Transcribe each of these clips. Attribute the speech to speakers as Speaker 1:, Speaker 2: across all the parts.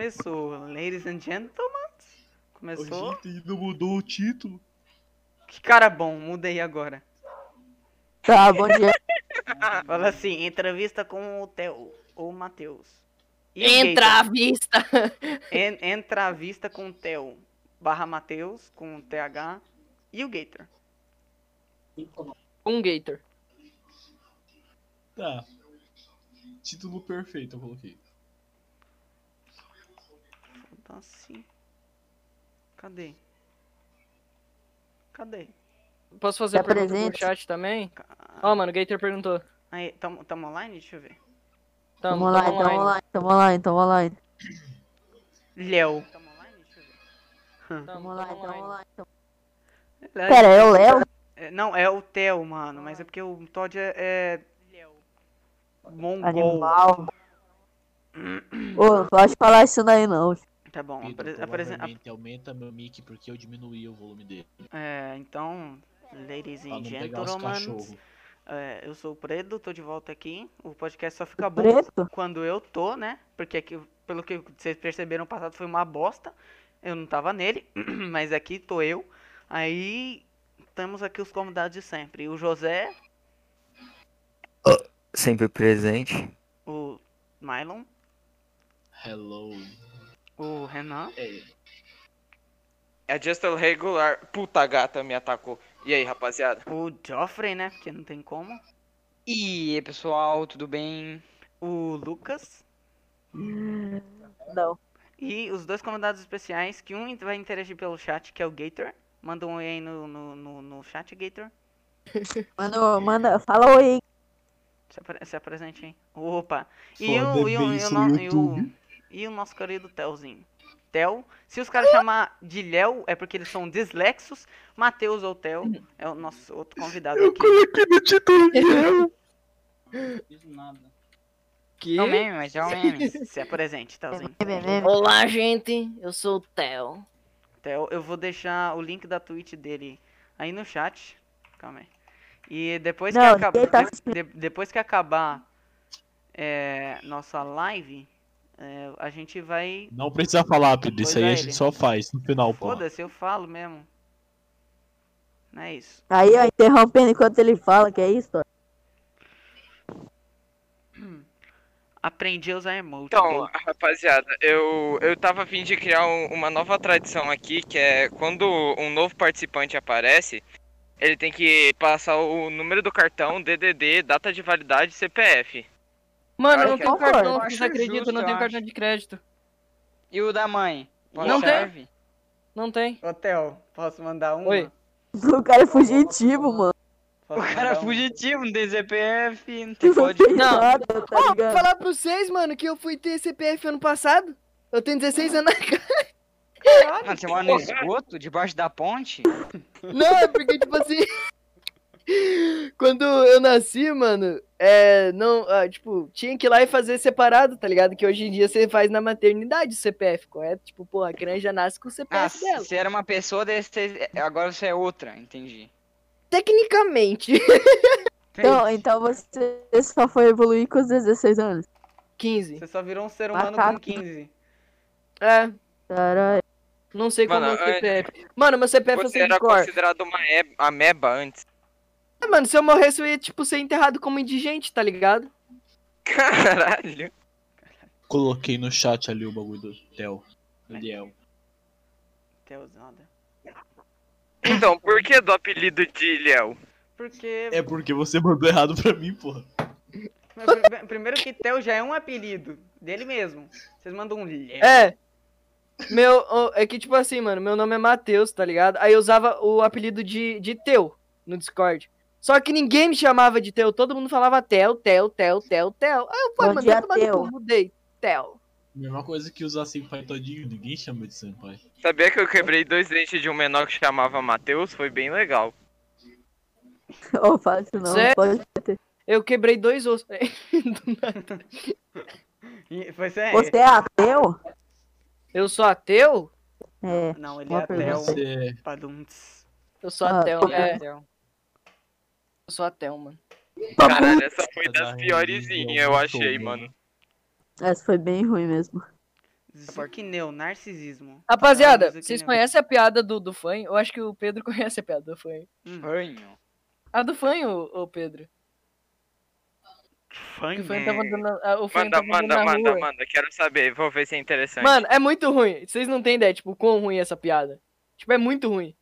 Speaker 1: começou, ladies and gentlemen. Começou.
Speaker 2: Gente, ainda mudou o título.
Speaker 1: Que cara bom, mudei agora.
Speaker 3: Tá, bom dia.
Speaker 1: Fala assim, entrevista com o Theo ou o Matheus. E o
Speaker 4: Entra à vista.
Speaker 1: Gator. En- entra a vista com o Theo barra Matheus com o TH e o Gator.
Speaker 4: Um Gator.
Speaker 2: Tá. Título perfeito eu coloquei.
Speaker 1: Então assim. Cadê? Cadê?
Speaker 4: Posso fazer
Speaker 3: Tá
Speaker 4: a pergunta
Speaker 3: presente?
Speaker 4: no chat também?
Speaker 3: Ah.
Speaker 4: Ó, mano, o Gator perguntou.
Speaker 1: Aí, tamo, tamo online? Deixa eu ver.
Speaker 3: Tamo
Speaker 4: Tamo,
Speaker 3: online,
Speaker 4: tamo
Speaker 3: tamo online, tamo online, tamo online.
Speaker 1: Léo. Tamo online? Deixa eu ver.
Speaker 3: Tamo online, tamo
Speaker 4: então.
Speaker 3: online. tamo-
Speaker 1: Aliás,
Speaker 3: Pera, é o Léo?
Speaker 1: é- Não, é o Theo, mano, mas é porque o Todd é. é... Mongol.
Speaker 3: Animal. Ô, não pode falar isso daí não.
Speaker 1: Tá bom, apre-
Speaker 2: Pedro,
Speaker 1: apresen-
Speaker 2: provavelmente aumenta meu mic porque eu diminuí o volume dele.
Speaker 1: É, então, ladies
Speaker 2: Pra
Speaker 1: and
Speaker 2: não Tá pegar os
Speaker 1: gentlemen,
Speaker 2: cachorros.
Speaker 1: é, eu sou o Predo, tô de volta aqui. O podcast só fica bom
Speaker 3: Preto?
Speaker 1: quando eu tô, né? Porque aqui, pelo que vocês perceberam, o passado foi uma bosta. Eu não tava nele, mas aqui tô eu. Aí temos aqui os convidados de sempre. O José,
Speaker 5: Sempre presente.
Speaker 1: o Mylon,
Speaker 2: Hello.
Speaker 1: o Renan,
Speaker 2: É,
Speaker 6: É Justin regular. Puta a gata me atacou. E aí, rapaziada?
Speaker 1: o Joffrey, né? Porque não tem como.
Speaker 6: E aí, pessoal, tudo bem?
Speaker 1: O Lucas.
Speaker 3: Não.
Speaker 1: E os dois convidados especiais, que um vai interagir pelo chat, que é o Gator. Manda um oi aí no, no, no, no chat, Gator.
Speaker 3: Mano, manda, fala oi aí.
Speaker 1: Se, apre se apresente aí. Opa! E
Speaker 2: Só
Speaker 1: o, e, o, e,
Speaker 2: deve
Speaker 1: o,
Speaker 2: isso
Speaker 1: no-
Speaker 2: no
Speaker 1: e, o,
Speaker 2: YouTube.
Speaker 1: e o nosso querido Telzinho. Tel. Se os caras chamar de Léo, é porque eles são dislexos. Matheus ou Tel é o nosso outro convidado aqui.
Speaker 4: Que?
Speaker 6: mas é o meme.
Speaker 1: Se apresente, Telzinho.
Speaker 4: Olá, gente. Eu sou o Theo.
Speaker 1: Theo, Então, eu vou deixar o link da Twitch dele aí no chat. Calma aí. E depois
Speaker 3: Não,
Speaker 1: que acabar.
Speaker 3: ninguém tá
Speaker 1: de- de- depois que acabar é, nossa live, é, a gente vai.
Speaker 2: Não precisa falar, Pedro. Isso
Speaker 1: Pois
Speaker 2: aí
Speaker 1: é,
Speaker 2: a
Speaker 1: ele.
Speaker 2: gente só faz no final, pô.
Speaker 1: Foda-se, eu falo mesmo. Não é isso.
Speaker 3: Aí, ó, interrompendo enquanto ele fala, que é isso? ó.
Speaker 1: Aprendi a usar emote.
Speaker 6: Então,
Speaker 1: ok?
Speaker 6: rapaziada, eu, eu tava a fim de criar um- uma nova tradição aqui, que é quando um novo participante aparece, ele tem que passar o número do cartão, DDD, data de validade e CPF.
Speaker 4: Mano, eu
Speaker 7: Cara,
Speaker 4: não
Speaker 7: que
Speaker 4: tenho
Speaker 3: horror.
Speaker 4: cartão,
Speaker 7: Eu
Speaker 4: vocês
Speaker 7: acho
Speaker 4: acreditam,
Speaker 7: justo,
Speaker 4: não
Speaker 7: eu
Speaker 4: tenho
Speaker 7: acho.
Speaker 4: cartão de crédito.
Speaker 7: E o da mãe? um?
Speaker 4: Não tem.
Speaker 7: serve?
Speaker 4: Não tem.
Speaker 1: Ô, Theo, posso mandar uma?
Speaker 4: Oi.
Speaker 3: O cara é fugitivo, mano.
Speaker 1: Posso
Speaker 7: O cara
Speaker 1: mandar
Speaker 7: é
Speaker 1: uma?
Speaker 7: fugitivo, não tem CPF, não tem
Speaker 3: Não
Speaker 7: código.
Speaker 3: fez
Speaker 4: Não.
Speaker 3: nada, tá
Speaker 4: Ó, vou
Speaker 3: ligado?
Speaker 4: falar pra vocês, mano, que eu fui ter CPF ano passado. Eu tenho 16 anos na cara.
Speaker 7: Mano, um você mora no esgoto, debaixo da ponte?
Speaker 4: Não, é porque, tipo assim. Quando eu nasci, mano, é. Não, ah, tipo, tinha que ir lá e fazer separado, tá ligado? Que hoje em dia você faz na maternidade o CPF, correto? Tipo, pô, a criança já nasce com o
Speaker 7: Ah,
Speaker 4: CPF dela.
Speaker 7: você era uma pessoa, daí você- agora você é outra, entendi.
Speaker 4: Tecnicamente.
Speaker 3: Então, então você só foi evoluir com os 16 anos.
Speaker 4: 15.
Speaker 1: Você só virou um ser humano com
Speaker 3: Macaco.
Speaker 1: 15.
Speaker 4: É,
Speaker 3: Caralho.
Speaker 4: não sei como é
Speaker 6: Mano,
Speaker 4: o CPF. Mano, meu CPF eu
Speaker 6: Você
Speaker 4: sei de
Speaker 6: era
Speaker 4: cor.
Speaker 6: considerado uma e- ameba antes.
Speaker 4: É, mano, se eu morresse, eu ia, tipo, ser enterrado como indigente, tá ligado?
Speaker 6: Caralho.
Speaker 2: Coloquei no chat ali o bagulho do Theo.
Speaker 1: É.
Speaker 2: Do Theo.
Speaker 1: Theo Zelda.
Speaker 6: Então, por que do apelido de Léo?
Speaker 1: Porque.
Speaker 2: É porque você mandou errado pra mim, porra.
Speaker 1: Mas pri- Primeiro que Theo já é um apelido dele mesmo. Vocês mandam um Léo.
Speaker 4: É. Meu, o- é que, tipo assim, mano, meu nome é Matheus, tá ligado? Aí eu usava o apelido de, de Teu no Discord. Só que ninguém me chamava de Teu, todo mundo falava Tel, Tel, Tel, Tel, Tel. Aí eu, pô,
Speaker 3: Bom
Speaker 4: mano,
Speaker 3: dia,
Speaker 4: vai tomar no
Speaker 3: Theo.
Speaker 4: cu, mudei. Tel.
Speaker 2: Mesma coisa que usar senpai todinho, ninguém chama de senpai.
Speaker 6: Sabia que eu quebrei dois dentes de um menor que chamava Matheus? Foi bem legal.
Speaker 3: Ô, fala isso não,
Speaker 4: Sério?
Speaker 3: pode
Speaker 4: Eu quebrei dois ossos.
Speaker 1: E Você é.
Speaker 3: Você é ateu?
Speaker 4: Eu sou ateu?
Speaker 3: É.
Speaker 1: Não, ele
Speaker 3: Boa
Speaker 1: é
Speaker 3: pergunta.
Speaker 1: ateu.
Speaker 2: Você
Speaker 1: Padumts.
Speaker 4: Eu sou
Speaker 3: Ah,
Speaker 4: ateu,
Speaker 3: tô
Speaker 4: é. Eu sou ateu, mano.
Speaker 1: Tá
Speaker 6: Caralho, essa foi
Speaker 2: Cada
Speaker 6: das piorezinhas, eu
Speaker 2: religião
Speaker 6: achei,
Speaker 2: tem uma.
Speaker 6: mano.
Speaker 3: Essa foi bem ruim mesmo.
Speaker 1: Zucneu, narcisismo.
Speaker 4: Rapaziada,
Speaker 1: Ah, mas o que
Speaker 4: vocês
Speaker 1: não?
Speaker 4: conhecem a piada do, do fanho? Eu acho que o Pedro conhece a piada do fanho.
Speaker 1: Hum.
Speaker 7: Banho.
Speaker 4: A do fanho, ô ô Pedro. Que
Speaker 1: Fã,
Speaker 4: o fanho
Speaker 1: né?
Speaker 4: tava andando, ah, o
Speaker 6: é
Speaker 4: fanho
Speaker 6: Manda,
Speaker 4: tava andando
Speaker 6: manda,
Speaker 4: na
Speaker 6: manda,
Speaker 4: rua.
Speaker 6: manda. Quero saber. Vou ver se é interessante.
Speaker 4: Mano, é muito ruim. Vocês não têm ideia, tipo, quão ruim é essa piada. Tipo, é muito ruim.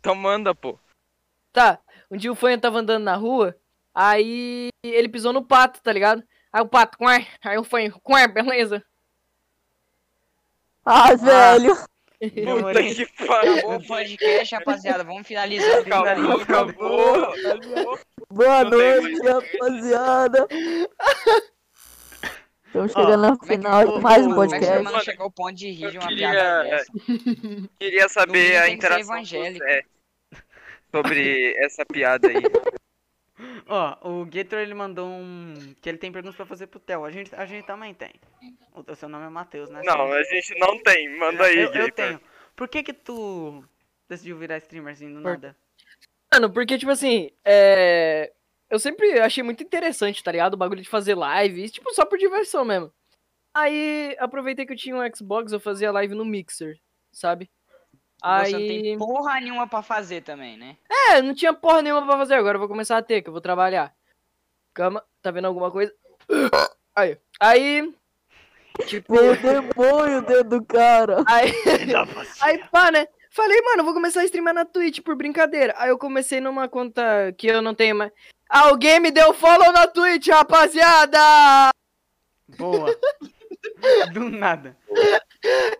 Speaker 6: Então manda, pô.
Speaker 4: Tá, um dia o Fanha tava andando na rua, aí ele pisou no pato, tá ligado? Aí o pato, quar, aí o Fanha, quar, beleza.
Speaker 3: Ah, velho.
Speaker 6: Puta que pariu.
Speaker 7: Acabou o podcast, rapaziada. Vamos finalizar.
Speaker 6: Acabou, acabou.
Speaker 3: Boa
Speaker 6: Não tem
Speaker 3: noite, rapaziada. Estamos
Speaker 1: Ó,
Speaker 3: chegando ao
Speaker 7: Como é que-
Speaker 3: final de mais um
Speaker 1: como é que
Speaker 7: Como é que
Speaker 3: podcast.
Speaker 7: o mano chegou ao ponto de rir de
Speaker 6: Eu
Speaker 7: uma
Speaker 6: queria-
Speaker 7: piada dessa?
Speaker 6: Queria saber
Speaker 7: Domingo
Speaker 6: a
Speaker 7: tem que ser
Speaker 6: interação do
Speaker 7: evangélico.
Speaker 6: Zé sobre essa piada aí.
Speaker 1: Tá Ó, o Gator ele mandou um. Que ele tem perguntas pra fazer pro Theo. A gente, a gente também tem. O, o seu nome é Matheus, né?
Speaker 6: Não, a gente não tem. Manda aí,
Speaker 1: eu, eu
Speaker 6: Gator.
Speaker 1: tenho. Por que que tu decidiu virar streamer assim do
Speaker 4: Por-
Speaker 1: nada?
Speaker 4: Mano, porque, tipo assim, é... Eu sempre achei muito interessante, tá ligado? O bagulho de fazer live, isso, tipo, só por diversão mesmo. Aí, aproveitei que eu tinha um Xbox, eu fazia live no Mixer, sabe?
Speaker 7: Você não
Speaker 4: Aí...
Speaker 7: tem porra nenhuma pra fazer também, né?
Speaker 4: É, não tinha porra nenhuma pra fazer, agora eu vou começar a ter, que eu vou trabalhar. Calma, tá vendo alguma coisa? Aí, aí,
Speaker 3: Veio o demônio dentro do cara.
Speaker 4: aí...
Speaker 1: Da vacina.
Speaker 4: Aí pá, né? Falei, mano, eu vou começar a streamar na Twitch por brincadeira. Aí eu comecei numa conta que eu não tenho mais. Alguém me deu follow na Twitch, rapaziada!
Speaker 1: Boa. do nada.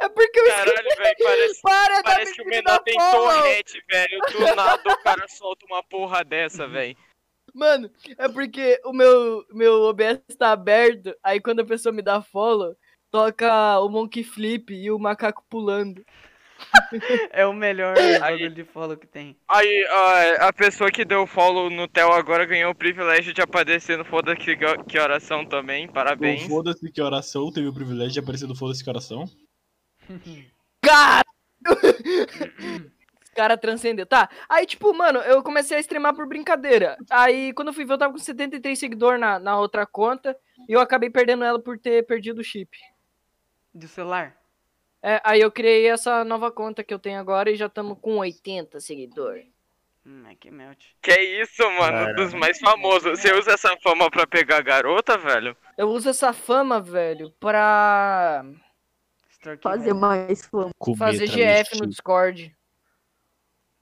Speaker 4: É porque eu esqueci.
Speaker 6: Caralho, velho, parece,
Speaker 4: Para tá da
Speaker 6: parece que o
Speaker 4: me
Speaker 6: menor né?
Speaker 4: dar
Speaker 6: tem
Speaker 4: follow.
Speaker 6: torrete, velho. Do nada o cara solta uma porra dessa, velho.
Speaker 4: Mano, é porque o meu, meu OBS tá aberto. Aí quando a pessoa me dá follow, toca o Monkey Flip e o macaco pulando.
Speaker 1: É o melhor bagulho de follow que tem.
Speaker 6: Aí, a, a pessoa que deu follow no Theo agora ganhou o privilégio de aparecer no Foda Que, que Oração também,
Speaker 2: O
Speaker 6: parabéns.
Speaker 2: Foda-se que oração teve o privilégio de aparecer do Foda-se que oração.
Speaker 4: Cara! Os cara transcender. Tá, aí tipo, mano, eu comecei a streamar por brincadeira. Aí quando eu fui ver, eu tava com 73 seguidores na, na outra conta. E eu acabei perdendo ela por ter perdido o chip.
Speaker 1: Do celular?
Speaker 4: É, aí eu criei essa nova conta que eu tenho agora e já estamos com 80 seguidores.
Speaker 1: Hum, é que melt.
Speaker 6: Que isso, mano,
Speaker 2: Caralho.
Speaker 6: dos mais famosos. Você usa essa fama pra pegar garota, velho?
Speaker 4: Eu uso essa fama, velho, pra
Speaker 1: Stalking
Speaker 3: Fazer
Speaker 1: velho.
Speaker 3: mais fama.
Speaker 2: Comer,
Speaker 4: fazer
Speaker 2: travesti.
Speaker 4: GF no Discord.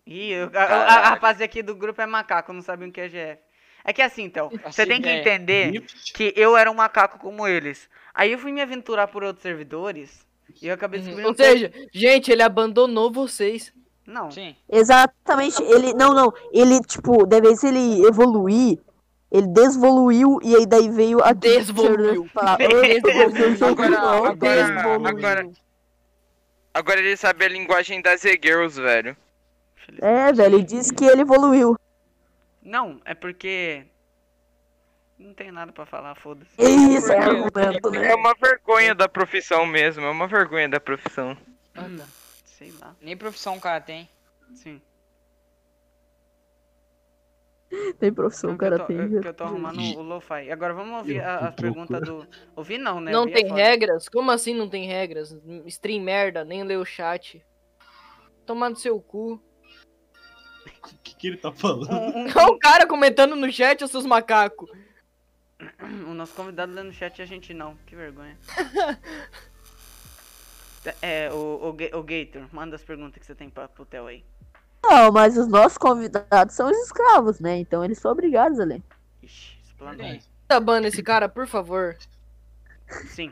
Speaker 1: Ih, eu- a, a,
Speaker 6: Caralho.
Speaker 1: a rapaz aqui do grupo é macaco, não sabe o que é GF. É que assim, então, você tem que
Speaker 7: ideia.
Speaker 1: entender que eu era um macaco como eles. Aí eu fui me aventurar por outros servidores e eu acabei descobrindo.
Speaker 4: Ou seja, gente, ele abandonou vocês.
Speaker 1: Não,
Speaker 7: Sim.
Speaker 3: Exatamente, ele. Não, não. Ele, tipo, da vez ele evoluir, ele desevoluiu e aí daí veio a
Speaker 4: Desvoluiu.
Speaker 3: Pra...
Speaker 4: Desevoluiu.
Speaker 7: Agora-
Speaker 3: Agora,
Speaker 7: agora-
Speaker 6: agora- Agora ele sabe a linguagem das E-Girls, velho.
Speaker 3: É, velho, ele disse que ele evoluiu.
Speaker 1: não, é porque. Não tem nada pra falar, foda-se.
Speaker 3: Isso é argumento, né?
Speaker 6: É uma vergonha da profissão mesmo, é uma vergonha da profissão.
Speaker 1: Sei lá,
Speaker 7: Nem profissão o cara tem.
Speaker 1: sim.
Speaker 3: Tem profissão,
Speaker 1: Não,
Speaker 3: o
Speaker 1: É que eu
Speaker 3: um cara
Speaker 1: tô-
Speaker 3: tem.
Speaker 1: eu- que eu tô arrumando o lo-fi. Agora vamos ouvir
Speaker 2: Eu
Speaker 1: a-
Speaker 2: tô
Speaker 1: as perguntas do. Ouvir não, né?
Speaker 4: Não
Speaker 1: Ouvir é
Speaker 4: tem
Speaker 1: foda.
Speaker 4: regras? Como assim não tem regras? Stream merda, nem lê o chat. Tomar no seu cu.
Speaker 2: O que, que ele tá falando?
Speaker 1: Um- um-
Speaker 4: Olha o cara comentando no chat, os seus macacos.
Speaker 1: O nosso convidado lê no chat e a gente não. Que vergonha. Tá, é, o, o, Ga- o Gator, manda as perguntas que você tem pra, pro Theo aí.
Speaker 3: Não, mas os nossos convidados são os escravos, né? Então eles são obrigados a ler.
Speaker 1: Ixi, é explanou.
Speaker 7: Sim.
Speaker 4: Tabana Tá esse cara, por favor.
Speaker 1: Sim.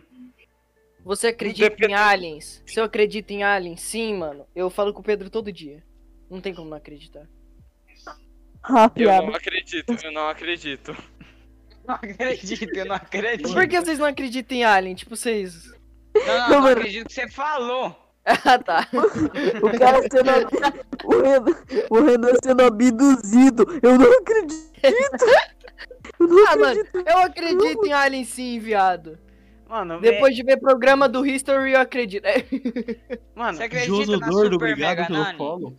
Speaker 4: Você acredita em aliens? Se eu acredito em aliens, sim, mano. Eu falo com o Pedro todo dia. Não tem como não acreditar.
Speaker 3: Ah,
Speaker 6: Eu
Speaker 3: piada.
Speaker 6: não acredito, eu não acredito.
Speaker 7: Não acredito, eu não acredito.
Speaker 4: Por que vocês não acreditam em alien? Tipo, vocês.
Speaker 7: Não, não,
Speaker 3: Não,
Speaker 7: não
Speaker 3: mano.
Speaker 7: acredito que você falou.
Speaker 4: ah, tá.
Speaker 3: O cara sendo. ab- O Renan, o Renan sendo abduzido. Eu não acredito. Eu não
Speaker 4: Ah, mano,
Speaker 3: acredito.
Speaker 4: eu acredito em alien sim, viado.
Speaker 1: Mano,
Speaker 4: Depois de ver programa do History, eu acredito.
Speaker 1: é- mano
Speaker 7: Você acredita
Speaker 2: Joso
Speaker 7: na
Speaker 2: Gordo,
Speaker 7: Super
Speaker 2: obrigado
Speaker 7: Mega
Speaker 2: pelo
Speaker 7: Nani?
Speaker 2: follow.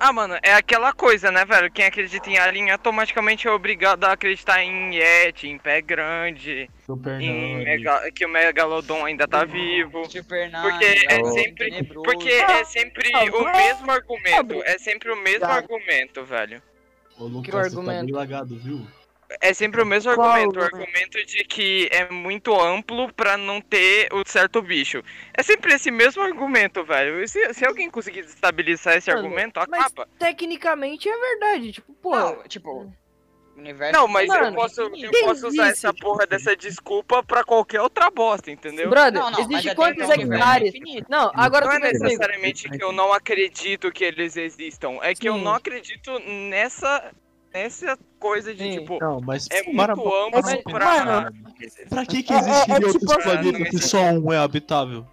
Speaker 8: Ah, mano, é aquela coisa, né, velho? Quem acredita em alien automaticamente é obrigado a acreditar em Yeti, em pé grande,
Speaker 2: Super
Speaker 8: em
Speaker 2: Nani.
Speaker 8: mega- que o Megalodon ainda tá vivo.
Speaker 7: Super tá
Speaker 8: Porque é sempre. Porque é sempre o mesmo argumento. É sempre o mesmo
Speaker 4: Tá.
Speaker 8: argumento, velho.
Speaker 2: Ô, Lucas,
Speaker 4: Que
Speaker 2: você tá bem
Speaker 4: argumento.
Speaker 2: lagado, viu?
Speaker 8: É sempre o mesmo
Speaker 3: Qual,
Speaker 8: argumento. O
Speaker 3: né?
Speaker 8: argumento de que é muito amplo pra não ter o certo bicho. É sempre esse mesmo argumento, velho. E se, se alguém conseguir destabilizar esse
Speaker 4: Mano,
Speaker 8: argumento,
Speaker 4: mas-
Speaker 8: acaba.
Speaker 4: Tecnicamente é verdade, tipo, pô.
Speaker 7: Não, tipo, universo. é
Speaker 8: Não, mas eu
Speaker 4: Mano,
Speaker 8: posso, eu
Speaker 4: quem
Speaker 8: posso usar
Speaker 4: disse,
Speaker 8: essa porra dessa desculpa pra qualquer outra bosta, entendeu?
Speaker 4: brother,
Speaker 7: Não, não, mas
Speaker 4: existe
Speaker 7: até
Speaker 4: quantos
Speaker 7: então o universo é
Speaker 4: hectares?
Speaker 7: infinito.
Speaker 4: Não, agora
Speaker 8: Não
Speaker 4: tu
Speaker 8: é
Speaker 4: assim, vem comigo.
Speaker 8: necessariamente que eu não acredito que eles existam, é que eu
Speaker 4: Sim.
Speaker 8: não acredito nessa, nessa coisa de,
Speaker 4: Sim. então.
Speaker 8: tipo,
Speaker 2: Não, mas
Speaker 8: é
Speaker 2: para
Speaker 8: muito amplo
Speaker 3: mas-
Speaker 8: pra...
Speaker 2: mano, pra que que
Speaker 3: É- é-
Speaker 2: existem
Speaker 3: é
Speaker 2: outros
Speaker 3: tipo assim.
Speaker 2: planetas se só um é habitável?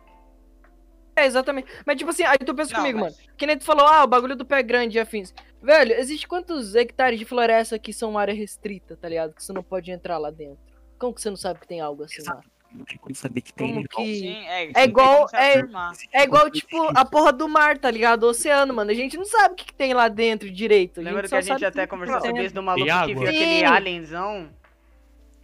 Speaker 4: É, exatamente. Mas tipo assim, aí tu pensa
Speaker 7: Não,
Speaker 4: comigo,
Speaker 7: mas-
Speaker 4: mano. Que nem tu falou, ah, o bagulho do pé grande e afins. Velho, existe quantos hectares de floresta que são área restrita, tá ligado? Que você não pode entrar lá dentro. Como que você não sabe que tem algo assim lá?
Speaker 5: Como saber que tem
Speaker 4: Como que.
Speaker 7: Sim, é,
Speaker 4: É igual- é-
Speaker 7: afirmar.
Speaker 4: É igual, tipo, a porra do mar, tá ligado? O oceano, mano. A gente não sabe o que, que tem lá dentro direito. A gente
Speaker 1: Lembra que
Speaker 4: só
Speaker 1: a gente
Speaker 4: sabe é
Speaker 1: até
Speaker 4: que
Speaker 1: conversou
Speaker 4: tem.
Speaker 1: sobre isso do maluco
Speaker 2: Tem
Speaker 1: que
Speaker 2: água?
Speaker 1: viu aquele
Speaker 4: Sim.
Speaker 1: alienzão?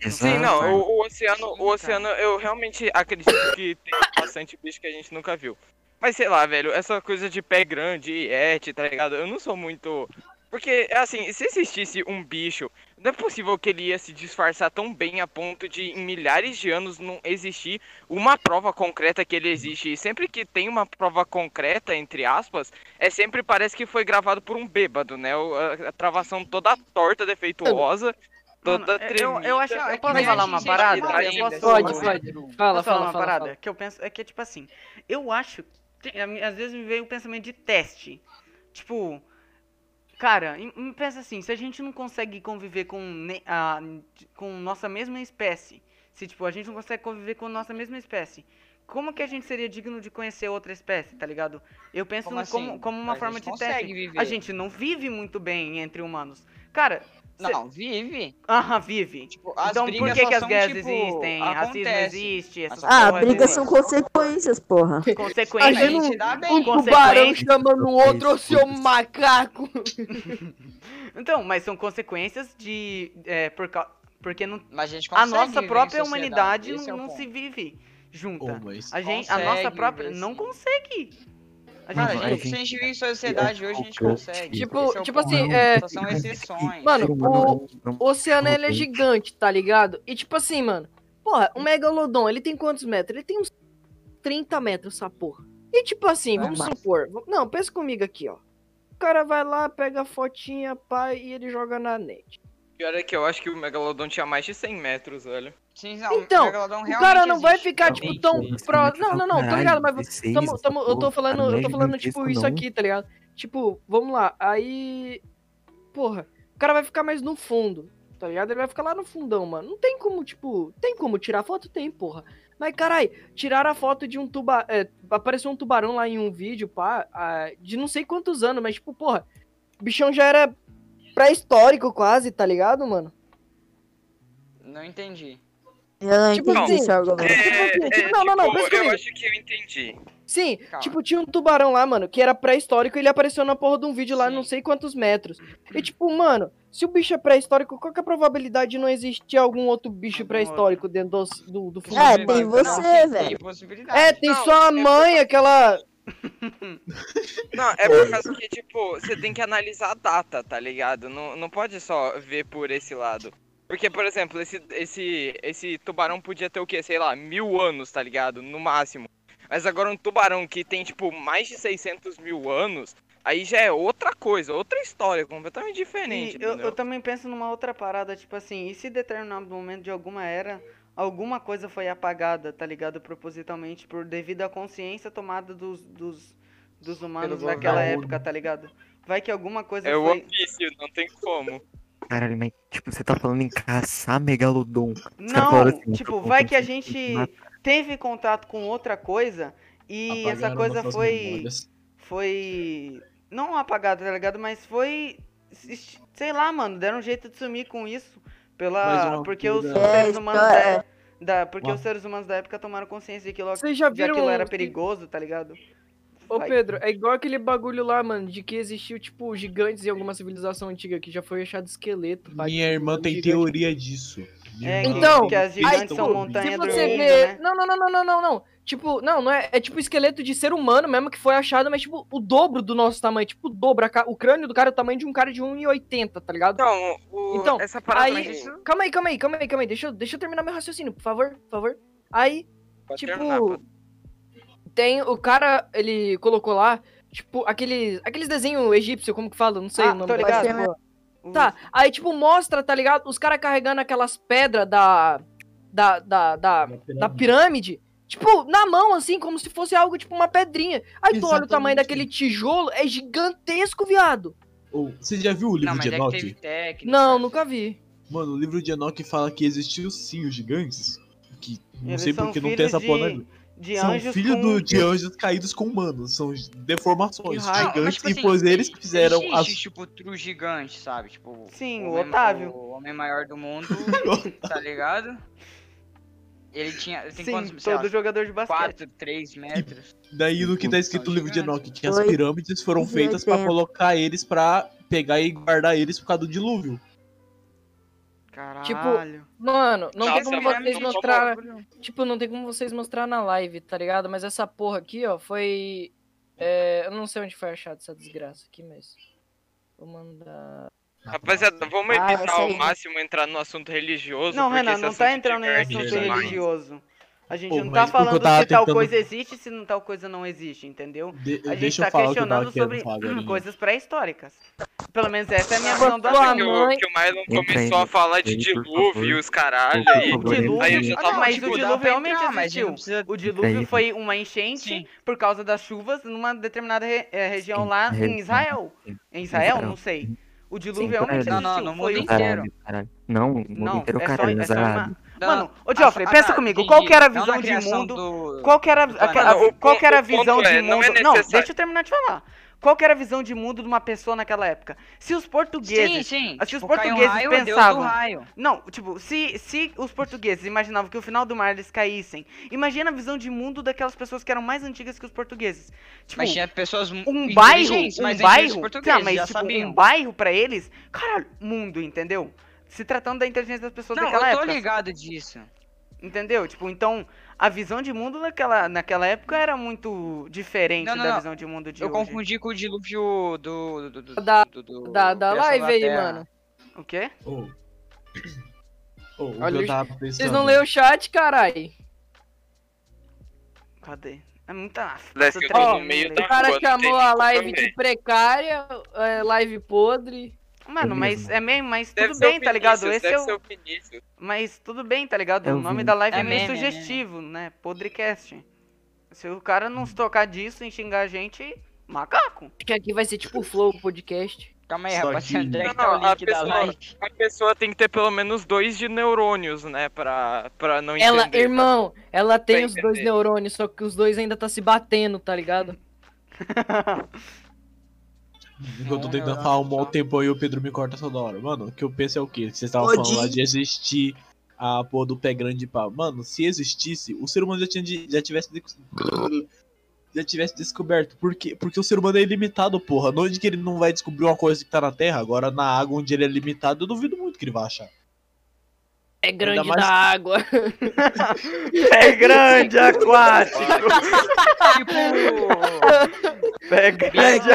Speaker 5: Ah,
Speaker 8: Sim,
Speaker 5: tá.
Speaker 8: não, o, o oceano,
Speaker 7: Sim,
Speaker 8: o
Speaker 7: cara.
Speaker 8: oceano, eu realmente acredito que tem bastante bicho que a gente nunca viu. Mas sei lá, velho, essa coisa de pé grande, et, tá ligado? Eu não sou muito. Porque, assim, se existisse um bicho, não é possível que ele ia se disfarçar tão bem a ponto de, em milhares de anos, não existir uma prova concreta que ele existe. E sempre que tem uma prova concreta, entre aspas, é sempre parece que foi gravado por um bêbado, né? O- a- A travação toda torta, defeituosa,
Speaker 1: Mano, é,
Speaker 8: toda
Speaker 1: eu- eu
Speaker 8: tremida.
Speaker 1: acho- eu posso
Speaker 8: Mas
Speaker 1: falar
Speaker 8: a
Speaker 1: uma
Speaker 8: gente
Speaker 1: parada?
Speaker 8: tá
Speaker 1: Eu posso-
Speaker 4: Pode, pode.
Speaker 8: ainda.
Speaker 4: Fala,
Speaker 1: Posso falar
Speaker 4: fala,
Speaker 1: uma
Speaker 4: fala,
Speaker 1: parada
Speaker 4: fala.
Speaker 1: que eu penso é que é tipo assim, eu acho que tem- a mim- às vezes me veio o pensamento de teste. Tipo, cara, im- im- pensa assim, se a gente não consegue conviver com ne- a com nossa mesma espécie, se tipo a gente não consegue conviver com nossa mesma espécie, como que a gente seria digno de conhecer outra espécie, tá ligado? Eu penso
Speaker 7: Como
Speaker 1: como,
Speaker 7: assim?
Speaker 1: como, uma
Speaker 7: Mas a
Speaker 1: forma
Speaker 7: gente
Speaker 1: de
Speaker 7: consegue
Speaker 1: teste.
Speaker 7: viver.
Speaker 1: A gente não vive muito bem entre humanos. Cara, cê-
Speaker 7: Não, vive.
Speaker 1: aham, vive.
Speaker 7: Tipo, as
Speaker 1: então por
Speaker 7: brigas
Speaker 1: que,
Speaker 7: só
Speaker 1: que as
Speaker 7: são,
Speaker 1: guerras
Speaker 7: tipo,
Speaker 1: existem? Racismo
Speaker 7: acontece.
Speaker 1: existe, essas
Speaker 7: Ah,
Speaker 3: Ah,
Speaker 1: porras
Speaker 3: brigas
Speaker 1: existem.
Speaker 3: são consequências, porra.
Speaker 1: Tipo,
Speaker 4: A
Speaker 1: Consequência.
Speaker 4: gente
Speaker 7: gente dá bem.
Speaker 4: Um
Speaker 1: Consequência.
Speaker 4: tubarão chamando o outro, ô seu macaco.
Speaker 1: Então, mas são consequências de. é, por cau- Porque não-
Speaker 7: Mas a gente
Speaker 1: a
Speaker 7: consegue
Speaker 1: nossa
Speaker 7: viver em
Speaker 1: própria
Speaker 7: sociedade,
Speaker 1: humanidade
Speaker 7: esse
Speaker 1: não,
Speaker 7: é o
Speaker 1: não
Speaker 7: ponto.
Speaker 1: se vive
Speaker 2: Ô,
Speaker 1: junta.
Speaker 2: mas...
Speaker 1: a, gente, a
Speaker 7: Consegue
Speaker 1: nossa própria.
Speaker 7: viver
Speaker 1: Não
Speaker 7: assim.
Speaker 1: consegue. A
Speaker 7: Cara,
Speaker 1: gente-
Speaker 5: Vai,
Speaker 7: a gente, tipo, se a gente vive em sociedade hoje, a gente consegue.
Speaker 4: é Tipo-
Speaker 7: Esse é o
Speaker 4: tipo
Speaker 7: ponto.
Speaker 4: assim, é-
Speaker 7: Só são exceções.
Speaker 4: Mano,
Speaker 5: Tipo,
Speaker 4: o-
Speaker 5: Não,
Speaker 4: O oceano ele é
Speaker 5: Ok.
Speaker 4: gigante, tá ligado? E tipo assim, mano, porra, o megalodon, ele tem quantos metros? Ele tem uns 30 metros, essa porra. E tipo assim,
Speaker 5: É,
Speaker 4: vamos
Speaker 5: mas-
Speaker 4: supor. v- Não, pensa comigo aqui, ó. O cara vai lá, pega a fotinha, pá, e ele joga na net.
Speaker 8: Pior é que eu acho que o Megalodon tinha mais de 100 metros, velho.
Speaker 7: Sim, não,
Speaker 4: Então,
Speaker 7: o, Megalodon
Speaker 4: o
Speaker 7: realmente
Speaker 4: cara não vai
Speaker 7: existe.
Speaker 4: ficar, tipo, tão
Speaker 5: Realmente,
Speaker 4: pro.
Speaker 5: existe.
Speaker 4: Não, não, não, tô ligado, mas.
Speaker 5: né, Caralho,
Speaker 4: Tamo, tamo, eu tô
Speaker 5: 16,
Speaker 4: falando, eu tô
Speaker 5: caralho,
Speaker 4: falando,
Speaker 5: não
Speaker 4: tipo,
Speaker 5: disse
Speaker 4: isso
Speaker 5: não.
Speaker 4: aqui, tá ligado? Tipo, vamos lá. Aí. Porra, o cara vai ficar mais no fundo, tá ligado? Ele vai ficar lá no fundão, mano. Não tem como, tipo. Tem como tirar foto? Tem, porra. Mas, carai, tiraram a foto de um tubarão. apareceu um tubarão lá em um vídeo, pá, ah, de não sei quantos anos, mas, tipo, porra, o bichão já era pré-histórico quase, tá ligado, mano?
Speaker 7: Não entendi.
Speaker 3: Eu não
Speaker 4: Tipo,
Speaker 3: entendi
Speaker 4: não.
Speaker 3: esse
Speaker 8: é,
Speaker 3: argumento.
Speaker 4: tipo, não, não, não, pensa
Speaker 8: eu
Speaker 4: comigo.
Speaker 8: acho que eu entendi.
Speaker 4: Sim,
Speaker 7: Calma.
Speaker 4: tipo, tinha um tubarão lá, mano, que era pré-histórico e ele apareceu na porra de um vídeo lá,
Speaker 7: Sim.
Speaker 4: não sei quantos metros. E tipo, mano, se o bicho é pré-histórico, qual que é a probabilidade de não existir algum outro bicho
Speaker 1: Algum
Speaker 4: pré-histórico dentro do, do, do fundo
Speaker 3: É,
Speaker 4: do
Speaker 3: tem
Speaker 4: mar?
Speaker 3: você,
Speaker 7: Não, tem-
Speaker 3: velho.
Speaker 7: Tem possibilidade.
Speaker 4: É, tem
Speaker 8: Não,
Speaker 4: só a
Speaker 8: é por-
Speaker 4: mãe, aquela...
Speaker 8: Não, é por causa que, tipo, você tem que analisar a data, tá ligado? Não, não pode só ver por esse lado. Porque, por exemplo, esse, esse, esse tubarão podia ter o quê? Sei lá, mil anos, tá ligado? No máximo. Mas agora um tubarão que tem, tipo, mais de 600 mil anos, aí já é outra coisa, outra história, completamente diferente.
Speaker 1: E eu,
Speaker 8: entendeu?
Speaker 1: eu também penso numa outra parada, tipo assim, e se determinado momento de alguma era, alguma coisa foi apagada, tá ligado? Propositalmente, por devido à consciência tomada dos, dos, dos humanos
Speaker 7: governo.
Speaker 1: naquela
Speaker 2: Da ONU.
Speaker 1: época, tá ligado? Vai que alguma coisa
Speaker 8: É o
Speaker 1: foi.
Speaker 8: ofício, não tem como.
Speaker 5: Caralho, mas tipo, você tá falando em caçar megalodon.
Speaker 1: Não,
Speaker 5: falaram assim,
Speaker 1: tipo,
Speaker 5: eu
Speaker 1: vai que a
Speaker 5: consigo
Speaker 1: gente
Speaker 5: matar.
Speaker 1: teve contato com outra coisa e
Speaker 2: apagaram
Speaker 1: essa coisa
Speaker 2: nossas
Speaker 1: foi.
Speaker 2: memórias.
Speaker 1: Foi. Não apagada, tá ligado? Mas foi. es- Sei lá, mano, deram um jeito de sumir com isso.
Speaker 2: Mais
Speaker 1: Pela.
Speaker 2: uma
Speaker 1: Porque os
Speaker 2: coisa-
Speaker 3: É,
Speaker 1: seres
Speaker 3: isso
Speaker 1: humanos
Speaker 3: é.
Speaker 1: da. da- Porque
Speaker 2: Uma-
Speaker 1: os seres humanos da época tomaram consciência de que, lo-
Speaker 4: Vocês já
Speaker 1: de
Speaker 4: viram...
Speaker 1: aquilo era perigoso, tá ligado?
Speaker 4: Ô,
Speaker 6: Vai.
Speaker 4: Pedro, é igual aquele bagulho lá, mano, de que existiu, tipo, gigantes em alguma civilização antiga que já foi achado esqueleto. pá,
Speaker 2: Minha
Speaker 4: tipo,
Speaker 2: irmã
Speaker 4: um
Speaker 2: tem
Speaker 4: gigante.
Speaker 2: teoria disso. Minha
Speaker 1: É,
Speaker 2: irmã
Speaker 4: Então,
Speaker 2: tem
Speaker 1: que as
Speaker 2: teoria
Speaker 1: gigantes
Speaker 2: disso.
Speaker 1: são montanha
Speaker 4: Se
Speaker 1: do
Speaker 4: você
Speaker 1: mundo,
Speaker 4: vê.
Speaker 1: né?
Speaker 4: Não, não, não, não, não, não, não. Tipo, não, não é. É tipo esqueleto de ser humano mesmo que foi achado, mas tipo, o dobro do nosso tamanho. Tipo, o dobro. a ca- O crânio do cara é o tamanho de um cara de 1,80, tá ligado?
Speaker 6: Então, o-
Speaker 4: Então,
Speaker 1: é,
Speaker 6: essa parada
Speaker 4: Aí.
Speaker 7: é
Speaker 6: mas isso-
Speaker 4: Calma aí, calma aí, calma aí, calma aí. Deixa eu, deixa eu terminar meu raciocínio, por favor, por favor. Aí,
Speaker 6: Pode
Speaker 4: tipo.
Speaker 6: terminar, pode.
Speaker 4: Tem. O cara, ele colocou lá, tipo, aqueles. Aqueles desenhos egípcios, como que fala? Não sei
Speaker 1: Ah,
Speaker 4: o nome
Speaker 1: tô
Speaker 4: da-
Speaker 1: ligado.
Speaker 3: Mas
Speaker 1: O-
Speaker 4: Tá, aí tipo mostra, tá ligado? Os caras carregando aquelas pedras da, da, da, da, da
Speaker 2: Uhum.
Speaker 4: pirâmide, tipo, na mão, assim, como se fosse algo tipo uma pedrinha. Aí tu olha o tamanho
Speaker 2: Exatamente.
Speaker 4: daquele tijolo, é gigantesco, viado.
Speaker 2: Ou, Você já viu o livro
Speaker 7: Não, mas
Speaker 2: de
Speaker 7: é que
Speaker 2: Enoch?
Speaker 7: teve técnica.
Speaker 4: Não, nunca vi.
Speaker 2: Mano, o livro de Enoch fala que existiu sim os gigantes. Que não
Speaker 1: Eles
Speaker 2: sei
Speaker 1: são
Speaker 2: porque não tem
Speaker 1: filhos
Speaker 2: essa porra na
Speaker 1: de-
Speaker 2: Bíblia.
Speaker 1: De
Speaker 2: São
Speaker 1: anjos
Speaker 2: filhos
Speaker 1: com-
Speaker 2: do- de anjos caídos com humanos. São deformações.
Speaker 4: Que raiva.
Speaker 2: gigantes.
Speaker 7: mas, tipo
Speaker 2: e
Speaker 7: assim,
Speaker 2: pois eles que fizeram
Speaker 7: existe,
Speaker 2: as.
Speaker 7: tipo, tru gigante, sabe? Tipo,
Speaker 1: Sim, o
Speaker 7: homem-
Speaker 1: Otávio.
Speaker 7: O homem maior do mundo, tá ligado? Ele tinha. Ele tem
Speaker 1: Sim,
Speaker 7: quantos? sei lá,
Speaker 1: todo jogador de basquete.
Speaker 7: 4, 3 metros.
Speaker 2: Daí no que tá escrito no
Speaker 7: São
Speaker 2: livro de
Speaker 7: gigantes.
Speaker 2: Enoch, que as
Speaker 3: Oi.
Speaker 2: pirâmides foram
Speaker 3: Isso é
Speaker 2: feitas pra
Speaker 3: tempo.
Speaker 2: colocar eles pra pegar e guardar eles por causa do dilúvio.
Speaker 4: Tipo,
Speaker 1: Caralho.
Speaker 4: Mano, não
Speaker 6: Nossa,
Speaker 4: tem como
Speaker 6: mano,
Speaker 4: vocês
Speaker 6: não sou
Speaker 4: mostrar.
Speaker 1: ah,
Speaker 4: Tipo, não tem como vocês mostrar na live, tá ligado? Mas essa porra aqui, ó, foi. é, eu não sei onde foi achado essa desgraça aqui, mas. Vou mandar.
Speaker 6: Rapaziada, vamos
Speaker 3: Ah,
Speaker 6: evitar
Speaker 3: essa
Speaker 6: ao
Speaker 3: aí.
Speaker 6: máximo entrar no assunto religioso.
Speaker 1: Não,
Speaker 6: porque
Speaker 1: Renan,
Speaker 6: esse
Speaker 1: não
Speaker 6: assunto
Speaker 1: tá entrando em
Speaker 6: diverte
Speaker 8: é
Speaker 1: assunto
Speaker 6: demais.
Speaker 1: religioso. A gente
Speaker 2: Pô,
Speaker 1: não
Speaker 2: mas
Speaker 1: tá
Speaker 2: porque eu
Speaker 1: falando se
Speaker 2: tava
Speaker 1: tal
Speaker 2: tentando-
Speaker 1: coisa existe, se não tal coisa não existe, entendeu?
Speaker 2: De-
Speaker 1: A gente
Speaker 2: deixa
Speaker 1: tá
Speaker 2: eu falar o que eu
Speaker 1: questionando
Speaker 2: tava
Speaker 1: sobre
Speaker 2: querendo falar,
Speaker 1: hum,
Speaker 2: galerinha.
Speaker 1: coisas pré-históricas. Pelo menos essa é a minha visão do
Speaker 4: Pô,
Speaker 6: Nossa,
Speaker 4: Tua
Speaker 6: que,
Speaker 1: assunto.
Speaker 4: mãe-
Speaker 6: o, que o Mylon
Speaker 5: Entra aí,
Speaker 6: começou a falar de
Speaker 5: entra aí, por
Speaker 6: dilúvio
Speaker 5: favor.
Speaker 6: e os caralho.
Speaker 5: Por
Speaker 6: aí.
Speaker 5: favor.
Speaker 1: Dilúvio,
Speaker 6: Aí eu já
Speaker 1: ah,
Speaker 6: tava,
Speaker 1: não, mas
Speaker 6: tipo,
Speaker 1: o
Speaker 6: dá
Speaker 1: dilúvio
Speaker 7: pra
Speaker 1: realmente
Speaker 7: entrar, mas
Speaker 1: existiu.
Speaker 7: não precisa-
Speaker 1: O dilúvio
Speaker 5: Entendi.
Speaker 1: foi uma enchente
Speaker 7: Sim.
Speaker 1: por causa das chuvas numa determinada re- eh, região
Speaker 5: Sim,
Speaker 1: lá em
Speaker 5: região.
Speaker 1: Israel.
Speaker 5: Sim,
Speaker 1: Em Israel,
Speaker 5: Israel.
Speaker 1: não sei. O dilúvio é
Speaker 5: Sim,
Speaker 1: realmente
Speaker 5: Israel.
Speaker 1: existiu.
Speaker 5: Não,
Speaker 7: não, no mundo
Speaker 1: foi um o-
Speaker 7: inteiro.
Speaker 5: Caralho, caralho. Não, o mundo
Speaker 1: Não,
Speaker 5: inteiro,
Speaker 1: é só,
Speaker 5: caralho.
Speaker 1: é só
Speaker 5: Zara.
Speaker 1: uma... Mano, ô Geoffrey,
Speaker 7: ah, tá,
Speaker 1: pensa comigo, qual que era a
Speaker 7: é
Speaker 1: visão de mundo? Qual que era, a-
Speaker 7: planeta.
Speaker 1: aquela-
Speaker 6: Não, o
Speaker 1: qual que era a
Speaker 6: ponto- o
Speaker 1: visão
Speaker 6: ponto
Speaker 1: de
Speaker 6: é,
Speaker 1: mundo?
Speaker 6: não é necessário.
Speaker 1: deixa eu terminar de falar. Qual que era a visão de mundo de uma pessoa naquela época? Se os portugueses
Speaker 7: Sim, sim.
Speaker 1: Assim, os
Speaker 7: tipo, caiu
Speaker 1: portugueses
Speaker 7: um raio, Deus do
Speaker 1: pensavam.
Speaker 7: raio.
Speaker 1: Não, tipo, se, se os portugueses imaginavam que o final do mar eles caíssem, imagina a visão de mundo daquelas pessoas que eram mais antigas que os portugueses. Tipo,
Speaker 7: Mas tinha pessoas
Speaker 1: um bairro,
Speaker 7: inteligentes,
Speaker 1: um
Speaker 7: mas
Speaker 1: bairro,
Speaker 7: português,
Speaker 1: tá,
Speaker 7: mas, já
Speaker 1: mas tipo, um
Speaker 7: sabiam.
Speaker 1: bairro pra eles, caralho, mundo, entendeu? Se tratando da inteligência das pessoas
Speaker 7: Não, eu
Speaker 1: daquela
Speaker 7: tô
Speaker 1: época,
Speaker 7: ligado disso.
Speaker 1: entendeu? Tipo, então a visão de mundo naquela, naquela época era muito diferente
Speaker 7: Não, não,
Speaker 1: da
Speaker 7: não.
Speaker 1: visão de mundo de
Speaker 7: Eu
Speaker 1: hoje.
Speaker 7: confundi com o dilúvio do... do, do- do-
Speaker 4: Da-
Speaker 7: do- do-
Speaker 4: Da, da
Speaker 7: criação
Speaker 4: live aí,
Speaker 7: Terra.
Speaker 4: mano.
Speaker 1: O quê?
Speaker 2: Ô. Ô, o que
Speaker 4: Olha,
Speaker 2: eu tava pensando.
Speaker 4: Vocês não leram o chat, carai.
Speaker 1: Cadê? É muita.
Speaker 6: Parece que eu tô
Speaker 4: no
Speaker 6: meio
Speaker 1: mano.
Speaker 6: da-
Speaker 4: O cara
Speaker 6: Enquanto
Speaker 4: chamou
Speaker 6: tem
Speaker 4: a
Speaker 6: isso
Speaker 4: live
Speaker 6: também.
Speaker 4: de precária, é, live podre.
Speaker 1: Mano,
Speaker 5: É
Speaker 1: mas
Speaker 5: mesmo.
Speaker 1: é meme, mas
Speaker 6: Deve
Speaker 1: tudo
Speaker 6: ser o
Speaker 1: bem, tá ligado?
Speaker 6: Vinícius,
Speaker 1: Esse
Speaker 6: deve
Speaker 1: é o.
Speaker 6: ser o Vinícius.
Speaker 1: Mas tudo bem, tá ligado?
Speaker 5: É
Speaker 1: o
Speaker 5: o
Speaker 1: nome
Speaker 5: Vini.
Speaker 1: da live é,
Speaker 7: É
Speaker 1: meio
Speaker 7: meme, é meme.
Speaker 1: sugestivo, né? Podrecast. Se o cara não se tocar disso e xingar a gente, macaco.
Speaker 4: Acho que aqui vai ser tipo o Flow Podcast.
Speaker 7: Calma aí,
Speaker 2: Só
Speaker 7: rapaziada.
Speaker 2: que-
Speaker 7: Onde é que
Speaker 6: Não,
Speaker 7: tá o
Speaker 6: não, a
Speaker 7: link da
Speaker 6: pessoa-
Speaker 7: live?
Speaker 6: A pessoa tem que ter pelo menos dois de neurônios, né? Pra, pra não
Speaker 4: Ela,
Speaker 1: tá?
Speaker 6: entender. tá?
Speaker 4: irmão, ela tem os dois
Speaker 6: entender.
Speaker 4: neurônios, só que os dois ainda tá se batendo, tá ligado?
Speaker 2: Enquanto eu tô
Speaker 7: Não,
Speaker 2: tentando
Speaker 7: não,
Speaker 2: falar um
Speaker 7: não.
Speaker 2: bom tempo aí, o Pedro me corta toda hora. Mano, o que eu penso é o quê? Vocês estavam
Speaker 3: Ô,
Speaker 2: falando lá
Speaker 3: Jim.
Speaker 2: de existir a porra do pé grande de pau. Mano, se existisse, o ser humano já, tinha de- já tivesse. de- Já tivesse descoberto. Por quê? Porque o ser humano é ilimitado, porra. Onde que ele não vai descobrir uma coisa que tá na Terra? Agora, na água, onde ele é limitado, eu duvido muito que ele vai achar.
Speaker 4: É grande
Speaker 2: mais-
Speaker 4: da água.
Speaker 1: Pé É grande, aquático.
Speaker 7: Tipo...
Speaker 1: Pé grande.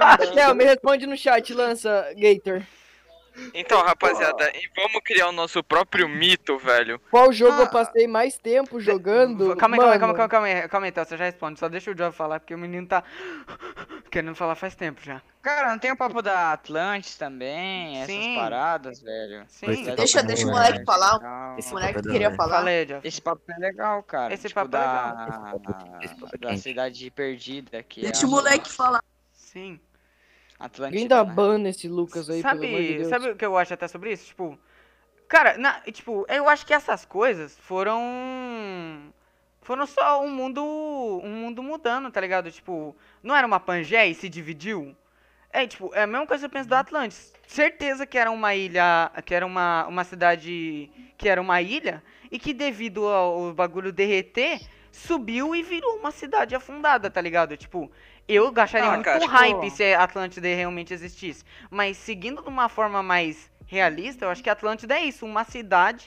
Speaker 4: Ah, Léo, me responde no chat, lança, Gator.
Speaker 6: Então, rapaziada, e vamos criar o nosso próprio mito, velho.
Speaker 4: Qual jogo
Speaker 1: Ah.
Speaker 4: eu passei mais tempo jogando?
Speaker 1: Calma aí, calma aí, calma aí,
Speaker 4: Mano,
Speaker 1: calma aí, calma aí, calma aí, Théo, você já responde. Só deixa o Job falar, porque o menino tá querendo falar faz tempo já.
Speaker 7: Cara, não tem o papo da Atlantis também, essas
Speaker 1: Sim.
Speaker 7: paradas, velho.
Speaker 1: Sim,
Speaker 5: Esse
Speaker 3: Deixa-
Speaker 5: papo é
Speaker 3: deixa o
Speaker 5: bom,
Speaker 3: moleque
Speaker 5: velho.
Speaker 3: falar,
Speaker 7: Legal.
Speaker 3: Esse
Speaker 5: Esse
Speaker 3: moleque
Speaker 5: papo é
Speaker 3: queria
Speaker 5: da hora.
Speaker 3: falar.
Speaker 1: fala aí, Job.
Speaker 7: Esse papo é legal, cara.
Speaker 1: Esse
Speaker 7: tipo,
Speaker 1: papo é
Speaker 7: da...
Speaker 5: Esse papo é quente, esse papo é
Speaker 7: da
Speaker 5: quente.
Speaker 7: cidade perdida que
Speaker 3: Deixa
Speaker 7: é
Speaker 3: o
Speaker 7: a
Speaker 3: moleque falar.
Speaker 1: Sim.
Speaker 7: Atlântida,
Speaker 4: Alguém dá
Speaker 7: né?
Speaker 4: ban esse Lucas aí, pelo amor de
Speaker 1: sabe,
Speaker 4: Deus.
Speaker 1: sabe o que eu acho até sobre isso? Tipo, cara, na- tipo, eu acho que essas coisas foram foram só um mundo um mundo mudando, tá ligado? Tipo, não era uma Pangeia e se dividiu? É, tipo, é a mesma coisa que eu penso do
Speaker 4: Uhum.
Speaker 1: Atlantis. Certeza que era uma ilha, que era uma, uma cidade que era uma ilha e que devido ao bagulho derreter, subiu e virou uma cidade afundada, tá ligado? Tipo, Eu gastaria
Speaker 8: Ah,
Speaker 1: muito
Speaker 8: cara,
Speaker 1: com
Speaker 8: tipo-
Speaker 1: hype se Atlântida realmente existisse. Mas seguindo de uma forma mais realista, eu acho que Atlântida é isso, uma cidade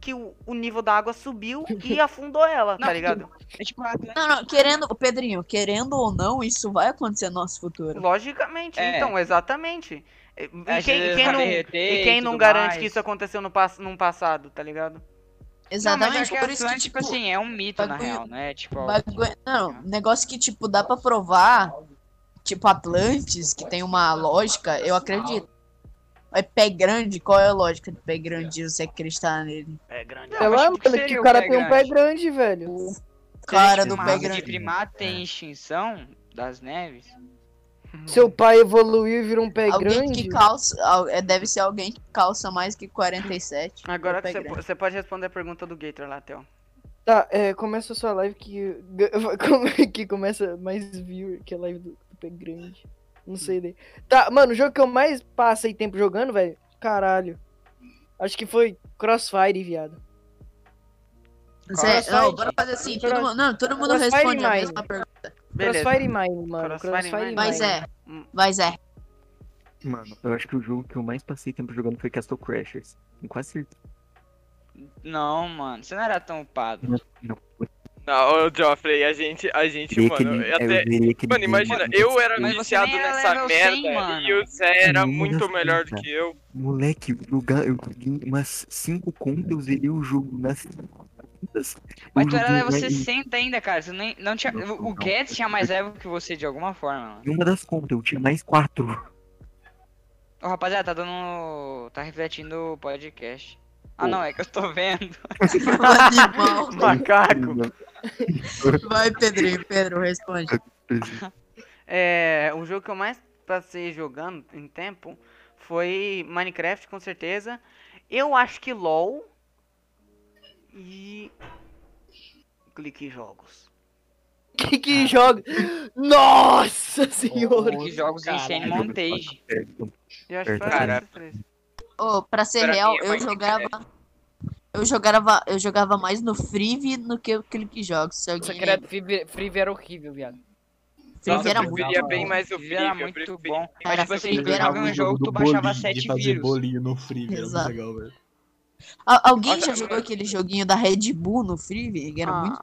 Speaker 1: que o, o nível da água subiu e afundou ela, tá
Speaker 3: Não,
Speaker 1: ligado?
Speaker 7: É tipo, a Atlântida
Speaker 3: Não, não, querendo, ô, Pedrinho, querendo ou não, isso vai acontecer no nosso futuro.
Speaker 1: Logicamente,
Speaker 7: É.
Speaker 1: então, exatamente. E
Speaker 7: é
Speaker 1: e quem, e quem não, e quem não garante que isso aconteceu no, pass- num passado, tá ligado?
Speaker 7: Não, mas
Speaker 3: Exatamente,
Speaker 7: acho que
Speaker 3: por isso é que, tipo,
Speaker 7: Atlântida, tipo assim, é um mito, na
Speaker 3: bagulho-
Speaker 7: real, né? Tipo,
Speaker 3: bagulho- não, negócio que, tipo, dá pra provar, tipo, Atlantis, que tem uma lógica, eu acredito. É pé grande, qual é a lógica de pé grande e você acreditar nele?
Speaker 1: É grande.
Speaker 4: Sei lá,
Speaker 7: mas, tipo,
Speaker 4: mano, que
Speaker 7: seria
Speaker 4: o
Speaker 7: o
Speaker 4: cara
Speaker 7: pé
Speaker 4: tem um pé
Speaker 7: grande.
Speaker 4: grande, velho.
Speaker 3: Cara do
Speaker 7: uma
Speaker 3: pé
Speaker 7: ave de
Speaker 3: grande.
Speaker 7: primata em extinção das neves.
Speaker 1: Uhum.
Speaker 4: Seu pai evoluiu e virou um pé
Speaker 3: alguém
Speaker 4: grande.
Speaker 3: que calça. al- é, Deve ser alguém que calça mais que 47.
Speaker 1: Agora
Speaker 3: O pé
Speaker 1: que você,
Speaker 3: grande.
Speaker 1: po- você pode responder a pergunta do Gator lá, Theo.
Speaker 4: Tá, é, começa a sua live que. como- é que começa mais viewer que a live do, do pé grande. Não sei daí. Tá, mano, o jogo que eu mais passei tempo jogando, velho. Caralho. Acho que foi Crossfire, viado.
Speaker 3: Zé,
Speaker 4: Crossfire.
Speaker 3: não, bora fazer assim. Todo mundo, não, todo mundo
Speaker 4: Crossfire
Speaker 3: responde a
Speaker 4: mais.
Speaker 3: mesma pergunta. é,
Speaker 1: Beleza.
Speaker 4: Crossfire Mine, mano.
Speaker 1: Crossfire
Speaker 4: Crossfire, Mine.
Speaker 1: Mine.
Speaker 3: Vai,
Speaker 4: é.
Speaker 3: Zé. Vai, Zé.
Speaker 5: Mano, eu acho que o jogo que eu mais passei tempo jogando foi Castle Crashers. Com quase certeza.
Speaker 7: Não, mano, você não era tão upado.
Speaker 5: Não,
Speaker 8: Não, ô, Joffrey, a gente, a gente,
Speaker 5: diria
Speaker 4: Tipo,
Speaker 5: que
Speaker 1: é
Speaker 8: mano,
Speaker 5: nem-
Speaker 8: eu
Speaker 5: eu
Speaker 8: até...
Speaker 5: diria que
Speaker 8: Mano,
Speaker 5: nem-
Speaker 8: imagina,
Speaker 5: Nossa,
Speaker 8: eu era
Speaker 7: Mas você
Speaker 8: viciado
Speaker 7: nem era
Speaker 8: nessa
Speaker 7: level 100,
Speaker 8: merda
Speaker 7: mano.
Speaker 8: e o Zé era
Speaker 5: Nossa,
Speaker 8: muito melhor do
Speaker 5: cara.
Speaker 8: que eu.
Speaker 5: Moleque, jogar, eu joguei umas 5 contas, eu zerei o jogo nas contas. né,
Speaker 7: Mas
Speaker 5: eu
Speaker 7: tu era
Speaker 5: joguei
Speaker 7: level
Speaker 5: lá em-
Speaker 7: 60 ainda, cara. Você nem, não tinha,
Speaker 5: Não,
Speaker 7: o
Speaker 5: não.
Speaker 7: Guedes tinha mais level que você de alguma forma, mano.
Speaker 5: Em uma das contas, eu tinha mais 4.
Speaker 7: Ô, rapaziada, tá dando. tá refletindo o podcast. Ah, não, é que eu tô vendo.
Speaker 3: Animal.
Speaker 1: Um Macaco.
Speaker 3: Vai, Pedrinho. Pedro, responde.
Speaker 1: É, o jogo que eu mais passei jogando em tempo foi Minecraft, com certeza. Eu acho que LOL e clique em jogos.
Speaker 4: Que que joga? Nossa senhora!
Speaker 7: Que jogos em Shane Montage.
Speaker 5: É, então,
Speaker 1: Eu acho que foi
Speaker 8: Cara,
Speaker 1: esses três.
Speaker 3: Ô, pra ser
Speaker 8: Pra
Speaker 3: real,
Speaker 8: mim é
Speaker 3: eu
Speaker 8: Minecraft.
Speaker 3: jogava. Eu jogava, eu jogava mais no Freeve do que o Click Jogos. Se alguém...
Speaker 4: Secreto Free, Free era horrível, viado.
Speaker 3: Freeve
Speaker 8: Nossa,
Speaker 3: era
Speaker 8: eu
Speaker 3: muito.
Speaker 8: preferia
Speaker 7: bom.
Speaker 8: bem mais o
Speaker 7: Free
Speaker 8: Fica,
Speaker 7: era
Speaker 8: eu
Speaker 7: muito
Speaker 8: preferia.
Speaker 7: bom. Mas,
Speaker 3: Era
Speaker 7: tipo assim,
Speaker 3: Free
Speaker 7: tu
Speaker 3: era
Speaker 7: jogava um
Speaker 3: muito
Speaker 7: jogo,
Speaker 2: do
Speaker 7: tu baixava
Speaker 2: bolinho, de
Speaker 7: 7
Speaker 2: fazer
Speaker 7: vírus.
Speaker 2: bolinho no free, velho,
Speaker 3: Exato.
Speaker 2: muito legal, velho.
Speaker 3: Al- alguém já
Speaker 8: Olha,
Speaker 3: jogou
Speaker 8: eu-
Speaker 3: aquele joguinho da Red Bull no Freeve? Que era
Speaker 1: Ah.
Speaker 3: muito.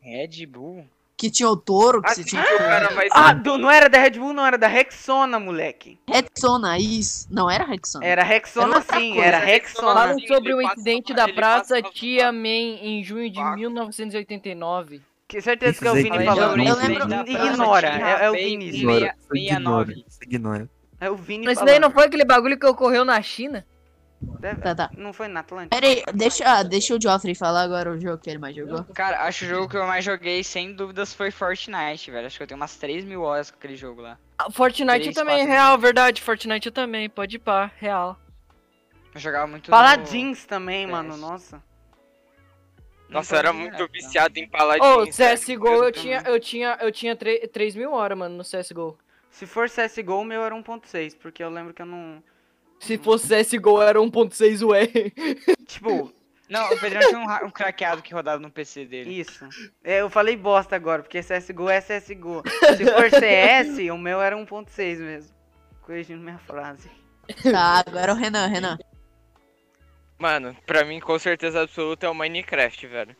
Speaker 7: Red Bull.
Speaker 3: Que tinha o touro, que
Speaker 8: Ah,
Speaker 6: Assim
Speaker 3: você
Speaker 8: sim,
Speaker 3: tinha
Speaker 8: que o
Speaker 3: que.
Speaker 8: cara vai
Speaker 1: Ah, do- não era da Red Bull, não era da Rexona, moleque.
Speaker 3: Rexona, isso. Não era Rexona.
Speaker 1: Era Rexona
Speaker 3: outra
Speaker 1: sim,
Speaker 3: coisa.
Speaker 1: era
Speaker 8: Falaram-
Speaker 1: Rexona.
Speaker 4: Falaram
Speaker 8: Ele
Speaker 4: sobre o
Speaker 8: passava-
Speaker 4: incidente
Speaker 8: ele
Speaker 4: da Praça
Speaker 8: passava-
Speaker 4: Tia Man em junho de
Speaker 8: Faca.
Speaker 4: 1989.
Speaker 1: Que certeza que é o
Speaker 5: Esses aí
Speaker 1: Vini
Speaker 5: que
Speaker 7: Falei
Speaker 1: falando.
Speaker 7: sobre
Speaker 3: eu
Speaker 7: isso,
Speaker 3: lembro-
Speaker 7: da Praça
Speaker 1: Ignora,
Speaker 7: Tia
Speaker 1: é, é o
Speaker 7: May,
Speaker 1: Vinícius.
Speaker 7: meia-
Speaker 5: Ignora, só ignora,
Speaker 7: 69.
Speaker 5: só ignora.
Speaker 1: É o Vini
Speaker 4: Mas isso daí
Speaker 1: falando.
Speaker 4: não foi aquele bagulho que ocorreu na China?
Speaker 1: Deve-
Speaker 3: Tá, tá.
Speaker 1: Não foi na Atlântica?
Speaker 3: Pera aí, deixa, ah, deixa o Joffrey falar agora o jogo que ele mais jogou.
Speaker 7: Cara, acho o jogo que eu mais joguei, sem dúvidas, foi Fortnite, velho. Acho que eu tenho umas 3 mil horas com aquele jogo lá.
Speaker 4: Ah, Fortnite
Speaker 7: Três,
Speaker 4: eu também,
Speaker 7: quatro.
Speaker 4: real, verdade. Fortnite eu também, pode ir pá, real.
Speaker 7: Eu jogava muito. no-
Speaker 1: Paladins também, mano,
Speaker 7: Yes.
Speaker 1: nossa.
Speaker 7: no
Speaker 8: Nossa, eu era
Speaker 7: Paladins,
Speaker 8: muito
Speaker 7: né?
Speaker 8: viciado em paladins.
Speaker 4: Ô,
Speaker 8: velho.
Speaker 4: CSGO eu
Speaker 8: também.
Speaker 4: tinha, eu tinha, eu tinha 3, mil horas, mano, no CSGO.
Speaker 1: Se for CSGO, o meu era 1.6, porque eu lembro que eu não...
Speaker 4: Se fosse CSGO era 1.6 UE.
Speaker 1: Tipo,
Speaker 8: né?
Speaker 7: Não, o Pedrão tinha um, ra- um craqueado que rodava no PC dele.
Speaker 1: Isso. É, eu falei bosta agora, porque CSGO é CSGO. Se for CS, o meu era 1.6 mesmo. Corrigindo minha frase.
Speaker 3: Tá, agora o Renan, Renan.
Speaker 8: Mano, pra mim, com certeza absoluta, é o Minecraft, velho.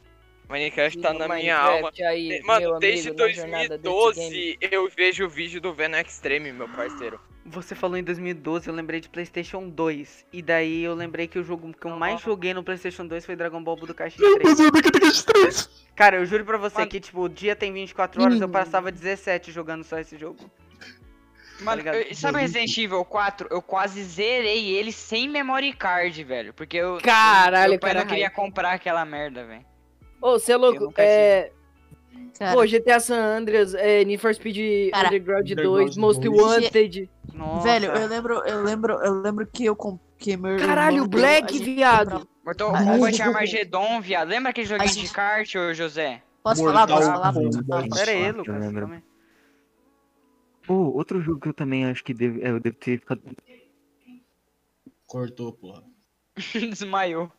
Speaker 8: Minecraft tá na minha alma.
Speaker 4: Minecraft aí, meu
Speaker 8: Mano, desde
Speaker 4: amigo, na jornada desse game.
Speaker 8: 2012 eu vejo o vídeo do Venom Extreme, meu parceiro.
Speaker 1: Você falou em 2012, eu lembrei de PlayStation 2. E daí eu lembrei que o jogo que eu mais joguei no PlayStation 2 foi Dragon Ball Budokai X3. Cara, eu juro pra você que, tipo, o dia tem 24 horas, eu passava 17 jogando só esse jogo.
Speaker 7: Mano,
Speaker 1: Tá ligado?
Speaker 7: eu- sabe Resident Evil 4? Eu quase zerei ele sem memory card, velho. Porque eu.
Speaker 4: Caralho,
Speaker 7: meu pai
Speaker 4: cara.
Speaker 7: não queria comprar aquela merda, velho.
Speaker 4: Ô, você é
Speaker 7: Eu
Speaker 4: louco,
Speaker 7: nunca
Speaker 4: é...
Speaker 3: Cara,
Speaker 4: Pô, GTA San Andreas, é, Need for Speed
Speaker 3: Cara.
Speaker 4: Underground 2,
Speaker 2: Underground
Speaker 4: Most
Speaker 2: 2.
Speaker 4: Wanted.
Speaker 1: Nossa.
Speaker 3: velho, eu lembro, eu lembro, eu lembro que eu comprei meu irmão
Speaker 4: Caralho,
Speaker 3: deu-
Speaker 4: Black,
Speaker 3: a gente
Speaker 4: viado.
Speaker 3: comprava-
Speaker 7: Botou
Speaker 3: Ah,
Speaker 7: o
Speaker 3: gente.
Speaker 7: Bunch Armagedon, viado. Lembra aquele joguinho
Speaker 3: gente-
Speaker 7: de kart, ô José?
Speaker 3: Posso falar?
Speaker 2: Mortal
Speaker 3: Posso falar?
Speaker 2: Kombat.
Speaker 3: Posso falar?
Speaker 1: Pera aí,
Speaker 5: Eu
Speaker 1: Lucas.
Speaker 5: lembro.
Speaker 1: calma aí.
Speaker 5: Pô, outro jogo que eu também acho que deve, é, eu devo ter ficado.
Speaker 2: Cortou, porra.
Speaker 7: Desmaiou.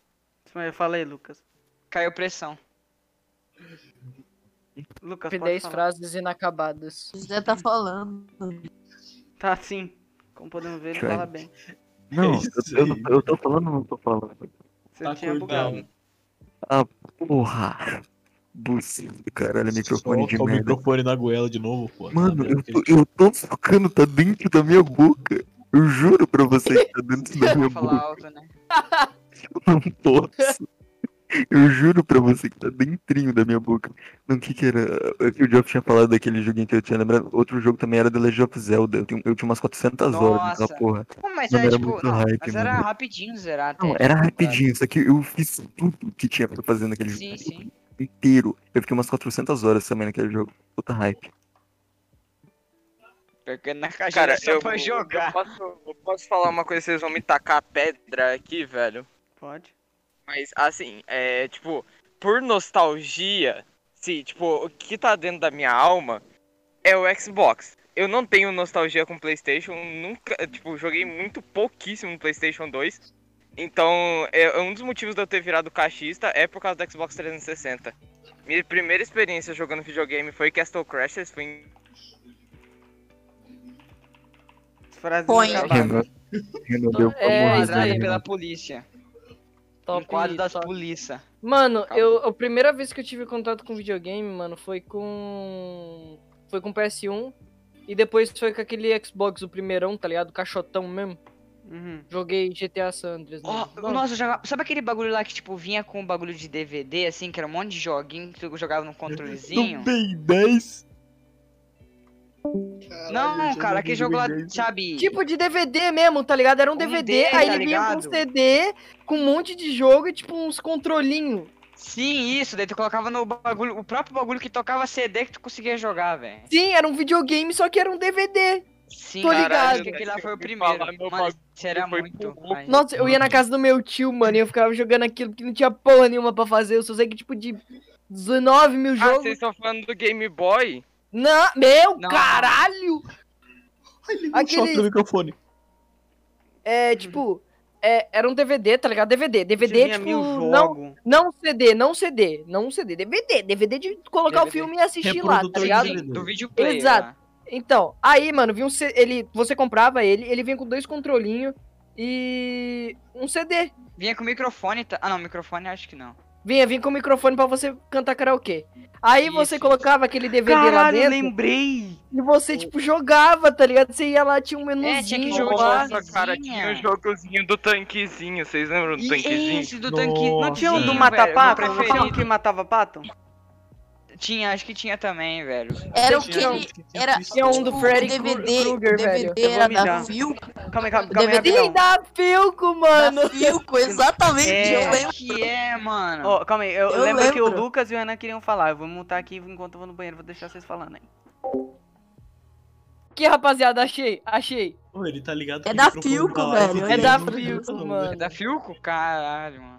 Speaker 1: Eu falei, Lucas.
Speaker 7: Caiu pressão.
Speaker 1: Lucas,
Speaker 4: Top
Speaker 1: pode
Speaker 4: 10
Speaker 1: falar.
Speaker 4: frases inacabadas.
Speaker 3: O José tá falando.
Speaker 1: Tá assim. Como podemos ver, ele
Speaker 5: Cara.
Speaker 1: fala bem.
Speaker 5: Não,
Speaker 2: É isso
Speaker 5: eu, eu,
Speaker 2: aí.
Speaker 5: eu tô falando ou não tô falando?
Speaker 1: Você
Speaker 2: Tá
Speaker 1: tinha
Speaker 2: acordado.
Speaker 1: bugado.
Speaker 5: Porra! Buceta, caralho, microfone de
Speaker 2: Solta o
Speaker 5: merda.
Speaker 2: microfone na goela de novo, pô.
Speaker 5: Mano,
Speaker 2: Tá
Speaker 5: eu
Speaker 2: vendo?
Speaker 5: tô, eu tô socando, tá dentro da minha boca. Eu juro pra vocês que tá dentro da minha
Speaker 7: Vou falar
Speaker 5: boca.
Speaker 7: alto, né?
Speaker 5: Eu não posso. Eu juro pra você que tá dentrinho da minha boca. Não, o que que era? O que o Job tinha falado daquele joguinho que eu tinha lembrado. Outro jogo também era The Legend of Zelda. Eu, tenho- eu tinha umas 400 horas naquela
Speaker 7: Nossa.
Speaker 5: porra.
Speaker 7: Pô, mas
Speaker 5: Mano,
Speaker 7: era
Speaker 5: era
Speaker 7: tipo.
Speaker 5: muito
Speaker 7: Não,
Speaker 5: hype,
Speaker 7: mas era
Speaker 5: mano.
Speaker 7: rapidinho zerar até.
Speaker 5: Não, era
Speaker 7: tipo,
Speaker 5: rapidinho, só que eu fiz tudo que tinha pra fazer naquele
Speaker 7: Sim,
Speaker 5: jogo
Speaker 7: sim.
Speaker 5: inteiro. Eu fiquei umas 400 horas também naquele jogo. Puta hype.
Speaker 7: Porque na caixa
Speaker 8: Cara,
Speaker 7: só
Speaker 8: eu,
Speaker 7: pra
Speaker 8: eu
Speaker 7: jogar.
Speaker 8: posso, eu posso falar uma coisa, vocês vão me tacar pedra aqui, velho?
Speaker 1: Pode.
Speaker 8: Mas assim, é tipo, por nostalgia, se tipo, o que tá dentro da minha alma é o Xbox. Eu não tenho nostalgia com PlayStation, nunca, tipo, joguei muito pouquíssimo no PlayStation 2. Então, é é um dos motivos de eu ter virado caixista é por causa do Xbox 360. Minha primeira experiência jogando videogame foi Castle Crashers, foi em
Speaker 1: Frases
Speaker 3: Põe.
Speaker 7: Tá
Speaker 1: inacabadas.
Speaker 5: Renan, Renan deu pra
Speaker 4: É,
Speaker 5: morrer,
Speaker 4: isso
Speaker 5: né,
Speaker 4: aí.
Speaker 7: Enquadrado
Speaker 5: Renan?
Speaker 7: né? pela polícia.
Speaker 4: Top,
Speaker 7: Enquadro das
Speaker 4: top.
Speaker 7: polícia.
Speaker 4: Mano,
Speaker 7: Calma.
Speaker 4: eu, a primeira vez que eu tive contato com videogame, mano, foi com. Foi com PS1. E depois foi com aquele Xbox, o primeirão, tá ligado? Caixotão mesmo.
Speaker 1: Uhum.
Speaker 4: Joguei GTA San Andreas.
Speaker 7: Ó,
Speaker 4: mano.
Speaker 7: nossa, eu jogava... sabe aquele bagulho lá que, tipo, vinha com um bagulho de DVD, assim, que era um monte de joguinho que tu jogava no controlezinho?
Speaker 2: Do Ben 10.
Speaker 7: Não, cara, aquele jogo lá, sabe?
Speaker 4: Tipo de DVD mesmo, tá ligado? Era um DVD,
Speaker 7: DVD,
Speaker 4: aí
Speaker 7: tá
Speaker 4: ele vinha com um
Speaker 7: ligado?
Speaker 4: CD, com um monte de jogo e tipo uns controlinhos.
Speaker 7: Sim, isso, daí tu colocava no bagulho, o próprio bagulho que tocava CD que tu conseguia jogar, velho.
Speaker 4: Sim, era um videogame, só que era um DVD.
Speaker 7: Sim,
Speaker 4: Tô
Speaker 7: cara,
Speaker 4: ligado.
Speaker 7: acho que aquele lá foi
Speaker 8: Deixa eu
Speaker 7: o primeiro.
Speaker 8: falar, meu
Speaker 7: Mano,
Speaker 8: bagulho
Speaker 7: isso era
Speaker 8: foi
Speaker 7: muito.
Speaker 8: pro-
Speaker 7: ai.
Speaker 4: Nossa, eu ia na casa do meu tio, mano, e eu ficava jogando aquilo porque não tinha porra nenhuma pra fazer. Eu só sei que tipo de 19 mil
Speaker 8: Ah,
Speaker 4: jogos.
Speaker 8: vocês estão falando do Game Boy?
Speaker 4: Não, meu
Speaker 7: Não.
Speaker 4: caralho!
Speaker 2: Ai, ele
Speaker 4: Aquele-
Speaker 2: Aquele... no microfone.
Speaker 7: Uhum.
Speaker 4: É, tipo, é, era um DVD, tá ligado? DVD. DVD,
Speaker 1: Tinha
Speaker 4: tipo,
Speaker 1: mil
Speaker 4: não,
Speaker 1: jogo.
Speaker 4: não CD, não CD, não CD, DVD. DVD de colocar o
Speaker 7: DVD.
Speaker 4: filme e assistir lá, tá
Speaker 2: Reprodutor
Speaker 4: ligado?
Speaker 2: de
Speaker 7: Sim, do videoplayer.
Speaker 4: Exato.
Speaker 7: lá.
Speaker 4: Então, aí, mano, vinha um C- ele, você comprava ele, ele vinha com dois controlinhos e um CD.
Speaker 7: Vinha com microfone, tá? Ah, não, microfone acho que não.
Speaker 4: Vinha, vinha com o microfone pra você cantar karaokê. Aí
Speaker 7: Isso,
Speaker 4: você
Speaker 7: isso.
Speaker 4: colocava aquele DVD lá
Speaker 1: Caralho,
Speaker 4: dentro
Speaker 1: lembrei.
Speaker 4: e você, tipo, jogava, tá ligado? Você ia lá, tinha um menuzinho
Speaker 7: É, tinha que
Speaker 8: Nossa,
Speaker 7: jogar.
Speaker 4: lá.
Speaker 8: cara, tinha
Speaker 6: um
Speaker 8: o jogozinho do tanquezinho, vocês lembram do
Speaker 7: E
Speaker 8: Um tanquezinho?
Speaker 7: esse do tanque. Não
Speaker 2: Nossa.
Speaker 7: tinha
Speaker 1: Tinha um
Speaker 7: um
Speaker 1: do
Speaker 2: Sim,
Speaker 1: Mata Pato?
Speaker 7: Meu
Speaker 1: Não tinha um
Speaker 7: preferido.
Speaker 1: que matava pato?
Speaker 7: Tinha, acho que tinha também, velho.
Speaker 3: Era o
Speaker 2: Tinha
Speaker 3: que
Speaker 2: um
Speaker 3: ele.
Speaker 2: que tinha
Speaker 3: Era
Speaker 2: twist.
Speaker 4: Tinha um do
Speaker 3: tipo,
Speaker 4: Freddy
Speaker 3: DVD,
Speaker 4: Krueger, velho.
Speaker 3: DVD
Speaker 1: Eu vou
Speaker 3: era da
Speaker 1: mijar.
Speaker 3: Filco.
Speaker 1: Calma aí, calma, calma aí,
Speaker 3: DVD.
Speaker 4: E
Speaker 1: rapidão.
Speaker 4: da Filco, mano!
Speaker 3: Da Filco, exatamente.
Speaker 1: É.
Speaker 3: Eu lembro.
Speaker 7: que é, mano?
Speaker 1: Ó, calma aí, eu,
Speaker 3: Eu
Speaker 1: lembro, que o
Speaker 3: lembro.
Speaker 1: Lucas e o Renan queriam falar. Eu vou mutar aqui enquanto eu vou no banheiro, vou deixar vocês falando aí.
Speaker 4: Que rapaziada, achei, achei.
Speaker 2: Pô, ele tá ligado
Speaker 3: É
Speaker 2: que o
Speaker 3: da
Speaker 2: microfone
Speaker 3: Philco,
Speaker 2: tá lá,
Speaker 3: velho,
Speaker 2: ele
Speaker 4: É
Speaker 2: tá
Speaker 4: da
Speaker 2: ligado no
Speaker 4: Filco,
Speaker 2: microfone.
Speaker 4: mano.
Speaker 7: é Da Filco? Caralho, mano.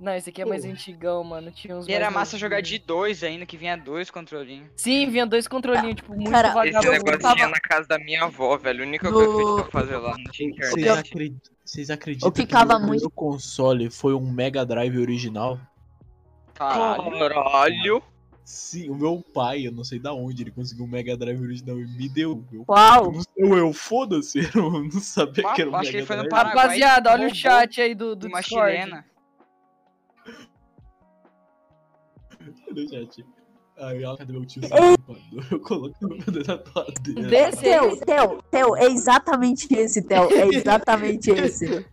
Speaker 4: Não, esse aqui é mais antigão, mano. Tinha uns
Speaker 7: E era
Speaker 4: mais
Speaker 7: massa jogar
Speaker 4: antigos.
Speaker 7: de dois ainda, que vinha dois controlinhos.
Speaker 4: Sim, vinha dois controlinhos, tipo, muito
Speaker 3: Cara,
Speaker 8: Esse
Speaker 3: Acabou,
Speaker 8: negócio
Speaker 3: tava-
Speaker 8: tinha na casa da minha avó, velho. A única
Speaker 3: Do-
Speaker 8: coisa que eu tinha pra fazer lá não tinha
Speaker 2: Vocês
Speaker 8: internet.
Speaker 2: acredi- Vocês acreditam
Speaker 3: Eu ficava
Speaker 2: que o meu primeiro console foi um Mega Drive original?
Speaker 7: Caralho.
Speaker 8: Caralho!
Speaker 2: Sim, o meu pai, eu não sei da onde ele conseguiu um Mega Drive original e me deu. Eu,
Speaker 4: Uau!
Speaker 2: não sei, eu é um foda-se, eu não sabia
Speaker 7: Mas
Speaker 2: que era um
Speaker 7: acho
Speaker 2: Mega
Speaker 7: que ele foi no
Speaker 2: Drive.
Speaker 7: Paraguai,
Speaker 4: Rapaziada, olha o
Speaker 7: roubou
Speaker 4: chat aí do, do
Speaker 7: Uma
Speaker 4: Discord.
Speaker 7: chilena.
Speaker 2: Cadê o chat? Aí, ó, cadê meu tio? Eu coloquei meu dedo na torradeira.
Speaker 4: Desse-
Speaker 3: Theo, Theo, Theo, é exatamente esse, Theo. É exatamente esse.
Speaker 8: Sim,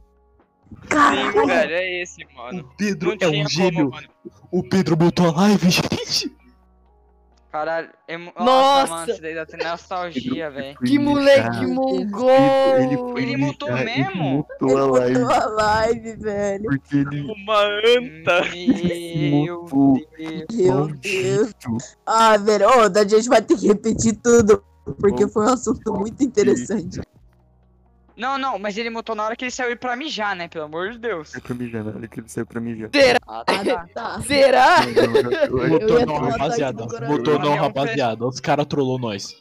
Speaker 3: Caralho,
Speaker 8: velho, é esse, mano.
Speaker 2: O Pedro
Speaker 8: Não
Speaker 2: é
Speaker 8: tinha
Speaker 2: um gênio.
Speaker 8: como, mano.
Speaker 2: O Pedro botou a live, gente.
Speaker 7: Caralho. é mu-
Speaker 4: Nossa!
Speaker 7: mano, isso daí dá até nostalgia, velho.
Speaker 5: Fui
Speaker 4: Que moleque
Speaker 5: mijar.
Speaker 4: mongol!
Speaker 5: Ele foi
Speaker 7: Ele
Speaker 5: mijar
Speaker 7: mutou
Speaker 5: e
Speaker 7: mesmo?
Speaker 5: Mutou a live
Speaker 3: a live, velho.
Speaker 5: porque ele
Speaker 8: Uma anta.
Speaker 7: Meu
Speaker 5: Mutou.
Speaker 7: Deus.
Speaker 3: Meu Deus.
Speaker 5: maldito.
Speaker 3: Ah, velho, ô, da gente vai ter que repetir tudo. Porque foi um assunto muito interessante.
Speaker 7: Não, não, mas ele mutou na hora que ele saiu pra mijar, né? Pelo amor de Deus.
Speaker 5: É pra mijar, na hora que ele saiu pra mijar.
Speaker 7: Ah, tá,
Speaker 3: Ah,
Speaker 7: tá.
Speaker 3: tá.
Speaker 4: Será?
Speaker 5: Não, não,
Speaker 3: Eu
Speaker 2: Botou
Speaker 3: ia
Speaker 2: não,
Speaker 3: falar, tá
Speaker 2: rapaziada.
Speaker 3: aqui no
Speaker 2: Botou não,
Speaker 7: coração.
Speaker 2: rapaziada. Os caras trollou nós.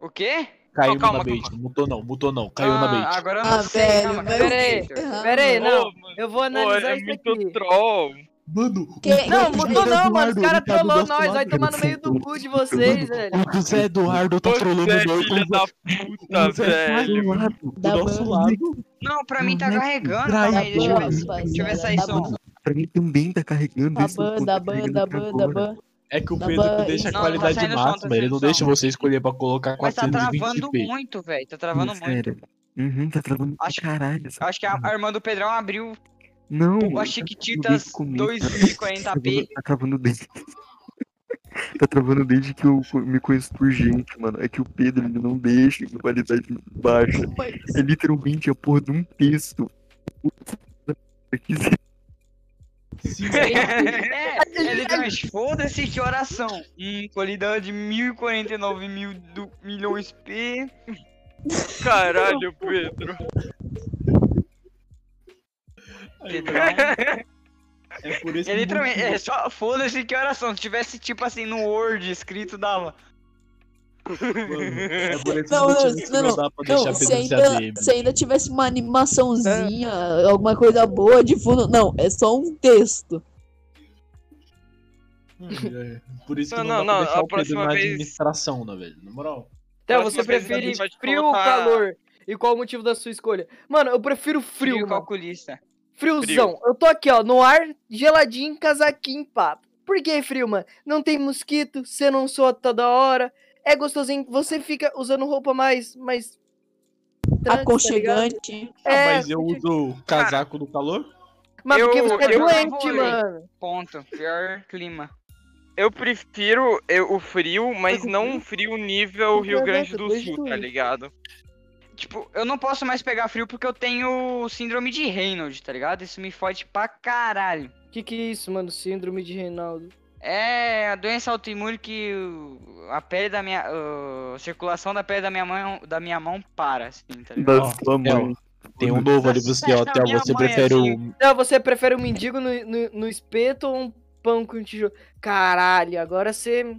Speaker 7: O quê?
Speaker 2: Caiu
Speaker 8: Não, calma,
Speaker 2: na bait.
Speaker 8: calma.
Speaker 2: Mutou não, mutou não. Caiu na
Speaker 7: Ah,
Speaker 2: bait.
Speaker 7: Agora eu não
Speaker 3: Ah,
Speaker 7: sei,
Speaker 3: velho,
Speaker 7: calma,
Speaker 3: mas-
Speaker 7: calma aí, Victor.
Speaker 4: Pera aí, não.
Speaker 8: Ô, mano,
Speaker 4: Eu vou
Speaker 8: pô,
Speaker 4: analisar
Speaker 8: é
Speaker 4: isso
Speaker 8: muito
Speaker 4: aqui.
Speaker 8: troll.
Speaker 2: Mano, o
Speaker 9: Que-
Speaker 2: Zé
Speaker 4: Não, mudou
Speaker 2: Eduardo
Speaker 4: não, mano. Os
Speaker 2: tá
Speaker 4: caras
Speaker 2: do
Speaker 4: trollou
Speaker 2: nosso
Speaker 4: nós. Vai
Speaker 2: lado.
Speaker 4: tomar no meio do cu de vocês, velho.
Speaker 2: O Zé Eduardo tá trolando
Speaker 6: Você é
Speaker 2: nós.
Speaker 6: filha
Speaker 2: o
Speaker 6: da
Speaker 2: Zé-
Speaker 6: puta,
Speaker 2: o Zé
Speaker 6: velho.
Speaker 2: Eduardo
Speaker 5: é,
Speaker 2: Do
Speaker 9: Da
Speaker 2: nosso
Speaker 9: banda.
Speaker 2: lado.
Speaker 7: Não, pra mim tá
Speaker 5: Não é
Speaker 7: carregando.
Speaker 2: praia,
Speaker 7: Calma aí, deixa eu ver.
Speaker 9: Nossa,
Speaker 7: Deixa eu ver
Speaker 9: senhora,
Speaker 7: sair
Speaker 9: da
Speaker 7: som.
Speaker 9: banda,
Speaker 5: Pra mim também tá carregando
Speaker 9: da
Speaker 5: esse não
Speaker 9: banda,
Speaker 5: tá
Speaker 9: da banda,
Speaker 5: carregando
Speaker 9: da
Speaker 5: até
Speaker 9: banda, da
Speaker 5: agora.
Speaker 9: banda.
Speaker 2: É que o
Speaker 9: Da
Speaker 2: Pedro que
Speaker 9: banda.
Speaker 2: deixa
Speaker 9: Não,
Speaker 2: a
Speaker 9: tá
Speaker 2: qualidade
Speaker 7: saindo som, tá
Speaker 2: máxima, ele
Speaker 7: saindo
Speaker 2: não
Speaker 7: som.
Speaker 2: deixa você escolher pra colocar
Speaker 7: Mas tá travando
Speaker 2: 420p.
Speaker 7: muito, velho. Tá travando muito.
Speaker 5: Sério. Uhum, tá travando pra
Speaker 7: Acho-
Speaker 5: caralho. essa
Speaker 7: Acho que a a irmã do Pedrão abriu
Speaker 5: é, Não.
Speaker 7: a Chiquititas 2040p.
Speaker 5: Tá travando desde. tá travando desde que eu co- me conheço por gente, mano. É que o Pedro ele não deixa em qualidade baixa. É literalmente a porra de um texto. Aqui,
Speaker 7: É,
Speaker 4: tá
Speaker 7: ele traz, foda-se que oração. Hum, qualidade 1049 mil do, milhões P.
Speaker 6: Caralho, Pedro.
Speaker 7: Pedrão.
Speaker 2: É por isso
Speaker 7: É literalmente, é só foda-se que oração. Se tivesse tipo assim no Word escrito, dava.
Speaker 2: É por esse
Speaker 9: Não, não,
Speaker 2: motivo que
Speaker 9: não,
Speaker 2: não dá pra deixar
Speaker 9: Não, se
Speaker 2: Pedro ser
Speaker 9: ainda,
Speaker 2: ADM.
Speaker 9: se ainda tivesse uma animaçãozinha, alguma coisa boa de fundo. Não, é só um texto.
Speaker 2: É, Por isso que
Speaker 6: Não,
Speaker 2: não,
Speaker 6: não,
Speaker 2: dá
Speaker 6: não,
Speaker 2: pra deixar
Speaker 6: a próxima
Speaker 2: o Pedro na
Speaker 6: vez-
Speaker 2: administração, né, velho? Na moral.
Speaker 4: Então,
Speaker 6: Próxima
Speaker 4: você
Speaker 6: vez a
Speaker 4: prefere
Speaker 6: gente vai te
Speaker 4: frio ou
Speaker 6: colocar-
Speaker 4: calor? E qual o motivo da sua escolha? Mano, eu prefiro frio,
Speaker 7: Frio
Speaker 4: mano.
Speaker 7: calculista.
Speaker 4: Friozão. Eu tô aqui, ó, no ar, geladinho, casaquinho, papo. Por que frio, mano? Não tem mosquito, você não soa toda hora. É gostosinho, você fica usando roupa mais. mais trans, tá ligado?
Speaker 9: Aconchegante.
Speaker 2: Ah,
Speaker 4: É,
Speaker 2: mas eu uso o casaco do calor?
Speaker 4: mas porque
Speaker 6: eu-
Speaker 4: você é
Speaker 6: eu-
Speaker 4: doente,
Speaker 7: eu-
Speaker 4: mano.
Speaker 7: Ponto. Pior clima.
Speaker 6: Eu prefiro eh, o frio, mas não um frio nível
Speaker 4: Eu
Speaker 6: Rio Grande
Speaker 4: caraca,
Speaker 6: do
Speaker 4: dois
Speaker 6: Sul,
Speaker 4: dois.
Speaker 6: tá ligado?
Speaker 7: Tipo, eu não posso mais pegar frio porque eu tenho síndrome de Reynolds, tá ligado? Isso me fode pra caralho.
Speaker 4: Que que é isso, mano? Síndrome de Reinaldo.
Speaker 7: É a doença autoimune que o- a pele da minha. o- a circulação da pele da minha mão, da minha mão para, assim, tá ligado?
Speaker 5: da
Speaker 2: Ó,
Speaker 5: sua mãe.
Speaker 2: Tem um novo ali pra você, ó,
Speaker 7: Nossa,
Speaker 2: Theo,
Speaker 7: minha
Speaker 2: você
Speaker 7: mãe,
Speaker 2: prefere
Speaker 7: assim.
Speaker 2: o...
Speaker 4: Não, você prefere um mendigo no, no, no espeto ou um pão com tijolo? Caralho, agora você.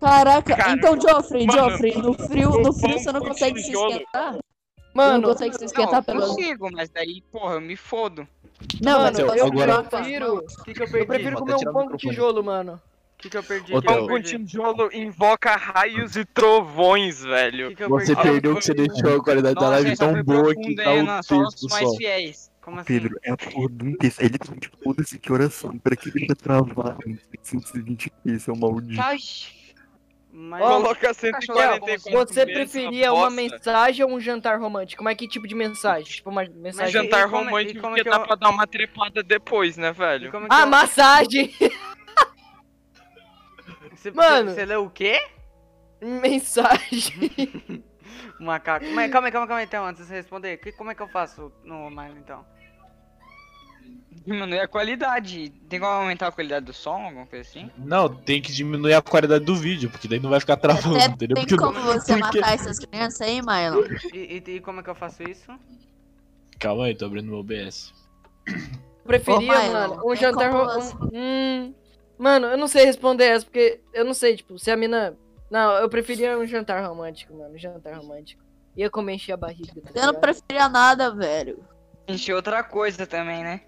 Speaker 9: Caraca,
Speaker 6: Cara,
Speaker 9: então, Joffrey,
Speaker 6: mano,
Speaker 9: Joffrey, no frio,
Speaker 6: o
Speaker 9: no frio
Speaker 6: pão
Speaker 9: você não
Speaker 6: com
Speaker 9: consegue se
Speaker 6: tijolo.
Speaker 9: esquentar? Você não
Speaker 4: Mano,
Speaker 9: consegue se
Speaker 7: Não, eu
Speaker 9: esquentar pelo.
Speaker 7: consigo, mas daí, porra, eu me fodo.
Speaker 9: Não,
Speaker 4: mano,
Speaker 9: mas
Speaker 2: eu
Speaker 9: posso
Speaker 2: agora-
Speaker 9: falar,
Speaker 4: prefiro-
Speaker 9: não.
Speaker 4: o que, que eu
Speaker 2: Eu
Speaker 4: perdi?
Speaker 2: prefiro
Speaker 4: prefiro
Speaker 2: comer
Speaker 4: comer
Speaker 2: até tirar
Speaker 4: um
Speaker 2: o
Speaker 4: pão com
Speaker 2: microfone.
Speaker 4: tijolo, mano.
Speaker 7: O que, que eu perdi?
Speaker 2: Ô,
Speaker 7: O que eu
Speaker 2: Theo.
Speaker 6: Pão com
Speaker 7: perdi?
Speaker 6: tijolo invoca raios e trovões, velho.
Speaker 4: Que que eu
Speaker 2: Você
Speaker 4: perdi?
Speaker 2: perdeu que você deixou a qualidade da
Speaker 7: Nossa,
Speaker 2: live
Speaker 7: essa
Speaker 2: tão
Speaker 7: foi
Speaker 2: boa que
Speaker 7: profunda,
Speaker 2: tá
Speaker 7: hein,
Speaker 6: né?
Speaker 2: o
Speaker 7: Ana? Um Só os
Speaker 2: texto
Speaker 7: mais
Speaker 2: só.
Speaker 7: fiéis. Como assim?
Speaker 5: Pedro, é a porra de um texto. É literalmente foda-se que oração. Pra que deixa travado em 120p, seu maldito.
Speaker 7: Tá,
Speaker 1: Mas
Speaker 6: Coloca
Speaker 7: cachorro,
Speaker 6: 144
Speaker 4: Você
Speaker 6: vezes essa
Speaker 4: preferia uma
Speaker 6: bosta.
Speaker 4: mensagem ou um jantar romântico? Mas que tipo de mensagem? Tipo, uma
Speaker 6: Um
Speaker 1: Mas e-
Speaker 4: mensagem.
Speaker 6: jantar
Speaker 1: e como é- e
Speaker 6: romântico
Speaker 1: como é
Speaker 6: porque
Speaker 1: que
Speaker 6: dá
Speaker 1: eu-
Speaker 6: pra dar uma trepada depois, né,
Speaker 1: e
Speaker 6: velho?
Speaker 1: como é que
Speaker 4: Ah,
Speaker 1: eu-
Speaker 4: massagem!
Speaker 1: Você,
Speaker 4: mano.
Speaker 1: Você leu o quê?
Speaker 4: mensagem.
Speaker 1: Macaco. Mas calma aí, calma aí, calma aí, então, antes de você responder. que- como é que eu faço no online, então?
Speaker 7: Mano, e a qualidade? Tem como aumentar a qualidade do som, alguma coisa assim?
Speaker 2: Não, tem que diminuir a qualidade do vídeo, porque daí não vai ficar
Speaker 6: Tá
Speaker 2: travando,
Speaker 3: É,
Speaker 9: Até
Speaker 2: entendeu?
Speaker 9: Tem
Speaker 2: Porque
Speaker 9: como você
Speaker 2: porque-
Speaker 9: matar essas crianças aí, Mylon?
Speaker 1: E, e- e como é que eu faço isso?
Speaker 2: Calma aí, tô abrindo meu OBS.
Speaker 4: Preferia,
Speaker 9: Ô, Milo,
Speaker 4: mano, um
Speaker 9: tem
Speaker 4: jantar
Speaker 9: é? como
Speaker 4: romântico. Hum, mano, eu não sei responder essa, porque eu não sei, tipo, se a mina. Não, eu preferia um jantar romântico, mano. Um jantar romântico. Ia comer encher a barriga. Tá
Speaker 9: Eu não
Speaker 4: ligado?
Speaker 9: preferia nada, velho.
Speaker 7: Encher outra coisa também, né?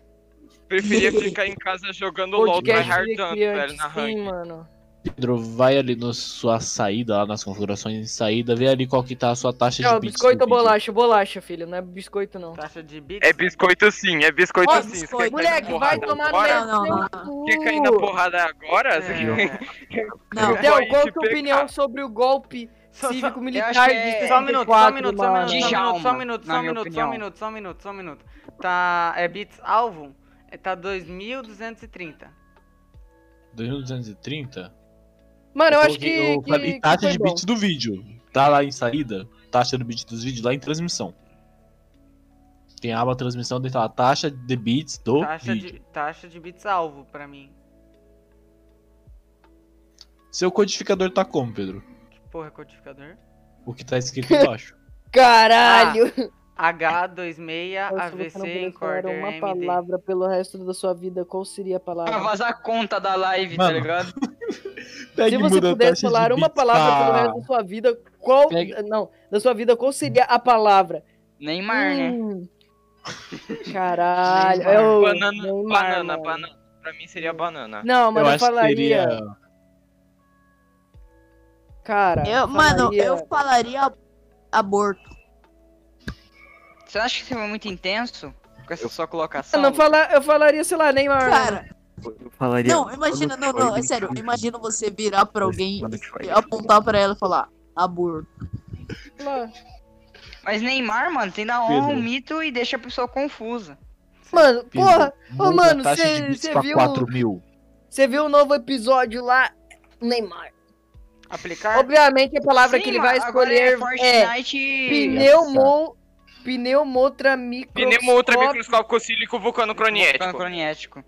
Speaker 6: Preferia ficar em casa jogando LOL
Speaker 4: Podcast
Speaker 6: tryhardando, velho, na
Speaker 4: é criante, sim,
Speaker 6: rank.
Speaker 4: mano.
Speaker 2: Pedro, vai ali na sua saída, lá nas configurações de saída, vê ali qual que tá a sua taxa de
Speaker 4: Não,
Speaker 2: bits
Speaker 4: biscoito
Speaker 2: do
Speaker 4: ou
Speaker 2: vídeo.
Speaker 4: bolacha? Bolacha, filho. Não é biscoito, não.
Speaker 1: Taxa de bits?
Speaker 6: É biscoito sim, é biscoito
Speaker 9: Ó,
Speaker 6: sim.
Speaker 9: biscoito.
Speaker 6: Você quer cair na
Speaker 4: Moleque, vai
Speaker 6: porrada
Speaker 4: tomar no
Speaker 6: agora?
Speaker 4: meio
Speaker 9: Não, não, não.
Speaker 4: do
Speaker 6: Quer cair
Speaker 4: Uh,
Speaker 6: na porrada agora? Você quer-
Speaker 1: É.
Speaker 9: Não.
Speaker 6: Eu
Speaker 4: Del,
Speaker 6: vou aí
Speaker 4: qual
Speaker 6: te
Speaker 4: que é a opinião
Speaker 6: pegar.
Speaker 4: sobre o golpe
Speaker 1: Só- só-
Speaker 7: eu
Speaker 4: cívico-militar
Speaker 7: acho
Speaker 4: de
Speaker 7: que é-
Speaker 4: 64,
Speaker 1: Só um minuto, só um minuto, só um
Speaker 4: mano?
Speaker 1: minuto, só um minuto,
Speaker 7: na
Speaker 1: só um
Speaker 7: minha
Speaker 1: minuto, só um
Speaker 7: opinião.
Speaker 1: minuto, só um minuto, só um minuto, só um minuto. Tá, é bits alvo? É, Tá 2.230.
Speaker 2: 2230?
Speaker 4: Mano, eu acho
Speaker 2: coloquei-
Speaker 4: que.
Speaker 2: eu
Speaker 4: que-
Speaker 2: falei
Speaker 4: que
Speaker 2: taxa
Speaker 4: foi
Speaker 2: de
Speaker 4: bom.
Speaker 2: bits do vídeo. Tá lá em saída, taxa do bits dos vídeos, lá em transmissão. Tem a aba transmissão, dentro da taxa de bits do
Speaker 1: Taxa
Speaker 2: vídeo.
Speaker 1: de, taxa de bits alvo pra mim.
Speaker 2: Seu codificador tá como, Pedro?
Speaker 1: Que porra é codificador?
Speaker 2: O que tá escrito embaixo.
Speaker 4: Caralho! Ah,
Speaker 1: H26 AVC
Speaker 4: falar um
Speaker 1: encorder
Speaker 4: uma
Speaker 1: MD.
Speaker 4: palavra pelo resto da sua vida, qual seria a
Speaker 2: Ah,
Speaker 7: Pra
Speaker 4: palavra?
Speaker 7: vazar a conta da live,
Speaker 2: Mano.
Speaker 7: tá ligado?
Speaker 2: Pega
Speaker 4: Se
Speaker 2: e
Speaker 4: você
Speaker 2: muda a
Speaker 4: pudesse
Speaker 2: taxa de
Speaker 4: falar uma
Speaker 2: bits
Speaker 4: palavra pelo
Speaker 2: pra-
Speaker 4: resto da sua vida, qual.
Speaker 2: Pega.
Speaker 4: Não, da sua vida, qual seria a palavra?
Speaker 7: Neymar, né?
Speaker 4: Hum. Caralho.
Speaker 1: Neymar.
Speaker 4: É o
Speaker 6: Banana,
Speaker 4: Neymar,
Speaker 6: banana,
Speaker 4: mano.
Speaker 6: banana.
Speaker 8: pra mim seria banana.
Speaker 4: Não,
Speaker 2: Ah, Eu
Speaker 4: mano, eu,
Speaker 2: acho que
Speaker 4: falaria.
Speaker 2: seria.
Speaker 4: Cara.
Speaker 3: Eu, mano,
Speaker 4: falaria-
Speaker 3: eu falaria aborto.
Speaker 7: Você acha que você foi muito intenso com essa sua
Speaker 4: Eu
Speaker 7: colocação?
Speaker 4: não fala... eu falaria, sei lá, Neymar.
Speaker 3: Cara,
Speaker 5: Eu falaria.
Speaker 3: não, imagina, não, não, é sério. Imagina você virar pra alguém e apontar pra ela e falar aborto.
Speaker 4: sei lá.
Speaker 7: Mas Neymar, mano, tem na honra um
Speaker 2: Pedro.
Speaker 7: mito e deixa a pessoa confusa.
Speaker 4: Mano,
Speaker 2: Pedro,
Speaker 4: porra,
Speaker 2: muda a
Speaker 4: mano,
Speaker 2: taxa
Speaker 4: cê-
Speaker 2: de bits
Speaker 4: cê
Speaker 2: pra
Speaker 4: viu-
Speaker 2: 4 mil.
Speaker 4: você viu o novo episódio lá? Neymar.
Speaker 7: Aplicar.
Speaker 4: Obviamente a palavra
Speaker 7: Sim,
Speaker 4: que ele
Speaker 7: mano,
Speaker 4: vai
Speaker 7: agora é
Speaker 4: escolher é,
Speaker 7: Fortnite.
Speaker 4: pneumo. Pneumotra microscópica.
Speaker 8: Pneumo ultramicroscópico cílico vulcano-croniético.
Speaker 7: Cronético.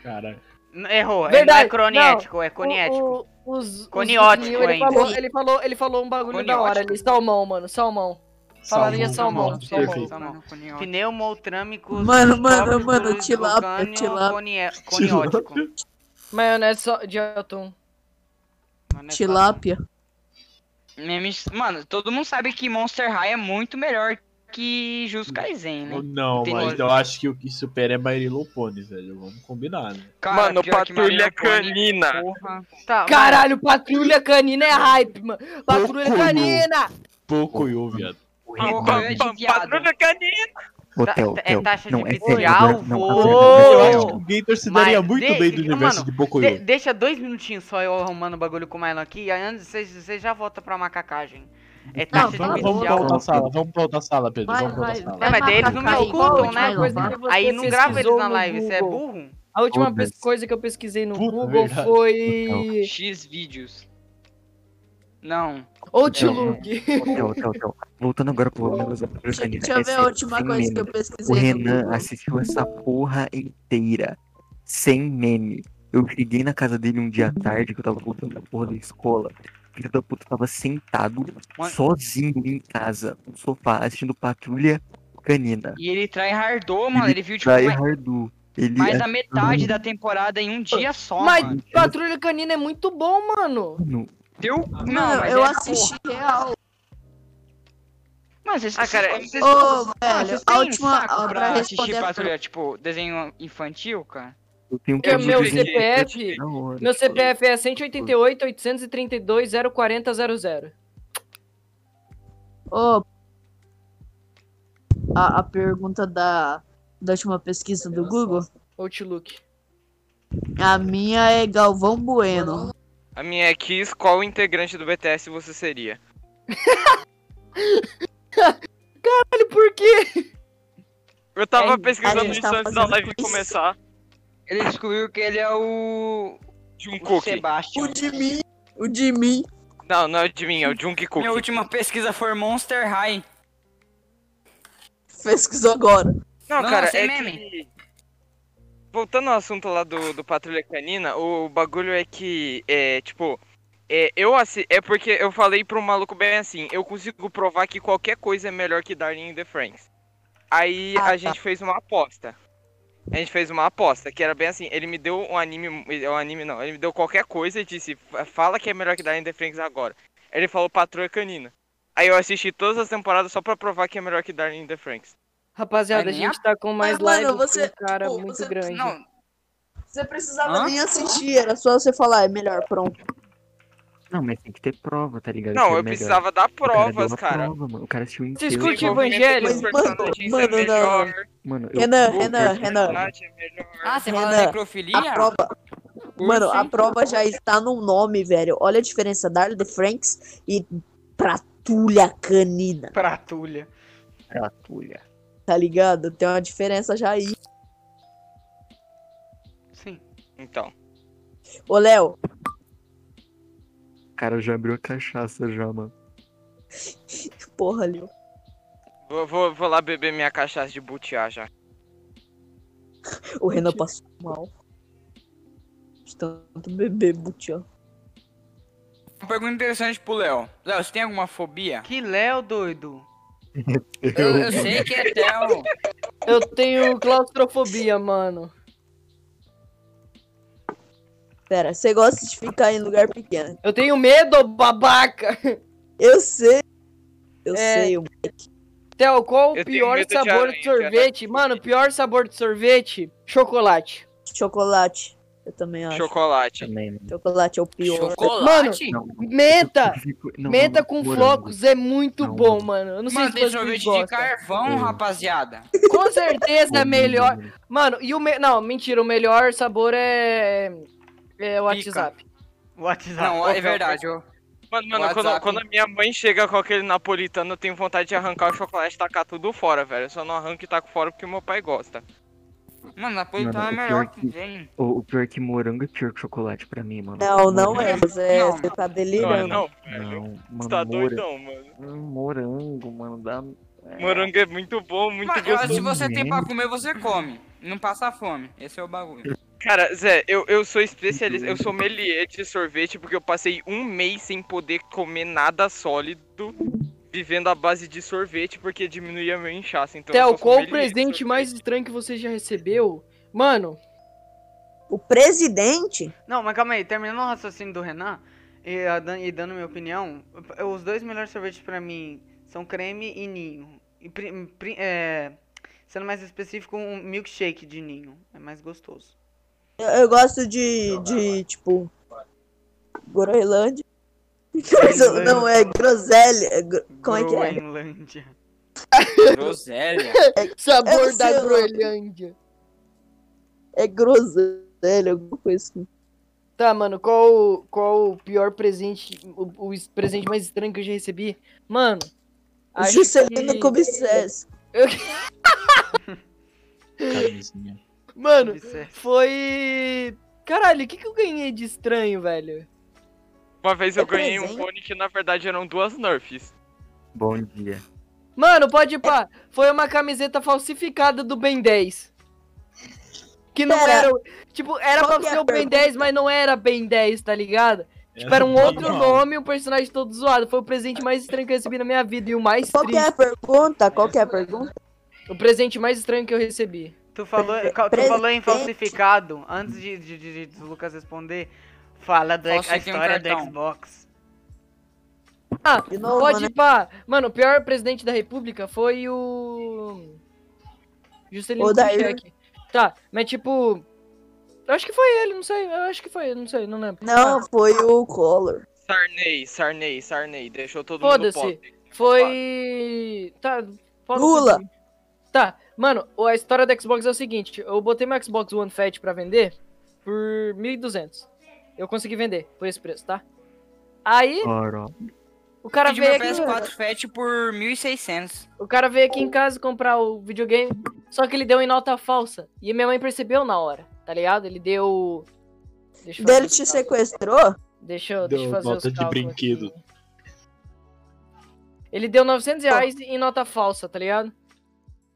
Speaker 2: Cara,
Speaker 1: N- Errou. É, não
Speaker 4: Verdade,
Speaker 1: é cronético, é coniético.
Speaker 4: O- o- os- os
Speaker 1: Coniótico
Speaker 4: vizinhos, ele
Speaker 1: ainda.
Speaker 4: falou, ele falou, ele falou um bagulho da hora
Speaker 7: Coniótico.
Speaker 4: ali, salmão, mano, salmão. Falaria
Speaker 2: um
Speaker 4: salmão, salmão.
Speaker 2: Perfeito.
Speaker 7: Salmão, coniótico.
Speaker 1: Pneumotrâmicos.
Speaker 3: Mano, mano,
Speaker 1: tópicos,
Speaker 3: mano, tilápia,
Speaker 1: vulcânio,
Speaker 3: tilápia.
Speaker 1: conie- Coniótico.
Speaker 4: Maionese só- de atum.
Speaker 1: Mano, é fácil.
Speaker 3: Tilápia.
Speaker 7: Memes- Mano, todo mundo sabe que Monster High é muito melhor que Jus Kaisen, né?
Speaker 2: Não,
Speaker 7: Tem
Speaker 2: mas
Speaker 7: lógica.
Speaker 2: eu acho que o que supera é Marilou Pony, velho. Vamos combinar, né?
Speaker 8: Mano,
Speaker 7: pior que
Speaker 8: patrulha
Speaker 7: Maria Pony,
Speaker 8: canina.
Speaker 7: Porra.
Speaker 1: Tá, mano,
Speaker 4: Caralho, patrulha canina é hype, mano. Patrulha
Speaker 5: Procurou.
Speaker 4: canina.
Speaker 2: Pouco eu, viado.
Speaker 8: Pam,
Speaker 7: Pam,
Speaker 8: tá pam, pam, Patrulha canina.
Speaker 5: Hotel,
Speaker 1: ta- é
Speaker 5: hotel.
Speaker 1: taxa de
Speaker 5: Não, é
Speaker 1: bits
Speaker 5: sério,
Speaker 1: de
Speaker 5: agora-
Speaker 1: alvo.
Speaker 5: não,
Speaker 2: Eu
Speaker 5: agora-
Speaker 2: acho que o Gator se daria
Speaker 1: Mas
Speaker 2: muito
Speaker 1: de-
Speaker 2: bem do
Speaker 1: mano,
Speaker 2: universo de
Speaker 1: De-
Speaker 2: Bocoyo.
Speaker 1: deixa dois minutinhos só eu arrumando o bagulho com o Mylon aqui. E aí antes vocês vocês já volta pra macacagem. É taxa de
Speaker 3: vamos-
Speaker 1: bits
Speaker 2: Vamos
Speaker 1: de
Speaker 2: pra
Speaker 1: alvo.
Speaker 2: outra sala, vamos pra outra sala, Pedro.
Speaker 3: Vai,
Speaker 2: Vamos pra
Speaker 3: vai,
Speaker 2: outra sala.
Speaker 1: É, mas daí eles não me
Speaker 3: Vai,
Speaker 1: escutam,
Speaker 3: vai,
Speaker 1: né?
Speaker 3: vai.
Speaker 1: Aí não grava eles
Speaker 4: pesquisou
Speaker 1: na
Speaker 4: no
Speaker 1: live, você é
Speaker 4: Google.
Speaker 1: burro?
Speaker 4: A última
Speaker 5: Todas.
Speaker 4: coisa que eu pesquisei no
Speaker 2: Puta,
Speaker 4: Google
Speaker 2: verdade.
Speaker 4: foi
Speaker 7: X vídeos. Não.
Speaker 4: Outlook.
Speaker 5: Hotel, hotel, hotel. Voltando agora pro negócio da Patrulha
Speaker 3: Deixa,
Speaker 5: Canina.
Speaker 3: deixa eu
Speaker 5: é
Speaker 3: ver a
Speaker 5: sério,
Speaker 3: última
Speaker 5: sem
Speaker 3: coisa
Speaker 5: meme.
Speaker 3: que eu
Speaker 5: O
Speaker 3: pesquisei. no
Speaker 5: Renan
Speaker 3: Google.
Speaker 5: assistiu essa porra inteira. Sem meme. Eu cheguei na casa dele um dia à tarde, que eu tava voltando da porra da escola. O filho da puta tava sentado,
Speaker 7: Mano.
Speaker 5: sozinho em casa, no sofá, assistindo Patrulha Canina.
Speaker 7: E ele trai hardou, mano. Ele viu, tipo,
Speaker 5: Try
Speaker 7: mais,
Speaker 5: Hardu.
Speaker 3: é.
Speaker 5: Ele é
Speaker 7: mais da
Speaker 5: assistindo-
Speaker 3: Uhum.
Speaker 7: metade da temporada em um dia só, mano.
Speaker 4: Mas patrulha canina é muito bom, mano.
Speaker 5: Mano,
Speaker 7: Deu... Não,
Speaker 3: Mano,
Speaker 7: mas
Speaker 3: eu
Speaker 7: é tipo,
Speaker 3: assisti real.
Speaker 7: Mas vocês,
Speaker 1: Ah, cara,
Speaker 7: vocês- vocês-
Speaker 3: Ô,
Speaker 7: mano,
Speaker 3: velho,
Speaker 7: vocês têm
Speaker 3: a última.
Speaker 7: saco
Speaker 3: ah,
Speaker 7: pra
Speaker 3: Pra
Speaker 7: assistir
Speaker 3: responder a
Speaker 7: patrulha, tipo, desenho infantil, cara?
Speaker 5: eu tenho
Speaker 7: É
Speaker 4: Porque é
Speaker 5: que
Speaker 4: meu
Speaker 5: dizer que
Speaker 4: CPF
Speaker 7: né?
Speaker 5: eu na hora.
Speaker 4: Meu CPF é 188 832 040 00.
Speaker 3: Ô, a, a pergunta da, da última pesquisa do Google.
Speaker 4: Outlook.
Speaker 3: A minha é Galvão Bueno.
Speaker 8: A minha é Kiss, qual integrante do BTS você seria?
Speaker 4: Olha por quê?
Speaker 8: Eu tava
Speaker 7: Ai,
Speaker 3: a
Speaker 8: pesquisando
Speaker 3: gente
Speaker 8: isso
Speaker 3: tava
Speaker 8: antes da
Speaker 3: fazendo
Speaker 8: live
Speaker 3: quiz.
Speaker 8: começar.
Speaker 7: Ele descobriu que ele é o... o
Speaker 8: Jungkook.
Speaker 7: Sebastian.
Speaker 3: de mim. O de mim.
Speaker 8: Não, não é de mim, é o Jungkook.
Speaker 7: Minha última pesquisa foi Monster High.
Speaker 3: Pesquisou agora.
Speaker 8: Não,
Speaker 7: Não,
Speaker 8: cara,
Speaker 7: não, sem
Speaker 8: é
Speaker 7: meme.
Speaker 8: que... Voltando ao assunto lá do, do Patrulha Canina, o bagulho é que, é, tipo, é, eu assi... é porque eu falei pro maluco bem assim, eu consigo provar que qualquer coisa é melhor que Darling in the Franks. Aí
Speaker 3: Ah,
Speaker 8: a
Speaker 3: tá.
Speaker 8: gente fez uma aposta. A gente fez uma aposta, que era bem assim, ele me deu um anime, um anime não, ele me deu qualquer coisa e disse, "Fa- fala que é melhor que Darling in the Franks agora. Ele falou Patrulha Canina. Aí eu assisti todas as temporadas só pra provar que é melhor que Darling in the Franks.
Speaker 4: Rapaziada, a
Speaker 7: Mas nem
Speaker 4: gente tá com mais
Speaker 3: Mas, mano,
Speaker 4: live com
Speaker 3: você-
Speaker 4: um cara
Speaker 3: pô,
Speaker 4: muito
Speaker 3: você-
Speaker 4: grande.
Speaker 7: É Não,
Speaker 3: Você precisava
Speaker 7: Hã?
Speaker 3: nem assistir, era só você falar, é melhor, pronto.
Speaker 5: Não, mas tem que ter prova, tá ligado? Que
Speaker 8: Não,
Speaker 5: é
Speaker 8: eu
Speaker 5: melhor.
Speaker 8: precisava dar
Speaker 5: O cara deu
Speaker 8: provas,
Speaker 5: uma
Speaker 8: cara.
Speaker 5: Prova, mano. O cara assistiu
Speaker 4: Vocês
Speaker 5: inteiro. tipo,
Speaker 4: curtem
Speaker 8: Desenvolvimento
Speaker 4: Evangelho?
Speaker 8: dos
Speaker 3: Mas,
Speaker 8: personagens
Speaker 3: mano,
Speaker 8: é
Speaker 3: mano,
Speaker 8: melhor.
Speaker 5: Mano, eu...
Speaker 3: Renan,
Speaker 5: eu-
Speaker 3: Renan,
Speaker 5: eu-
Speaker 3: Renan.
Speaker 8: personagem é melhor.
Speaker 7: Ah, você
Speaker 3: Renan,
Speaker 7: fala da necrofilia?
Speaker 3: A prova, mano, a prova já está no nome, velho. Olha a diferença, Darla de Franks e Pratulha Canina,
Speaker 1: Pratulha.
Speaker 5: Patrulha.
Speaker 3: tá ligado? Tem uma diferença já aí.
Speaker 1: Sim.
Speaker 8: Então.
Speaker 3: Ô, Léo,
Speaker 5: O cara já abriu a cachaça já, mano.
Speaker 3: porra, Léo.
Speaker 8: Vou, vou, vou lá beber minha cachaça de butiá já.
Speaker 3: O Renan passou mal. De tanto bebê, butiá.
Speaker 7: Uma pergunta interessante pro Léo. Léo, você tem alguma fobia?
Speaker 1: Que Léo, doido.
Speaker 7: Eu, eu sei que é Theo.
Speaker 4: Eu tenho claustrofobia, mano.
Speaker 3: Pera, você gosta de ficar em lugar pequeno.
Speaker 4: Eu tenho medo, babaca.
Speaker 3: Eu sei. Eu
Speaker 4: É.
Speaker 3: sei. eu-
Speaker 4: Theo, qual o
Speaker 8: Eu tenho
Speaker 4: pior
Speaker 8: medo de
Speaker 4: sabor
Speaker 8: aranha,
Speaker 4: de sorvete? Mano, pior sabor de sorvete? Chocolate.
Speaker 3: Chocolate. Eu também acho.
Speaker 6: Chocolate.
Speaker 5: Também, mano.
Speaker 3: Chocolate é o pior.
Speaker 6: Chocolate?
Speaker 5: Não,
Speaker 4: Menta!
Speaker 5: fico- não,
Speaker 4: Menta
Speaker 5: não,
Speaker 4: com
Speaker 5: morango.
Speaker 4: flocos é muito
Speaker 5: Não.
Speaker 4: bom, mano. Eu não sei
Speaker 7: Mano,
Speaker 4: se
Speaker 7: tem
Speaker 4: vocês
Speaker 7: sorvete de
Speaker 4: gostam.
Speaker 7: carvão,
Speaker 5: É.
Speaker 7: rapaziada.
Speaker 4: Com certeza é
Speaker 5: Morango,
Speaker 4: melhor.
Speaker 5: morango.
Speaker 4: Mano, e o me... Não, mentira, o melhor sabor é. É o WhatsApp.
Speaker 1: WhatsApp.
Speaker 7: Não, é verdade. eu-
Speaker 6: Mano, mano, quando,
Speaker 7: WhatsApp.
Speaker 6: quando a minha mãe chega com aquele napolitano, eu tenho vontade de arrancar o chocolate e tacar tudo fora, velho. Eu só não arranco e taco fora porque meu pai gosta.
Speaker 7: Mano, Napolitano
Speaker 5: Mano,
Speaker 7: é
Speaker 5: o
Speaker 7: melhor
Speaker 5: pior
Speaker 7: que
Speaker 5: que-
Speaker 7: vem.
Speaker 5: O, o pior é que morango é pior que chocolate pra mim, mano.
Speaker 3: Não, não é,
Speaker 5: Morango-
Speaker 3: Zé.
Speaker 7: Não.
Speaker 3: Você tá
Speaker 6: Não, é
Speaker 3: delirando.
Speaker 6: não, velho.
Speaker 5: Não, mano,
Speaker 6: tá
Speaker 5: mora-
Speaker 6: doidão, mano.
Speaker 5: Hum, morango, mano, dá... é.
Speaker 6: Morango é muito bom, muito
Speaker 7: Mas,
Speaker 6: gostoso.
Speaker 7: se você tem pra
Speaker 5: Lembro.
Speaker 7: comer, você come. Não passa fome. Esse é o bagulho.
Speaker 6: Cara, Zé, eu, eu sou especialista, eu sou melier de sorvete porque eu passei um mês sem poder comer nada sólido, vivendo à base de sorvete porque diminuía meu inchaço. Então eu
Speaker 4: Theo,
Speaker 6: só sou
Speaker 4: qual o
Speaker 6: sommelier de
Speaker 4: presente
Speaker 6: sorvete.
Speaker 4: mais estranho que você já recebeu? Mano,
Speaker 3: O presidente?
Speaker 1: Não, mas calma aí, terminando o raciocínio do Renan e, a dan- e dando minha opinião, eu- os dois melhores sorvetes pra mim são creme e ninho. E pri- pri- é, sendo mais específico, um milkshake de ninho. É mais gostoso.
Speaker 3: Eu, eu gosto de, de tipo, Groenlândia.
Speaker 1: Groenlândia.
Speaker 3: Não, é groselha. é gro- Como é que é?
Speaker 1: Groenlândia.
Speaker 7: Groselha.
Speaker 3: Eu não
Speaker 4: sabor
Speaker 3: sei
Speaker 4: da
Speaker 3: o nome.
Speaker 4: Groenlândia.
Speaker 3: É groselha, alguma coisa assim.
Speaker 4: Tá, mano, qual, o- qual o pior presente, o, o es- presente mais estranho que eu já recebi? Mano, acho
Speaker 3: Juscelino
Speaker 4: que-
Speaker 3: Kubitschek.
Speaker 2: Camisinha.
Speaker 4: Mano,
Speaker 1: Observe.
Speaker 4: foi... Caralho, o que, que eu ganhei de estranho, velho?
Speaker 6: Uma vez eu
Speaker 3: É
Speaker 6: ganhei um
Speaker 3: presente?
Speaker 6: fone que na verdade eram duas Nerfs.
Speaker 5: Bom dia.
Speaker 4: Mano, pode ir pá, foi uma camiseta falsificada do Ben 10. Que não
Speaker 3: Pera.
Speaker 4: era... o- Tipo, era
Speaker 3: Qual
Speaker 4: pra
Speaker 3: que é
Speaker 4: ser
Speaker 3: a
Speaker 4: o Ben
Speaker 3: pergunta?
Speaker 4: 10, mas não era Ben 10, tá ligado? Tipo, era um outro
Speaker 2: normal.
Speaker 4: nome, um personagem todo zoado. Foi o presente mais estranho que eu recebi na minha vida e o mais
Speaker 3: Qual que é
Speaker 4: triste.
Speaker 3: a pergunta? Qual que é a pergunta?
Speaker 4: O presente mais estranho que eu recebi.
Speaker 1: Tu falou, ca- tu
Speaker 3: Presente.
Speaker 1: falou em falsificado, antes de, de, de- de o Lucas responder, fala do, ex- a
Speaker 7: Falsifiquei um
Speaker 1: história do
Speaker 7: cartão.
Speaker 1: Xbox.
Speaker 4: Ah,
Speaker 3: De novo,
Speaker 4: pode
Speaker 3: né?
Speaker 4: ir pá. Mano, o pior presidente da república foi o. Juscelino
Speaker 3: O Daí.
Speaker 4: Kubitschek. Tá, mas tipo. Eu acho que foi ele, não sei. Eu acho que foi ele, não sei, não lembro.
Speaker 3: Não, foi o Collor.
Speaker 6: Sarney, Sarney, Sarney, deixou todo mundo
Speaker 4: Foda-se.
Speaker 6: pobre.
Speaker 4: Foi. Tá. foda-se.
Speaker 3: Lula.
Speaker 4: Tá, mano, o- a história da Xbox é o seguinte: eu botei meu Xbox One Fat pra vender por 1.200. Eu consegui vender por esse preço, tá? Aí,
Speaker 5: Ora,
Speaker 4: o cara
Speaker 7: Pedi meu
Speaker 4: veio aqui.
Speaker 7: PS4 Fat por 1.600.
Speaker 4: O cara veio aqui em casa comprar o videogame, só que ele deu em nota falsa. E minha mãe percebeu na hora, tá ligado? Ele deu. Deixa eu
Speaker 3: Dele
Speaker 4: fazer,
Speaker 3: te
Speaker 4: os cálculos.
Speaker 3: sequestrou?
Speaker 4: deixa, eu- deixa eu
Speaker 2: Deu
Speaker 4: fazer
Speaker 2: nota
Speaker 4: os
Speaker 2: de
Speaker 4: cálculos
Speaker 2: brinquedo.
Speaker 4: aqui. Ele deu 900 reais em nota falsa, tá ligado?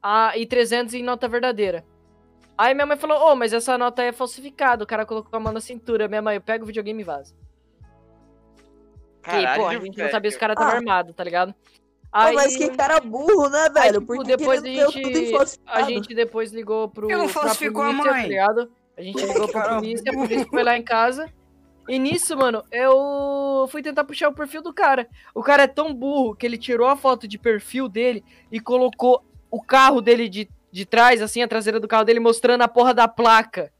Speaker 4: Ah, e 300 em nota verdadeira. Aí minha mãe falou: Ô, mas essa nota é falsificada. O cara colocou a mão na cintura. Minha mãe, eu pego o videogame e vaza. Porque,
Speaker 6: Caralho,
Speaker 4: pô, a gente não
Speaker 6: velho.
Speaker 4: sabia se o cara tava
Speaker 3: Ah.
Speaker 4: armado, tá ligado?
Speaker 3: Pô,
Speaker 4: Aí...
Speaker 3: mas que cara burro, né, velho?
Speaker 4: tipo,
Speaker 3: Porque
Speaker 4: depois
Speaker 3: ele
Speaker 4: a
Speaker 3: não
Speaker 4: gente-
Speaker 3: deu tudo em
Speaker 4: A
Speaker 3: falsificado.
Speaker 4: gente depois ligou pro.
Speaker 7: Eu não
Speaker 4: pra
Speaker 7: falsificou a
Speaker 4: polícia,
Speaker 7: mãe.
Speaker 4: Tá ligado? A gente ligou pra
Speaker 7: Cara,
Speaker 4: polícia, a polícia foi lá em casa. E nisso, mano, eu fui tentar puxar o perfil do cara. O cara é tão burro que ele tirou a foto de perfil dele e colocou o carro dele de, de trás, assim, a traseira do carro dele, mostrando a porra da placa.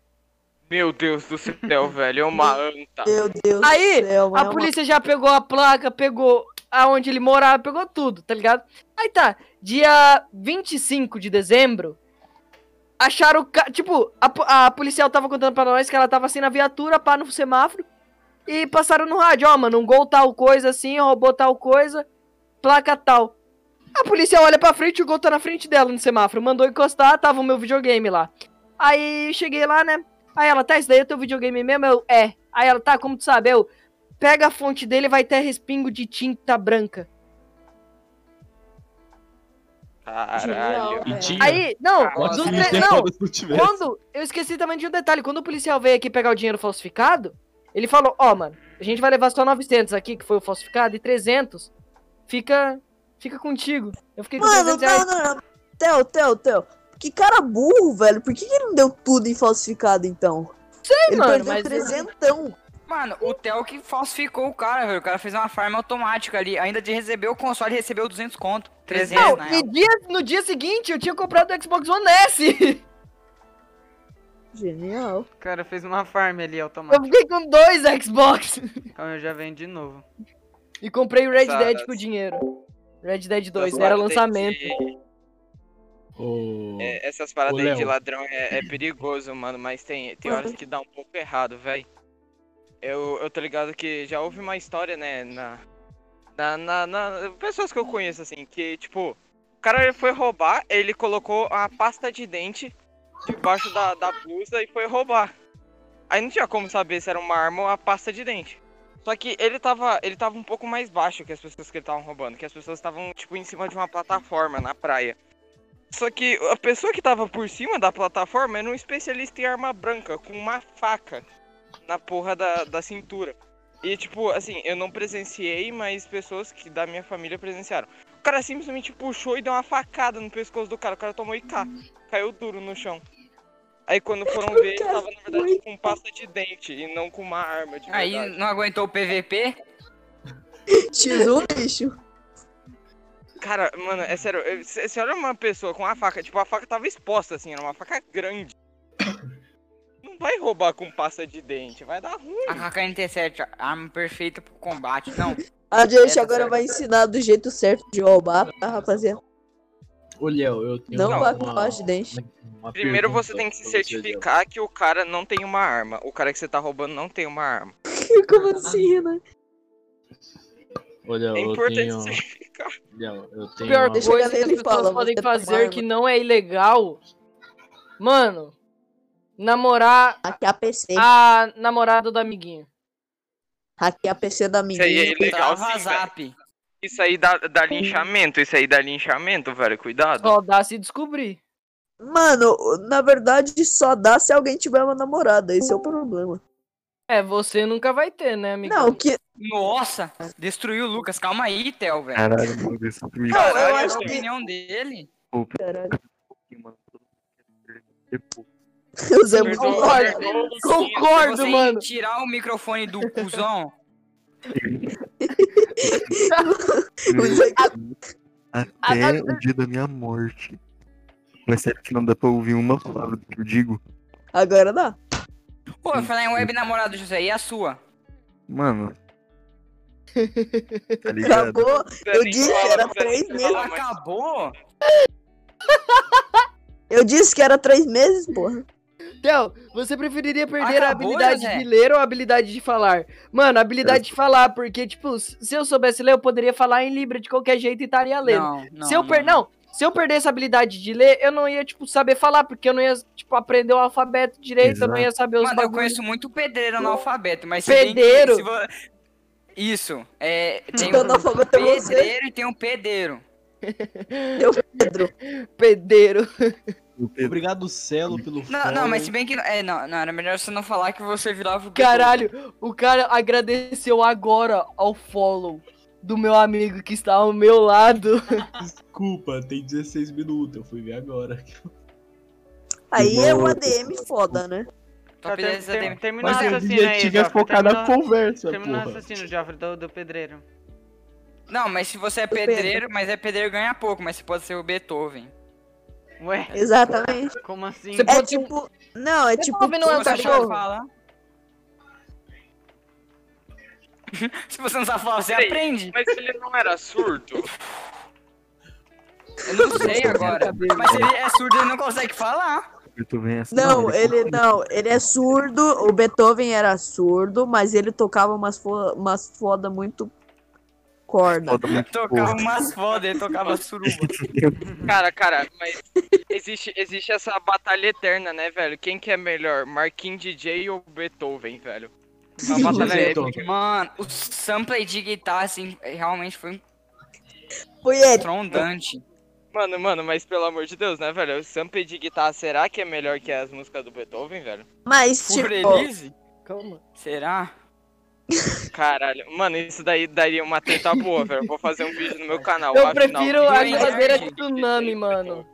Speaker 6: Meu Deus do céu, velho, é uma anta.
Speaker 3: Meu Deus
Speaker 4: Aí,
Speaker 3: do céu, é
Speaker 4: A
Speaker 3: mano.
Speaker 4: polícia já pegou a placa, pegou aonde ele morava, pegou tudo, tá ligado? Aí tá, dia 25 de dezembro, acharam o ca... Tipo, a, po- a policial tava contando pra nós que ela tava assim na viatura, pá, no semáforo, e passaram no rádio, ó, mano, um gol tal coisa assim, roubou tal coisa, placa tal. A polícia olha pra frente, o gol tá na frente dela no semáforo, mandou encostar, tava o meu videogame lá. Aí cheguei lá, né? Aí ela, tá, isso daí é teu videogame mesmo? Eu, é. Aí ela, tá, como tu sabe? Eu, pega a fonte dele vai ter respingo de tinta branca.
Speaker 6: Caralho.
Speaker 2: E tinha.
Speaker 4: Aí, não,
Speaker 2: Pode
Speaker 4: dos
Speaker 2: ser, né,
Speaker 4: tre- não,
Speaker 2: quando eu tivesse.
Speaker 4: quando, eu esqueci também de um detalhe, quando o policial veio aqui pegar o dinheiro falsificado, ele falou, ó, mano, a gente vai levar só 900 aqui, que foi o falsificado, e 300 fica, fica contigo. Eu fiquei com
Speaker 3: Mano,
Speaker 4: 300 reais.
Speaker 3: não, não, não. Theo, Theo, Theo. Que cara burro, velho. Por que, que ele não deu tudo em falsificado, então?
Speaker 4: Sei,
Speaker 3: Ele
Speaker 4: mano,
Speaker 3: perdeu
Speaker 4: mas...
Speaker 3: 300.
Speaker 7: Mano, o Theo que falsificou o cara, velho. O cara fez uma farm automática ali. Ainda de receber o console, recebeu 200 conto. né? 300,
Speaker 4: Não,
Speaker 7: na
Speaker 4: e
Speaker 7: real.
Speaker 4: dia- no dia seguinte eu tinha comprado o Xbox One S.
Speaker 3: Genial.
Speaker 1: O cara fez uma farm ali
Speaker 4: Eu
Speaker 1: automática.
Speaker 4: fiquei com dois Xbox
Speaker 1: Então eu já venho de novo.
Speaker 4: e comprei o Red
Speaker 8: Tá,
Speaker 4: Dead
Speaker 8: tá.
Speaker 4: com dinheiro. Red Dead 2,
Speaker 8: Essas
Speaker 4: era
Speaker 8: paradas aí
Speaker 4: lançamento.
Speaker 8: de-
Speaker 2: Ô,
Speaker 8: é, essas paradas
Speaker 2: Ô,
Speaker 8: aí de
Speaker 2: Léo.
Speaker 8: ladrão é, é perigoso, mano, mas tem, tem horas que dá um pouco errado, velho. Eu, eu tô ligado que já houve uma história, né, na, na, na, na- Pessoas que eu conheço, assim, que, tipo, o cara ele foi roubar, ele colocou a pasta de dente debaixo da, da blusa e foi roubar. Aí não tinha como saber se era uma arma ou a pasta de dente. Só que ele tava, ele tava um pouco mais baixo que as pessoas que estavam roubando, que as pessoas estavam, tipo, em cima de uma plataforma na praia. Só que a pessoa que tava por cima da plataforma era um especialista em arma branca, com uma faca na porra da, da cintura. E tipo, assim, eu não presenciei, mas pessoas que da minha família presenciaram. O cara simplesmente puxou e deu uma facada no pescoço do cara. O cara tomou IK. Caiu duro no chão. Aí quando foram ver, ele tava, na verdade, com pasta de dente e não com uma arma de
Speaker 7: Aí
Speaker 8: verdade.
Speaker 7: não aguentou o PVP?
Speaker 10: X1, lixo.
Speaker 8: Cara, mano, é sério, eu- você você olha uma pessoa com uma faca, tipo, a faca tava exposta, assim, era uma faca grande. Não vai roubar com pasta de dente, vai dar ruim.
Speaker 2: Ah,
Speaker 7: A AK-47, arma perfeita pro combate. Não,
Speaker 3: A gente
Speaker 7: É,
Speaker 3: agora
Speaker 7: tá
Speaker 3: vai ensinar do jeito certo de roubar, tá, rapaziada?
Speaker 2: ô, Léo, eu tenho
Speaker 3: Não
Speaker 2: uma-
Speaker 3: vá com
Speaker 2: uma-
Speaker 3: pasta de dente.
Speaker 2: uma
Speaker 8: Primeiro
Speaker 2: pergunta
Speaker 8: você tem que se
Speaker 2: pra você, Léo.
Speaker 8: certificar que o cara não tem uma arma. O cara que você tá roubando não tem uma arma.
Speaker 3: Como assim, né?
Speaker 2: Ô, Léo,
Speaker 8: É
Speaker 2: eu
Speaker 8: importante
Speaker 2: tenho... um
Speaker 8: se certificar.
Speaker 2: Léo, eu
Speaker 4: A
Speaker 2: tenho
Speaker 4: pior
Speaker 2: uma-
Speaker 3: Deixa eu
Speaker 4: coisa que
Speaker 3: ver
Speaker 4: as
Speaker 3: ele
Speaker 4: pessoas
Speaker 3: fala,
Speaker 4: podem
Speaker 3: você tá
Speaker 4: fazer
Speaker 3: tomar,
Speaker 4: que não é ilegal. Mano, namorar
Speaker 3: Hackear PC.
Speaker 4: a namorada do amiguinho.
Speaker 3: Hackear PC da
Speaker 8: Isso aí é
Speaker 3: menina.
Speaker 2: tá
Speaker 8: ilegal
Speaker 7: trava
Speaker 8: sim, velho.
Speaker 7: zap.
Speaker 8: Isso aí dá, dá linchamento, isso aí dá linchamento, velho, cuidado.
Speaker 4: Só dá se descobrir.
Speaker 3: Mano, na verdade só dá se alguém tiver uma namorada, esse é o problema.
Speaker 4: É, você nunca vai ter, né, amigo?
Speaker 3: Não, que
Speaker 7: Nossa, destruiu o Lucas. Calma aí, Theo, velho. é
Speaker 5: Caralho, mano, isso me
Speaker 3: Não, eu
Speaker 8: Caralho,
Speaker 7: a
Speaker 3: acho que
Speaker 7: opinião dele.
Speaker 3: Caralho.
Speaker 5: mano.
Speaker 3: o Zé
Speaker 8: Perdoa,
Speaker 3: Bruno-
Speaker 4: concordo.
Speaker 8: perdoa o
Speaker 4: Concordo,
Speaker 7: né? você
Speaker 4: mano.
Speaker 7: tirar o microfone do cuzão.
Speaker 3: é
Speaker 5: Até o dia da minha morte. Mas sério que não dá pra ouvir uma palavra do que eu digo?
Speaker 3: Agora dá.
Speaker 7: Pô, eu falei em web namorado, José, e a sua?
Speaker 5: Mano. Tá ligado?
Speaker 3: Acabou. Eu
Speaker 8: Nem
Speaker 3: disse,
Speaker 8: fala,
Speaker 3: era
Speaker 8: não precisa
Speaker 3: três
Speaker 8: nem
Speaker 3: meses.
Speaker 8: falar, mas-
Speaker 7: Acabou?
Speaker 3: Eu disse que era três meses, porra.
Speaker 4: Theo, Então, você preferiria perder a
Speaker 7: Acabou,
Speaker 4: habilidade
Speaker 7: José?
Speaker 4: de ler ou a habilidade de falar? Mano, a habilidade de falar, porque, tipo, se eu soubesse ler, eu poderia falar em Libra de qualquer jeito e estaria lendo.
Speaker 7: Não, não.
Speaker 4: se eu per... não. se eu perdesse a habilidade de ler, eu não ia, tipo, saber falar, porque eu não ia, tipo, aprender o alfabeto direito, eu não ia saber os
Speaker 7: Mano, eu
Speaker 4: bagulhos.
Speaker 7: conheço muito pedreiro analfabeto, mas
Speaker 4: Pedreiro?
Speaker 7: Se bem que- se vo- Isso, é, tem
Speaker 3: Então,
Speaker 7: um
Speaker 3: analfabeto é você,
Speaker 7: pedreiro e tem um pedreiro.
Speaker 3: Pedro.
Speaker 4: Pedeiro.
Speaker 5: O Pedro-
Speaker 2: Obrigado, Celo, pelo
Speaker 7: Não, não,
Speaker 2: follow.
Speaker 7: mas se bem que... É, não, não, era melhor você não falar que você virava o
Speaker 4: Caralho, o cara agradeceu agora ao follow do meu amigo que está ao meu lado.
Speaker 2: Desculpa, tem 16 minutos, eu fui ver agora.
Speaker 3: Aí é uma DM foda, né?
Speaker 7: Tá,
Speaker 1: ter-
Speaker 7: beleza,
Speaker 1: ter-
Speaker 7: tem-
Speaker 1: terminou o
Speaker 2: Mas o
Speaker 1: assassino aí,
Speaker 2: objetivo é
Speaker 1: Joffre.
Speaker 2: focar na
Speaker 1: Terminou
Speaker 2: conversa,
Speaker 1: terminou o
Speaker 2: porra.
Speaker 1: assassino, Joffre, do, do pedreiro.
Speaker 7: Não, mas se você é
Speaker 3: Pedro.
Speaker 7: pedreiro, mas é pedreiro ganha pouco, mas você pode ser o Beethoven.
Speaker 1: Ué,
Speaker 3: Exatamente.
Speaker 1: como assim?
Speaker 4: Você
Speaker 3: É
Speaker 4: pode-
Speaker 3: tipo. Não, é tipo.
Speaker 4: ouvindo uma
Speaker 7: se você
Speaker 4: Tá
Speaker 7: não
Speaker 4: cachorro?
Speaker 7: sabe
Speaker 4: bom.
Speaker 7: falar... se você não sabe falar, você
Speaker 8: Peraí.
Speaker 7: aprende.
Speaker 8: Mas ele não era surdo?
Speaker 7: Eu não sei agora. Mas ele é surdo, ele não consegue falar.
Speaker 5: Beethoven é assim,
Speaker 3: Não,
Speaker 5: mano,
Speaker 3: ele não, ele é surdo, o Beethoven era surdo, mas ele tocava umas, fo umas foda muito corda.
Speaker 5: Foda muito
Speaker 7: Tocava umas foda, ele tocava suruba.
Speaker 8: Cara, cara, mas existe, existe essa batalha eterna, né, velho? Quem que é melhor, Marquinhos DJ ou Beethoven, velho? É Uma batalha
Speaker 2: Beethoven.
Speaker 8: épica.
Speaker 7: Mano, o sample de guitarra, assim, realmente foi um
Speaker 3: Foi ele.
Speaker 7: trondante.
Speaker 8: Mano, mano, mas pelo amor de Deus, né, velho? O sample de guitarra, será que é melhor que as músicas do Beethoven, velho?
Speaker 3: Mas,
Speaker 7: Por
Speaker 3: tipo,
Speaker 7: Elise?
Speaker 4: Calma.
Speaker 7: Será?
Speaker 8: Caralho, mano, isso daí daria uma treta boa, velho. Vou fazer um vídeo no meu canal.
Speaker 4: Eu
Speaker 8: afinal.
Speaker 4: prefiro a
Speaker 7: Beethoven.
Speaker 4: geladeira de tsunami, mano.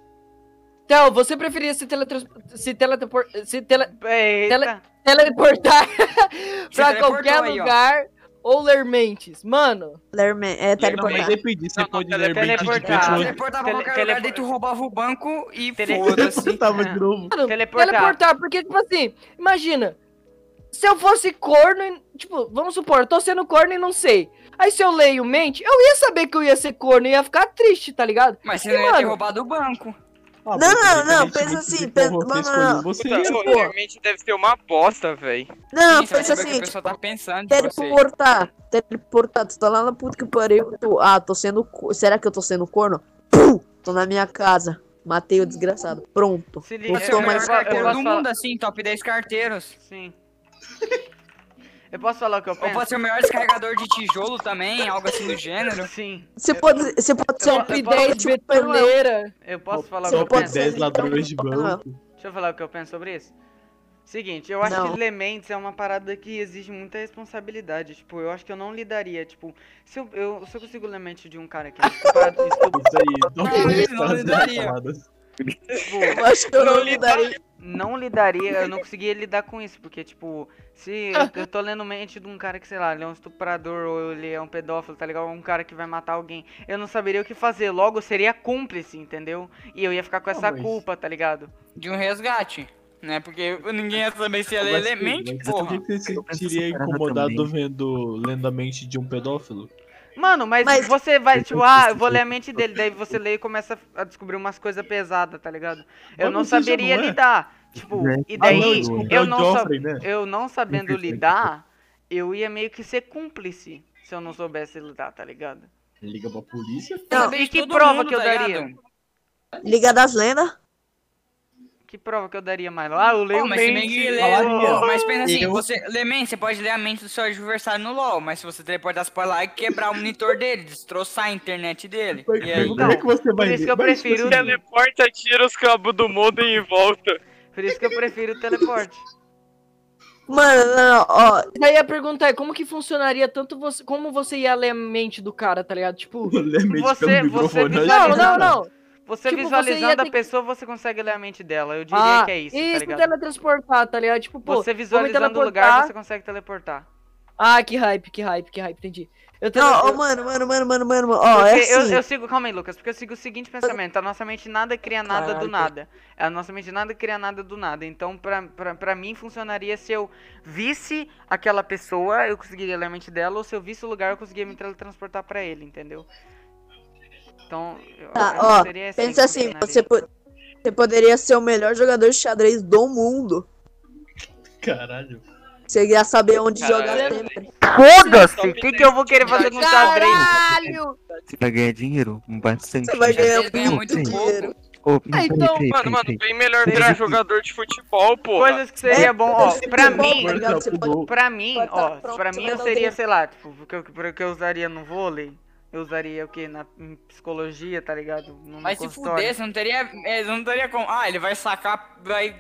Speaker 4: Theo, você preferia se, teletras... se, teletropor- se tele-
Speaker 1: Eita.
Speaker 4: teleportar pra
Speaker 7: teleportou
Speaker 4: qualquer
Speaker 7: aí, ó.
Speaker 4: lugar ou ler mentes? Mano,
Speaker 3: Lerman, é
Speaker 2: Não, mas
Speaker 3: teleportar.
Speaker 2: depende, você
Speaker 1: Não, não,
Speaker 2: pode
Speaker 1: tele-
Speaker 2: ler
Speaker 8: é
Speaker 2: mente de
Speaker 1: teleportar.
Speaker 2: pessoas que
Speaker 7: Teleportava pra
Speaker 1: Tele-
Speaker 7: qualquer
Speaker 1: tele-
Speaker 7: lugar, daí tu roubava o banco e
Speaker 1: Tele-
Speaker 7: foda-se.
Speaker 2: teleportava de novo.
Speaker 4: mano,
Speaker 1: Teleportar.
Speaker 4: teleportar. Porque, tipo assim, imagina. Se eu fosse corno, e- tipo, vamos supor, eu tô sendo corno e não sei. Aí se eu leio mente, eu ia saber que eu ia ser corno e ia ficar triste, tá ligado?
Speaker 7: Mas você
Speaker 4: E,
Speaker 7: não ia ter
Speaker 4: mano,
Speaker 7: roubado o banco.
Speaker 2: Ah,
Speaker 3: Não,
Speaker 2: mas
Speaker 3: não, não,
Speaker 2: independentemente de
Speaker 3: pensa assim,
Speaker 2: qual
Speaker 3: pensa-
Speaker 2: você
Speaker 3: não, não,
Speaker 2: escolheu,
Speaker 3: não.
Speaker 2: Você
Speaker 6: Puta,
Speaker 2: ia
Speaker 6: pô, realmente deve ser uma bosta, velho.
Speaker 3: Não,
Speaker 7: Sim, você vai
Speaker 3: pensa
Speaker 7: saber o que
Speaker 3: assim,
Speaker 7: a pessoa tá pensando de você.
Speaker 3: teleportar. Teleportar, tu tá lá na puta que pariu. Tu, ah, tô sendo. co- Será que eu tô sendo corno? Pum! Tô na minha casa. Matei o desgraçado. Pronto.
Speaker 1: Se liga,
Speaker 3: Não
Speaker 7: Você é
Speaker 3: sou
Speaker 7: o melhor
Speaker 3: mais
Speaker 7: carteiro
Speaker 3: corno.
Speaker 1: posso
Speaker 7: do
Speaker 1: falar-
Speaker 7: mundo, assim, top 10 carteiros.
Speaker 1: Sim. Eu posso falar o que eu
Speaker 7: Ou
Speaker 1: penso?
Speaker 7: pode ser o melhor descarregador de tijolo também, algo assim do gênero.
Speaker 1: Sim.
Speaker 3: Você pode, você pode ser
Speaker 1: eu
Speaker 3: um
Speaker 1: posso- eu
Speaker 3: pidão
Speaker 1: posso-
Speaker 3: de Superman.
Speaker 4: Betoneira.
Speaker 1: Eu posso falar o que
Speaker 2: Só
Speaker 1: eu
Speaker 2: por
Speaker 3: pode
Speaker 1: penso?
Speaker 3: ser
Speaker 2: 10
Speaker 3: então,
Speaker 2: ladrões de banco.
Speaker 1: Deixa eu falar o que eu penso sobre isso. Seguinte, eu acho
Speaker 3: Não.
Speaker 1: que Lementes é uma parada que exige muita responsabilidade. Tipo, eu acho que eu não lidaria. Tipo, se eu, eu, se eu consigo Lemente de um cara que é estupado,
Speaker 2: Isso aí, não
Speaker 7: Não,
Speaker 2: pode
Speaker 7: não
Speaker 2: fazer
Speaker 7: daria.
Speaker 1: é
Speaker 2: paradas.
Speaker 1: tipo,
Speaker 3: Eu acho que eu não
Speaker 6: li-
Speaker 3: lidaria.
Speaker 1: não lidaria, eu não conseguia lidar com isso. Porque, tipo, se eu, eu tô lendo mente de um cara que, sei lá, ele é um estuprador ou ele é um pedófilo, tá ligado? Um cara que vai matar alguém. Eu não saberia o que fazer. Logo, eu seria cúmplice, entendeu? E eu ia ficar com
Speaker 2: Ah,
Speaker 1: essa
Speaker 2: mas-
Speaker 1: culpa, tá ligado?
Speaker 7: De um resgate. Né? Porque ninguém ia saber se
Speaker 2: Mas,
Speaker 7: ela é
Speaker 2: Pedro,
Speaker 7: elemento,
Speaker 2: mas Por
Speaker 7: porra.
Speaker 2: que que assim, né? você
Speaker 5: Eu
Speaker 2: se
Speaker 5: penso
Speaker 2: sentiria
Speaker 5: essa parada
Speaker 2: incomodado
Speaker 5: também.
Speaker 2: vendo lendo a mente de um pedófilo?
Speaker 1: Mano, mas,
Speaker 3: Mas-
Speaker 1: você vai,
Speaker 5: Eu
Speaker 1: tipo,
Speaker 5: preciso
Speaker 1: ah, eu vou
Speaker 5: de-
Speaker 1: ler a mente dele, daí você lê e começa a descobrir umas coisas pesadas, tá ligado? Eu
Speaker 2: Mas
Speaker 1: não
Speaker 2: você já
Speaker 1: saberia
Speaker 2: não é.
Speaker 1: lidar. Tipo,
Speaker 5: É.
Speaker 1: e
Speaker 2: Ah,
Speaker 1: daí
Speaker 2: não, desculpa, é
Speaker 1: eu,
Speaker 2: o
Speaker 1: não sa-
Speaker 2: Joffrey, né?
Speaker 1: eu não sabendo
Speaker 5: Perfeito.
Speaker 1: lidar, eu ia meio que ser cúmplice se eu não soubesse lidar, tá ligado?
Speaker 2: Liga pra polícia.
Speaker 3: Não,
Speaker 7: Saber de
Speaker 1: e que
Speaker 7: todo
Speaker 1: prova
Speaker 7: mundo,
Speaker 1: que eu
Speaker 7: tá
Speaker 1: daria?
Speaker 7: ligado?
Speaker 3: Liga das lendas.
Speaker 1: Que prova que eu daria mais lá? Ah, eu leio
Speaker 7: Pô, mas, se bem
Speaker 1: mente.
Speaker 7: que lê-
Speaker 2: falaria.
Speaker 7: pô, mas pensa assim,
Speaker 2: Eu-
Speaker 7: você, Lemen, você pode ler a mente do seu adversário no LoL, mas se você teleportasse pra lá e quebrar o monitor dele, destroçar a internet dele.
Speaker 2: Mas
Speaker 7: E aí,
Speaker 2: Como é que você vai
Speaker 1: isso
Speaker 2: ler?
Speaker 1: que eu
Speaker 2: Mas, tipo
Speaker 1: prefiro-
Speaker 2: assim,
Speaker 6: Teleporta, tira os cabos do mundo e volta.
Speaker 1: Por isso que eu prefiro o teleporte.
Speaker 3: Mano, não, ó.
Speaker 4: Daí a pergunta é como que funcionaria tanto você. Como você ia ler a mente do cara, tá ligado? Tipo.
Speaker 2: eu leio a mente
Speaker 1: Você-
Speaker 2: pelo
Speaker 1: você
Speaker 2: microfone,
Speaker 1: me-
Speaker 2: eu acho
Speaker 4: Não,
Speaker 2: que
Speaker 4: não, não.
Speaker 1: Você
Speaker 4: Tipo, você ia
Speaker 1: visualizando
Speaker 4: ter
Speaker 1: a
Speaker 4: que-
Speaker 1: pessoa, você consegue ler a mente dela. Eu diria
Speaker 4: Ah,
Speaker 1: que é isso, tá
Speaker 4: isso
Speaker 1: ligado?
Speaker 4: teletransportar, tá ligado? Tipo, pô.
Speaker 1: você visualizando o lugar,
Speaker 4: teleportar.
Speaker 1: você consegue teleportar.
Speaker 4: Ah, que hype, que hype, que hype, entendi. Eu tele-
Speaker 3: Não, ó,
Speaker 4: eu-
Speaker 3: mano, mano, mano, mano, mano, mano. Ó, é
Speaker 1: Porque eu,
Speaker 3: assim.
Speaker 1: eu sigo, calma aí, Lucas, porque eu sigo o seguinte pensamento: a nossa mente nada cria nada do
Speaker 4: Caraca.
Speaker 1: nada. A nossa mente nada cria nada do nada. Então, pra, pra, pra mim, funcionaria se eu visse aquela pessoa, eu conseguiria ler a mente dela, ou se eu visse o lugar, eu conseguiria me teletransportar pra ele, entendeu? Então, eu-
Speaker 3: Tá,
Speaker 1: eu
Speaker 3: ó,
Speaker 1: seria tipo que
Speaker 3: Pensa assim,
Speaker 1: funcionaria.
Speaker 3: você, po- você poderia ser o melhor jogador de xadrez do mundo.
Speaker 2: Caralho.
Speaker 3: Você ia saber onde jogar
Speaker 6: Caralho.
Speaker 3: sempre.
Speaker 1: Foda-se! O que, que eu vou querer fazer com xadrez?
Speaker 4: Caralho!
Speaker 5: Você vai ganhar dinheiro? Bastante.
Speaker 3: Você vai
Speaker 5: já.
Speaker 3: ganhar
Speaker 7: Ele ganha
Speaker 3: muito
Speaker 5: muito
Speaker 3: dinheiro.
Speaker 5: Ô, não,
Speaker 4: Ah,
Speaker 5: peraí,
Speaker 4: então,
Speaker 6: Mano,
Speaker 5: peraí, peraí,
Speaker 6: mano,
Speaker 5: peraí.
Speaker 6: bem melhor virar jogador de futebol, pô.
Speaker 1: Coisas que seria bom, ó, pra
Speaker 2: um
Speaker 1: mim,
Speaker 3: Tá ligado?
Speaker 2: Marca
Speaker 3: Você
Speaker 2: pro
Speaker 3: pode-
Speaker 2: gol.
Speaker 1: Pra mim,
Speaker 3: Vai tá
Speaker 1: ó,
Speaker 3: pronto,
Speaker 1: pra mim
Speaker 3: vai
Speaker 1: eu
Speaker 3: dar o
Speaker 1: seria,
Speaker 3: dedo.
Speaker 1: sei lá, tipo, o que eu, o que eu usaria no vôlei, eu usaria o que? Na, em psicologia, tá ligado? No
Speaker 7: Mas se fuder, você não teria. é, Você não teria como. Ah, ele vai sacar, vai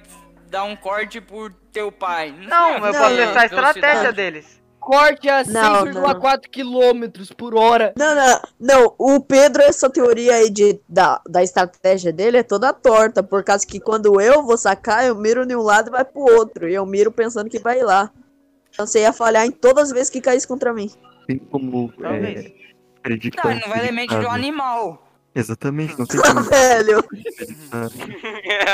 Speaker 7: dar um corte por teu pai.
Speaker 1: Não, mas eu
Speaker 3: Não,
Speaker 1: posso
Speaker 3: não.
Speaker 1: testar a estratégia
Speaker 7: Velocidade.
Speaker 1: deles.
Speaker 4: Corte a
Speaker 3: Não,
Speaker 4: 100,4 km por hora.
Speaker 3: Não, não, não. O Pedro, essa teoria aí de, da, da estratégia dele é toda torta. Por causa que quando eu vou sacar, eu miro de um lado e vai pro outro. E eu miro pensando que vai lá. Então você ia falhar em todas as vezes que caísse contra mim.
Speaker 5: Tem como.
Speaker 1: Talvez.
Speaker 5: É, predicar
Speaker 7: Tá, não vai ler mente de um
Speaker 5: significado.
Speaker 7: animal.
Speaker 5: Exatamente, não tem como.
Speaker 3: Velho.
Speaker 5: predicar.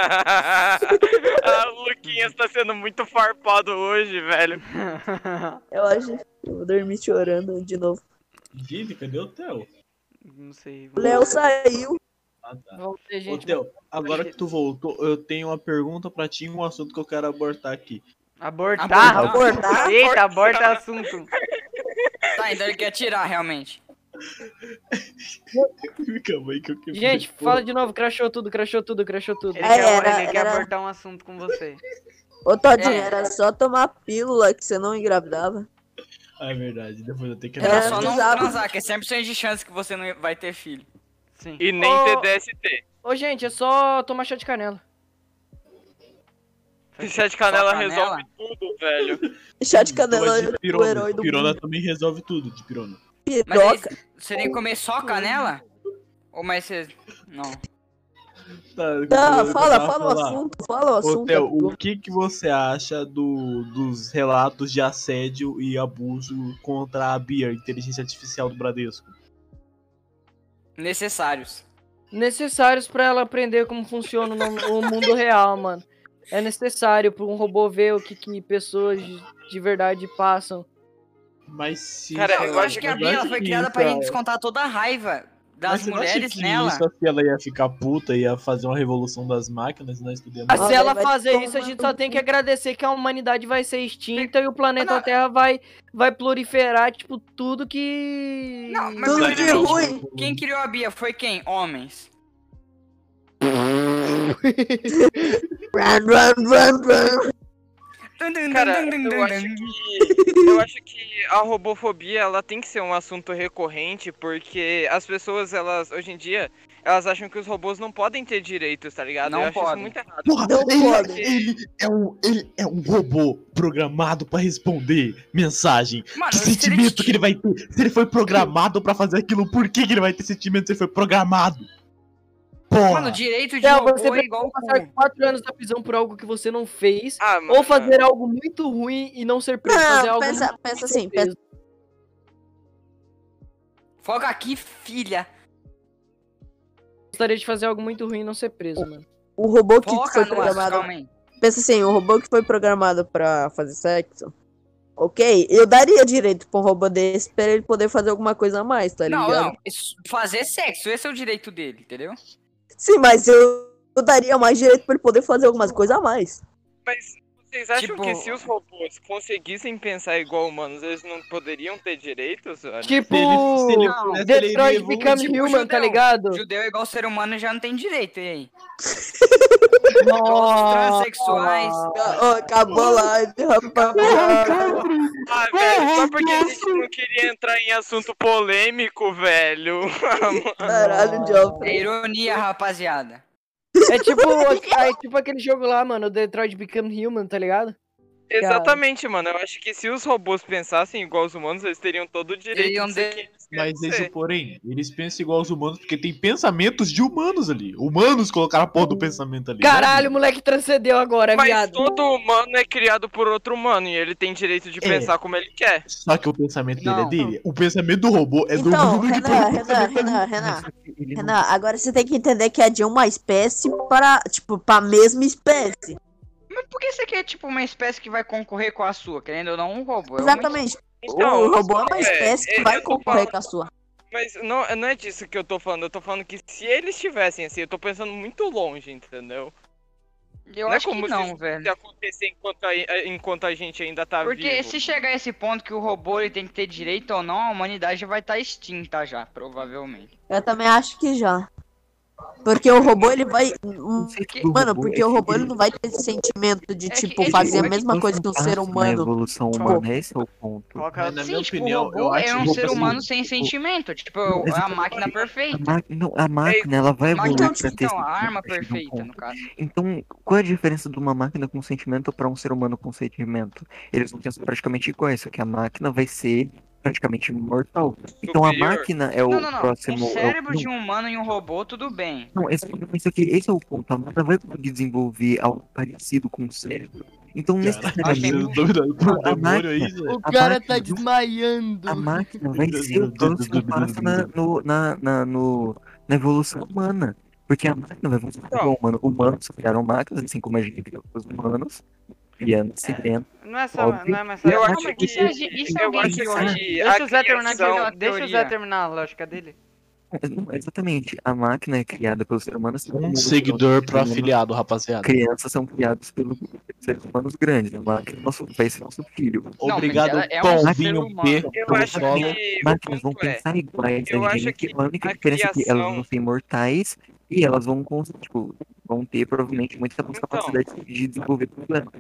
Speaker 6: ah, o Luquinhas tá sendo muito farpado hoje, velho.
Speaker 3: Eu acho. Eu vou dormir chorando de novo.
Speaker 2: Vive, cadê o Theo?
Speaker 1: não sei.
Speaker 3: O
Speaker 1: vamos-
Speaker 3: Léo saiu.
Speaker 2: Ah, tá.
Speaker 4: Vamos ter
Speaker 2: Ô,
Speaker 4: gente.
Speaker 2: Theo, agora que tu voltou, eu tenho uma pergunta pra ti e um assunto que eu quero abortar aqui.
Speaker 1: Abortar?
Speaker 7: Abortar.
Speaker 3: Acordar.
Speaker 1: Eita, aborta assunto.
Speaker 7: Tá, então ele quer tirar realmente.
Speaker 2: Calma aí que eu quebrei.
Speaker 4: Gente, fala de novo, crashou tudo, crashou tudo, crashou tudo.
Speaker 1: Ele,
Speaker 3: É,
Speaker 1: quer,
Speaker 3: era-
Speaker 1: ele quer
Speaker 3: era-
Speaker 1: abortar um assunto com você.
Speaker 3: Ô, Todinho,
Speaker 7: É.
Speaker 3: era só tomar pílula que você não engravidava.
Speaker 2: Ah, é verdade, depois eu tenho que
Speaker 7: Era
Speaker 3: É,
Speaker 7: só não
Speaker 3: exato.
Speaker 7: transar, que é 100% de chance que você não vai ter filho.
Speaker 1: Sim.
Speaker 6: E nem
Speaker 4: Ô,
Speaker 6: TDST.
Speaker 4: Ô, gente, é só tomar chá de canela.
Speaker 6: Chá de canela
Speaker 7: Só canela?
Speaker 6: resolve tudo, velho.
Speaker 3: Chá de canela
Speaker 2: Mas
Speaker 3: é
Speaker 2: de
Speaker 3: o herói
Speaker 2: pirona.
Speaker 3: do
Speaker 2: Pirona
Speaker 3: mundo.
Speaker 2: também resolve tudo de pirona.
Speaker 7: Mas é aí,
Speaker 3: Piroca.
Speaker 7: você tem que comer só canela? Ou mais você. Não.
Speaker 2: Tá,
Speaker 3: Tá,
Speaker 2: eu
Speaker 3: fala,
Speaker 2: tava
Speaker 3: fala o
Speaker 2: falando.
Speaker 3: assunto, fala o
Speaker 2: Ô,
Speaker 3: assunto. é
Speaker 2: Theo, o que, que você acha do- dos relatos de assédio e abuso contra a BIA, inteligência artificial do Bradesco?
Speaker 7: Necessários.
Speaker 4: necessários pra ela aprender como funciona o no- o mundo real, mano. É necessário pra um robô ver o que, que pessoas de- de verdade passam.
Speaker 2: Mas se.
Speaker 8: Cara,
Speaker 7: Não, eu acho que a
Speaker 2: eu
Speaker 7: Bia ela foi
Speaker 2: que
Speaker 7: criada
Speaker 2: isso,
Speaker 7: pra
Speaker 2: é-
Speaker 7: gente descontar toda a raiva
Speaker 2: mas
Speaker 7: das
Speaker 2: você não acha
Speaker 7: Tá, mulheres
Speaker 2: que
Speaker 7: nela.
Speaker 2: Isso, assim, ela ia ficar puta, ia fazer uma revolução das máquinas, né, nós podemos.
Speaker 4: Mas se
Speaker 3: Olha,
Speaker 4: ela
Speaker 3: vai
Speaker 4: fazer
Speaker 3: tomar
Speaker 4: isso, a gente
Speaker 3: no
Speaker 4: só tem que agradecer que a humanidade vai ser extinta e o planeta Terra vai, vai proliferar, tipo, tudo que.
Speaker 7: Não, mas
Speaker 3: Tudo de
Speaker 7: primeiramente,
Speaker 3: ruim.
Speaker 7: Quem criou a Bia foi quem? Homens.
Speaker 3: Run, run, run, run.
Speaker 8: Cara, eu acho que, eu acho que a robofobia ela tem que ser um assunto recorrente, porque as pessoas, elas, hoje em dia, elas acham que os robôs não podem ter direitos, tá ligado?
Speaker 7: Não
Speaker 8: eu acho isso
Speaker 7: podem.
Speaker 8: muito errado.
Speaker 2: Porra,
Speaker 3: Não
Speaker 2: ele,
Speaker 3: pode.
Speaker 2: ele é um, ele é um robô programado pra responder mensagem.
Speaker 7: Mano,
Speaker 2: Que
Speaker 7: se ele
Speaker 2: sentimento
Speaker 7: te-
Speaker 2: que ele vai ter? Se ele foi programado pra fazer aquilo, por que, que ele vai ter sentimento se ele foi programado? Porra!
Speaker 7: Mano, direito de
Speaker 4: Não,
Speaker 7: robô
Speaker 4: você
Speaker 7: é
Speaker 4: vai
Speaker 7: igual o
Speaker 4: passar
Speaker 7: cu.
Speaker 4: quatro anos na prisão por algo que você não fez.
Speaker 8: Ah,
Speaker 4: Ou
Speaker 8: mano,
Speaker 4: fazer algo muito ruim e não ser preso. fazer
Speaker 3: Não,
Speaker 4: algo
Speaker 3: pensa,
Speaker 4: muito
Speaker 3: pensa
Speaker 4: ruim
Speaker 3: assim,
Speaker 4: e ser
Speaker 3: pensa.
Speaker 7: Foga aqui, filha.
Speaker 4: Gostaria de fazer algo muito ruim e não ser preso, mano.
Speaker 3: O robô que
Speaker 7: Foca
Speaker 3: foi
Speaker 7: no assunto.
Speaker 3: programado.
Speaker 7: Calma aí.
Speaker 3: Pensa assim, o robô que foi programado pra fazer sexo. Ok, eu daria direito pra um robô desse pra ele poder fazer alguma coisa a mais, tá
Speaker 7: Não,
Speaker 3: ligado?
Speaker 7: não. isso- Fazer sexo, esse é o direito dele, entendeu?
Speaker 3: Sim, mas eu, eu daria mais direito pra ele poder fazer algumas coisas a mais.
Speaker 8: mas vocês acham
Speaker 7: Tipo-
Speaker 8: que se os robôs conseguissem pensar igual humanos, eles não poderiam ter direitos? velho?
Speaker 4: Tipo.
Speaker 2: Se ele- se ele pudesse, ele
Speaker 4: Detroit
Speaker 2: evoluir,
Speaker 4: Become
Speaker 2: tipo,
Speaker 4: Human, tá ligado?
Speaker 7: Judeu é igual ser humano já não tem direito, e aí?
Speaker 3: Ah.
Speaker 7: Os
Speaker 4: Nossa.
Speaker 7: transexuais.
Speaker 3: Ó, acabou a live, rapaz.
Speaker 8: Ah, velho, só porque a gente não queria entrar em assunto polêmico, velho.
Speaker 3: Caralho,
Speaker 7: É
Speaker 3: Joffrey.
Speaker 7: ironia, rapaziada.
Speaker 4: É tipo, é tipo aquele jogo lá, mano, Detroit Become Human, tá ligado?
Speaker 8: Exatamente, mano. Eu acho que se os robôs pensassem igual os humanos, eles teriam todo o direito
Speaker 7: Teriam
Speaker 8: de ser
Speaker 7: de-
Speaker 8: quem eles querem
Speaker 2: Mas isso,
Speaker 8: ser.
Speaker 2: porém, eles pensam igual aos humanos, porque tem pensamentos de humanos ali. Humanos colocaram a porra do pensamento ali. né?
Speaker 4: Caralho, o moleque transcendeu agora,
Speaker 8: Mas
Speaker 4: É viado.
Speaker 8: todo humano é criado por outro humano e ele tem direito de
Speaker 2: É.
Speaker 8: pensar como ele quer.
Speaker 2: Só que o pensamento
Speaker 7: Não.
Speaker 2: dele é dele. O pensamento do robô é do
Speaker 3: Então,
Speaker 2: mundo que né?
Speaker 3: Renan, Renan, Renan, Renan, Renan, agora você tem que entender que é de uma espécie para, tipo, pra mesma espécie.
Speaker 7: Mas por que você quer, tipo, uma espécie que vai concorrer com a sua? Querendo ou não, um robô. É uma
Speaker 3: Exatamente.
Speaker 8: Então,
Speaker 3: o robô é uma
Speaker 8: é,
Speaker 3: espécie que
Speaker 8: é,
Speaker 3: vai
Speaker 8: eu tô
Speaker 3: concorrer
Speaker 8: falando-
Speaker 3: com a sua.
Speaker 8: Mas não, não é disso que eu tô falando. Eu tô falando que se eles tivessem assim, eu tô pensando muito longe, entendeu?
Speaker 7: Eu
Speaker 8: Não é
Speaker 7: acho
Speaker 8: como
Speaker 7: que
Speaker 8: se
Speaker 7: não,
Speaker 8: isso
Speaker 7: velho.
Speaker 8: Se acontecer enquanto a, enquanto a gente ainda tá
Speaker 7: Porque
Speaker 8: vivo.
Speaker 7: se chegar a esse ponto que o robô ele tem que ter direito ou não, a humanidade já vai estar extinta já, provavelmente.
Speaker 3: Eu também acho que já. Porque o robô, ele vai. um- Mano,
Speaker 5: é
Speaker 3: porque o robô ele não vai ter esse sentimento de,
Speaker 7: É que
Speaker 3: tipo,
Speaker 7: ele-
Speaker 3: fazer
Speaker 7: é
Speaker 3: a
Speaker 7: que
Speaker 3: mesma coisa que um ser
Speaker 5: A
Speaker 3: humano.
Speaker 5: evolução
Speaker 3: Tipo-
Speaker 5: humana, esse é o ponto.
Speaker 1: Coloca
Speaker 2: Na
Speaker 1: ela.
Speaker 2: minha
Speaker 7: tipo,
Speaker 2: opinião,
Speaker 7: o robô
Speaker 2: eu acho
Speaker 7: é um
Speaker 2: que assim, o
Speaker 7: ser
Speaker 2: robô-
Speaker 7: humano sem sentimento. Tipo, é a máquina
Speaker 5: A,
Speaker 7: perfeita.
Speaker 5: ma... não, a máquina, ela vai
Speaker 7: Máquina-
Speaker 5: é evoluir
Speaker 7: É Então,
Speaker 5: pra ter
Speaker 7: a
Speaker 5: sentimento,
Speaker 7: arma
Speaker 5: chega um
Speaker 7: perfeita, né?
Speaker 5: ponto.
Speaker 7: no caso.
Speaker 5: Então, qual é a diferença de uma máquina com sentimento para um ser humano com sentimento? Eles não pensam praticamente iguais, só que a máquina vai ser praticamente imortal. Então a
Speaker 8: Superior.
Speaker 5: máquina é o
Speaker 7: Não, não, não.
Speaker 5: próximo.
Speaker 7: Um
Speaker 5: é o-
Speaker 7: cérebro
Speaker 5: não,
Speaker 7: de um humano e um robô, tudo bem.
Speaker 5: Não, esse, mas aqui, esse é o ponto. A máquina vai poder desenvolver algo parecido com o cérebro. Então, necessariamente,
Speaker 2: Caralho, duvidando pro
Speaker 5: A
Speaker 2: um demônio aí, né? Zé.
Speaker 4: O
Speaker 5: A
Speaker 4: cara tá
Speaker 5: máquina- um-
Speaker 4: desmaiando.
Speaker 5: a máquina vai ser o próximo passo na, no- na, na, no- na evolução humana. Porque a máquina vai evoluir
Speaker 7: Então.
Speaker 5: igual o humano. Humanos criaram máquinas, assim como a gente criou os humanos. E anos 70.
Speaker 1: Não é só,
Speaker 5: Óbvio.
Speaker 1: não é mais só.
Speaker 8: Eu
Speaker 5: Calma,
Speaker 8: acho
Speaker 5: mas
Speaker 8: que
Speaker 7: isso é de- isso é
Speaker 8: eu
Speaker 7: alguém
Speaker 8: acho
Speaker 7: que
Speaker 8: que
Speaker 7: hoje-
Speaker 1: Deixa o Zé
Speaker 8: a
Speaker 1: terminar aqui,
Speaker 8: criação-
Speaker 7: da
Speaker 1: deixa o Zé
Speaker 7: teoria.
Speaker 1: terminar a lógica dele.
Speaker 5: Não, exatamente. A máquina é criada pelo ser humano. assim como
Speaker 2: Um
Speaker 5: os
Speaker 2: seguidor
Speaker 5: humanos
Speaker 2: pro
Speaker 5: criam-
Speaker 2: afiliado, rapaziada.
Speaker 5: Crianças são criados pelos seres humanos grandes. né? A máquina nosso, vai ser nosso filho.
Speaker 7: mas
Speaker 2: Obrigado,
Speaker 7: ela é um
Speaker 2: pãozinho
Speaker 7: ser humano.
Speaker 2: P.
Speaker 8: Eu
Speaker 5: Então,
Speaker 8: acho
Speaker 5: só
Speaker 8: que o
Speaker 5: máquinas vão
Speaker 8: ponto é,
Speaker 5: pensar iguais.
Speaker 8: eu
Speaker 5: a
Speaker 8: acho
Speaker 5: diferença-
Speaker 8: que
Speaker 5: a única
Speaker 8: a
Speaker 5: diferença é que elas
Speaker 8: criação-
Speaker 5: vão ser imortais e elas vão, cons- tipo, vão ter provavelmente muita
Speaker 8: Então.
Speaker 5: capacidade de desenvolver problema.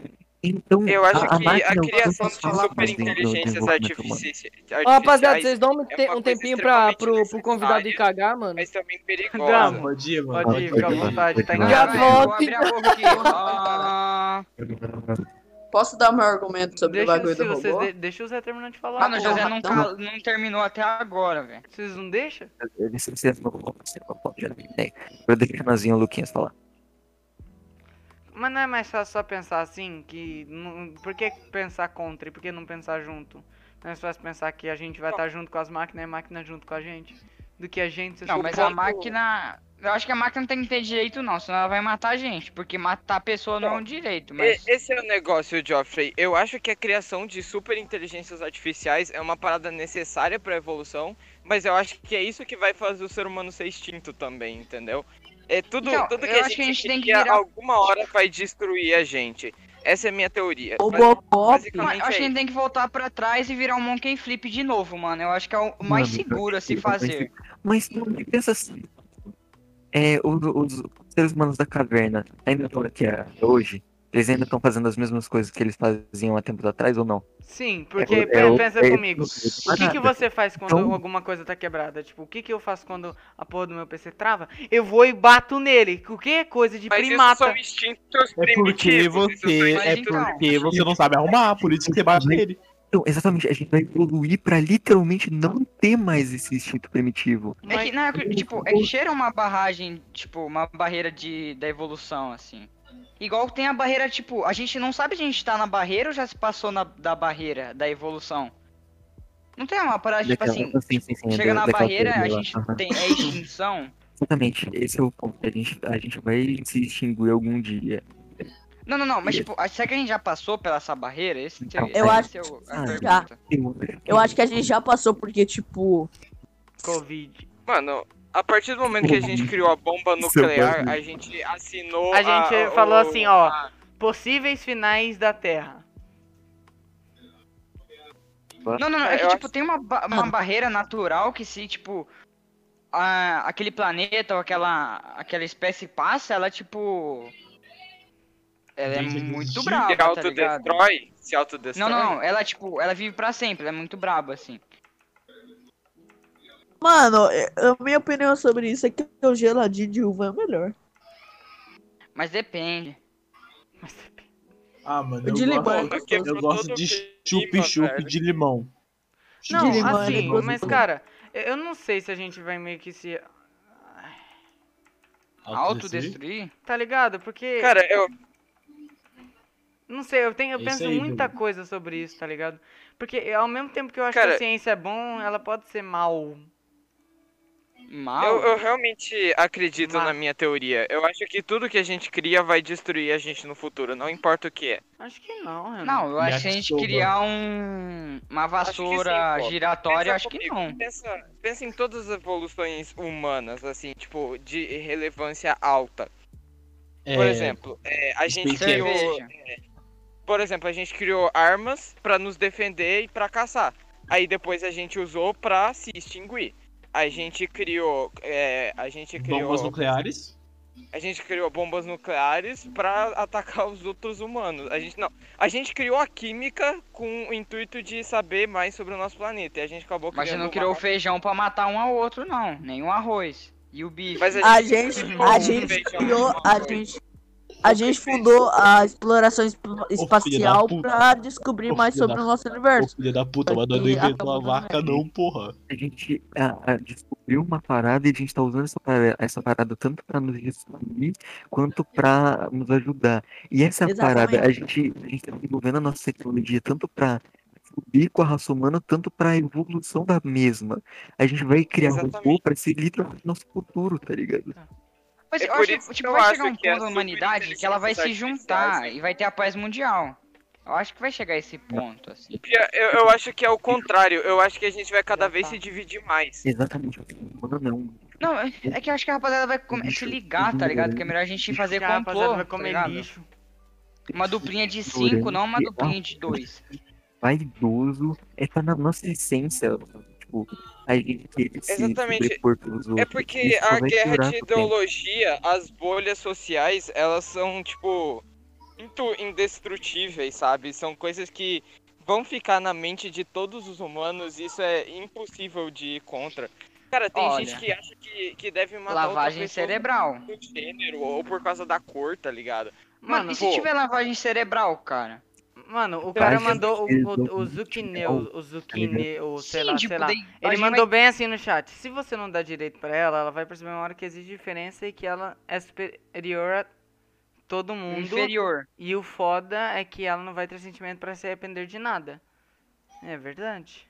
Speaker 5: Então,
Speaker 8: eu acho
Speaker 5: a, a
Speaker 8: que a
Speaker 5: máquina
Speaker 8: criação é de
Speaker 5: alcança as palavras dentro do
Speaker 8: superinteligências
Speaker 5: desenvolvimento humano.
Speaker 8: artificiais,
Speaker 4: Ó, rapaziada,
Speaker 8: artificiais
Speaker 4: vocês dão um, te-
Speaker 8: uma
Speaker 4: um
Speaker 8: coisa
Speaker 4: tempinho pra,
Speaker 8: extremamente
Speaker 4: pro, pro convidado ir
Speaker 8: necessária.
Speaker 4: cagar, mano.
Speaker 8: mas também
Speaker 1: Dá,
Speaker 8: perigosas.
Speaker 1: mano.
Speaker 2: Pode ir, mano.
Speaker 1: Pode ir, fica à vontade, tá em
Speaker 5: Já
Speaker 1: casa.
Speaker 7: velho, vou
Speaker 4: volto.
Speaker 7: abrir a boca aqui. Ah,
Speaker 3: Posso dar meu argumento sobre
Speaker 1: deixa,
Speaker 3: o bagulho
Speaker 1: se
Speaker 3: do robô?
Speaker 1: vocês de- deixa o Zé terminar de falar.
Speaker 7: Mano, o
Speaker 1: porra.
Speaker 7: José ah, não,
Speaker 3: rapidão.
Speaker 7: ca- não terminou até agora, velho.
Speaker 1: Vocês não deixam?
Speaker 5: né? Vou deixar o Luquinhas falar.
Speaker 1: Mas não é mais fácil só pensar assim? Que. não- por que pensar contra e por que não pensar junto? Não é mais fácil pensar que a gente vai estar junto com as máquinas e a máquina junto com a gente. Do que a gente se
Speaker 7: Não,
Speaker 1: supor-
Speaker 7: mas a máquina. Eu acho que a máquina não tem que ter direito, não, senão ela vai matar a gente. Porque matar a pessoa não é um direito, mas.
Speaker 8: E- Esse é o negócio, Geoffrey. Eu acho que a criação de super inteligências artificiais é uma parada necessária pra evolução, mas eu acho que é isso que vai fazer o ser humano ser extinto também, entendeu? É tudo,
Speaker 7: Então,
Speaker 8: tudo que,
Speaker 7: eu
Speaker 8: a
Speaker 7: acho
Speaker 8: gente
Speaker 7: que a gente tem que
Speaker 8: cria,
Speaker 7: virar-
Speaker 8: alguma hora vai destruir a gente. Essa é a minha teoria.
Speaker 3: O
Speaker 8: Mas-
Speaker 3: Bobop,
Speaker 7: Mano,
Speaker 8: basicamente
Speaker 7: eu acho
Speaker 8: é
Speaker 7: que a gente tem que voltar pra trás e virar um Monkey Flip de novo, mano. Eu acho que é o mais
Speaker 5: Mano,
Speaker 7: seguro a se
Speaker 5: eu pensei-
Speaker 7: fazer. É
Speaker 5: Mas não me pensa assim. É, os, os seres humanos da caverna ainda estão aqui ah, hoje? Eles ainda estão fazendo as mesmas coisas que eles faziam há tempos atrás ou não?
Speaker 1: Sim, porque
Speaker 5: É,
Speaker 1: pe-
Speaker 5: é o-
Speaker 1: pensa
Speaker 5: é-
Speaker 1: comigo. O que, que você faz quando
Speaker 5: Então-
Speaker 1: alguma coisa tá quebrada? Tipo, o que, que eu faço quando a porra do meu PC trava? Eu vou e bato nele. O que é coisa de
Speaker 8: Mas isso
Speaker 1: primata?
Speaker 8: são instintos
Speaker 2: É porque
Speaker 8: primitivos, isso são
Speaker 2: você. É
Speaker 7: então.
Speaker 2: porque você não sabe arrumar, por isso que você bate nele.
Speaker 5: Então, exatamente, a gente vai evoluir pra literalmente não ter mais esse instinto primitivo.
Speaker 7: É que, não, é que, tipo, é que cheira uma barragem, tipo, uma barreira de, da evolução, assim. Igual tem a barreira, tipo, a gente não sabe se a gente tá na barreira ou já se passou na, da barreira da evolução. Não tem uma parada, tipo
Speaker 5: Daquela-
Speaker 7: assim,
Speaker 5: sim, sim, sim,
Speaker 7: chega
Speaker 5: da-
Speaker 7: na
Speaker 5: daquela
Speaker 7: barreira, a
Speaker 5: teoria lá.
Speaker 7: gente
Speaker 5: Aham.
Speaker 7: tem é extinção.
Speaker 5: Exatamente, esse é o ponto. A gente, a gente vai se extinguir algum dia.
Speaker 7: Não, não, não, mas tipo, a- será que a gente já passou pela essa barreira? Esse,
Speaker 5: Então,
Speaker 7: esse
Speaker 5: eu
Speaker 3: acho
Speaker 7: é o- a
Speaker 5: Ah,
Speaker 7: pergunta.
Speaker 5: Eu,
Speaker 3: Eu acho que a gente já passou porque, tipo,
Speaker 1: Covid.
Speaker 8: Mano, a partir do momento que a gente criou a bomba nuclear, a gente assinou.
Speaker 1: A gente
Speaker 8: a-
Speaker 1: falou
Speaker 8: o-
Speaker 1: assim, ó.
Speaker 8: a-
Speaker 1: Possíveis finais da Terra.
Speaker 7: Não, não, não.
Speaker 8: É,
Speaker 7: É que,
Speaker 8: eu
Speaker 7: tipo, tem uma, ba- uma barreira natural que se, tipo, a- aquele planeta ou aquela, aquela espécie passa, ela, tipo. Ela é
Speaker 2: Gente,
Speaker 7: muito
Speaker 2: gente,
Speaker 7: brava,
Speaker 8: se
Speaker 7: tá ligado?
Speaker 8: autodestrói. Se autodestrói.
Speaker 7: Não, não, não, ela, tipo, ela vive pra sempre, ela é muito braba, assim.
Speaker 3: mano, eu- a minha opinião sobre isso é que o geladinho de uva é melhor.
Speaker 7: Mas depende.
Speaker 2: Ah, mano.
Speaker 3: O de
Speaker 2: eu
Speaker 3: limão.
Speaker 2: gosto-
Speaker 8: Mano, quebrou
Speaker 2: Eu gosto
Speaker 8: todo
Speaker 2: de
Speaker 8: o clima,
Speaker 2: chup-chup
Speaker 8: velho.
Speaker 2: de limão.
Speaker 1: Não,
Speaker 3: Sim,
Speaker 2: é
Speaker 3: mano,
Speaker 1: assim,
Speaker 3: depois
Speaker 1: mas
Speaker 3: do-
Speaker 1: cara, eu- eu não sei se a gente vai meio que se.
Speaker 7: Autodestruir?
Speaker 1: Tá ligado? Porque.
Speaker 8: Cara, eu,
Speaker 1: Não sei, eu, tenho, eu
Speaker 2: É isso
Speaker 1: penso
Speaker 2: aí,
Speaker 1: muita
Speaker 2: Bruno.
Speaker 1: coisa sobre isso, tá ligado? Porque eh, ao mesmo tempo que eu acho que
Speaker 8: Cara-
Speaker 1: a ciência é bom, ela pode ser mal.
Speaker 7: Mal?
Speaker 8: eu, eu realmente acredito
Speaker 1: Mas-
Speaker 8: na minha teoria. Eu acho que tudo que a gente cria vai destruir a gente no futuro, não importa o que é.
Speaker 1: Acho que não, Renan.
Speaker 7: Não, eu acho que se a gente
Speaker 2: Yakisoba.
Speaker 7: criar um, uma
Speaker 8: que sim,
Speaker 7: vassoura
Speaker 8: pô.
Speaker 7: giratória,
Speaker 8: Pensa
Speaker 7: acho que
Speaker 8: comigo,
Speaker 7: não.
Speaker 8: Pensa, pensa em todas as evoluções humanas, assim, tipo, de relevância alta. Por exemplo, é, a gente
Speaker 2: Space Jam.
Speaker 8: criou.
Speaker 7: Cerveja.
Speaker 8: Por exemplo, a gente criou armas pra nos defender e pra caçar. Aí depois a gente usou pra se extinguir. A gente criou, é, a gente criou,
Speaker 2: Bombas nucleares.
Speaker 8: a gente criou bombas nucleares pra atacar os outros humanos. A gente não, a gente criou a química com o intuito de saber mais sobre o nosso planeta. E a gente acabou
Speaker 7: Mas você
Speaker 8: criando
Speaker 7: não
Speaker 8: uma
Speaker 7: criou o
Speaker 8: arma.
Speaker 7: feijão pra matar um ao outro, não. Nem o arroz. E o bife.
Speaker 8: Mas a
Speaker 3: A gente,
Speaker 8: Uhum.
Speaker 3: a gente criou, a gente, a gente fundou a exploração esp- espacial
Speaker 2: puta.
Speaker 3: pra descobrir
Speaker 2: Ô,
Speaker 3: mais
Speaker 2: filho da
Speaker 3: sobre o nosso
Speaker 2: Ô,
Speaker 3: universo.
Speaker 2: filha da puta, mas
Speaker 3: Porque
Speaker 2: nós não inventou
Speaker 3: acabou
Speaker 2: a
Speaker 3: dando
Speaker 2: vaca,
Speaker 3: merda.
Speaker 2: não, porra.
Speaker 5: A gente ah, ah, descobriu uma parada e a gente tá usando essa parada, essa parada tanto pra nos destruir quanto pra nos ajudar. E essa parada, a gente, a gente tá desenvolvendo a nossa tecnologia tanto pra subir com a raça humana, tanto pra evolução da mesma. A gente vai criar robô
Speaker 8: Exatamente.
Speaker 5: pra ser literalmente nosso futuro, tá ligado?
Speaker 7: Mas
Speaker 8: É
Speaker 7: eu
Speaker 8: por
Speaker 7: acho
Speaker 8: isso
Speaker 7: que
Speaker 8: que
Speaker 7: tipo,
Speaker 8: eu
Speaker 7: vai chegar
Speaker 8: acho
Speaker 7: um
Speaker 8: que
Speaker 7: ponto
Speaker 8: as
Speaker 7: da humanidade que ela vai se
Speaker 8: superinteligências
Speaker 7: juntar
Speaker 8: artificiais-
Speaker 7: e vai ter a paz mundial. Eu acho que vai chegar esse ponto, assim.
Speaker 8: Pia, Eu, eu acho que é o contrário. Eu acho que a gente vai cada
Speaker 7: Já
Speaker 8: vez
Speaker 7: tá.
Speaker 8: se dividir mais.
Speaker 5: Exatamente, o ser humano não. um
Speaker 7: Não, é é que eu acho que a rapaziada vai come- se ligar, tá ligado? Que é melhor a gente fazer
Speaker 1: Que a rapaziada
Speaker 7: complô,
Speaker 1: vai
Speaker 7: tá
Speaker 1: comer
Speaker 7: ligado?
Speaker 1: lixo.
Speaker 7: Uma duplinha de cinco, não uma duplinha de dois.
Speaker 5: vaidoso, é tá na nossa essência, tipo, a gente querer se
Speaker 8: Exatamente.
Speaker 5: sobrepor pelos outros.
Speaker 8: É porque
Speaker 5: isso só
Speaker 8: a
Speaker 5: vai
Speaker 8: guerra
Speaker 5: piorar
Speaker 8: de
Speaker 5: com o tempo.
Speaker 8: ideologia, as bolhas sociais, elas são, tipo, muito indestrutíveis, sabe? São coisas que vão ficar na mente de todos os humanos. Isso é impossível de ir contra. Cara, tem
Speaker 7: Olha.
Speaker 8: gente que acha que, que deve matar
Speaker 7: Lavagem
Speaker 8: outra pessoa
Speaker 7: cerebral.
Speaker 8: por causa do gênero ou por causa da cor, tá ligado?
Speaker 7: Mano, e se
Speaker 8: pô.
Speaker 7: tiver lavagem cerebral, cara?
Speaker 1: Mano, o cara
Speaker 2: é
Speaker 5: acho
Speaker 1: mandou
Speaker 5: que
Speaker 1: o, o, o
Speaker 5: eles vão
Speaker 1: Zucneu,
Speaker 2: tá
Speaker 1: o Zucneu, sei lá,
Speaker 7: Sim,
Speaker 1: sei
Speaker 7: tipo,
Speaker 1: lá.
Speaker 7: daí a
Speaker 1: Ele
Speaker 7: gente vai-
Speaker 1: mandou bem assim no chat. Se você não dá direito pra ela, ela vai perceber uma hora que existe diferença e que ela é superior a todo mundo.
Speaker 7: inferior.
Speaker 1: E o foda é que ela não vai ter sentimento pra se arrepender de nada. É verdade.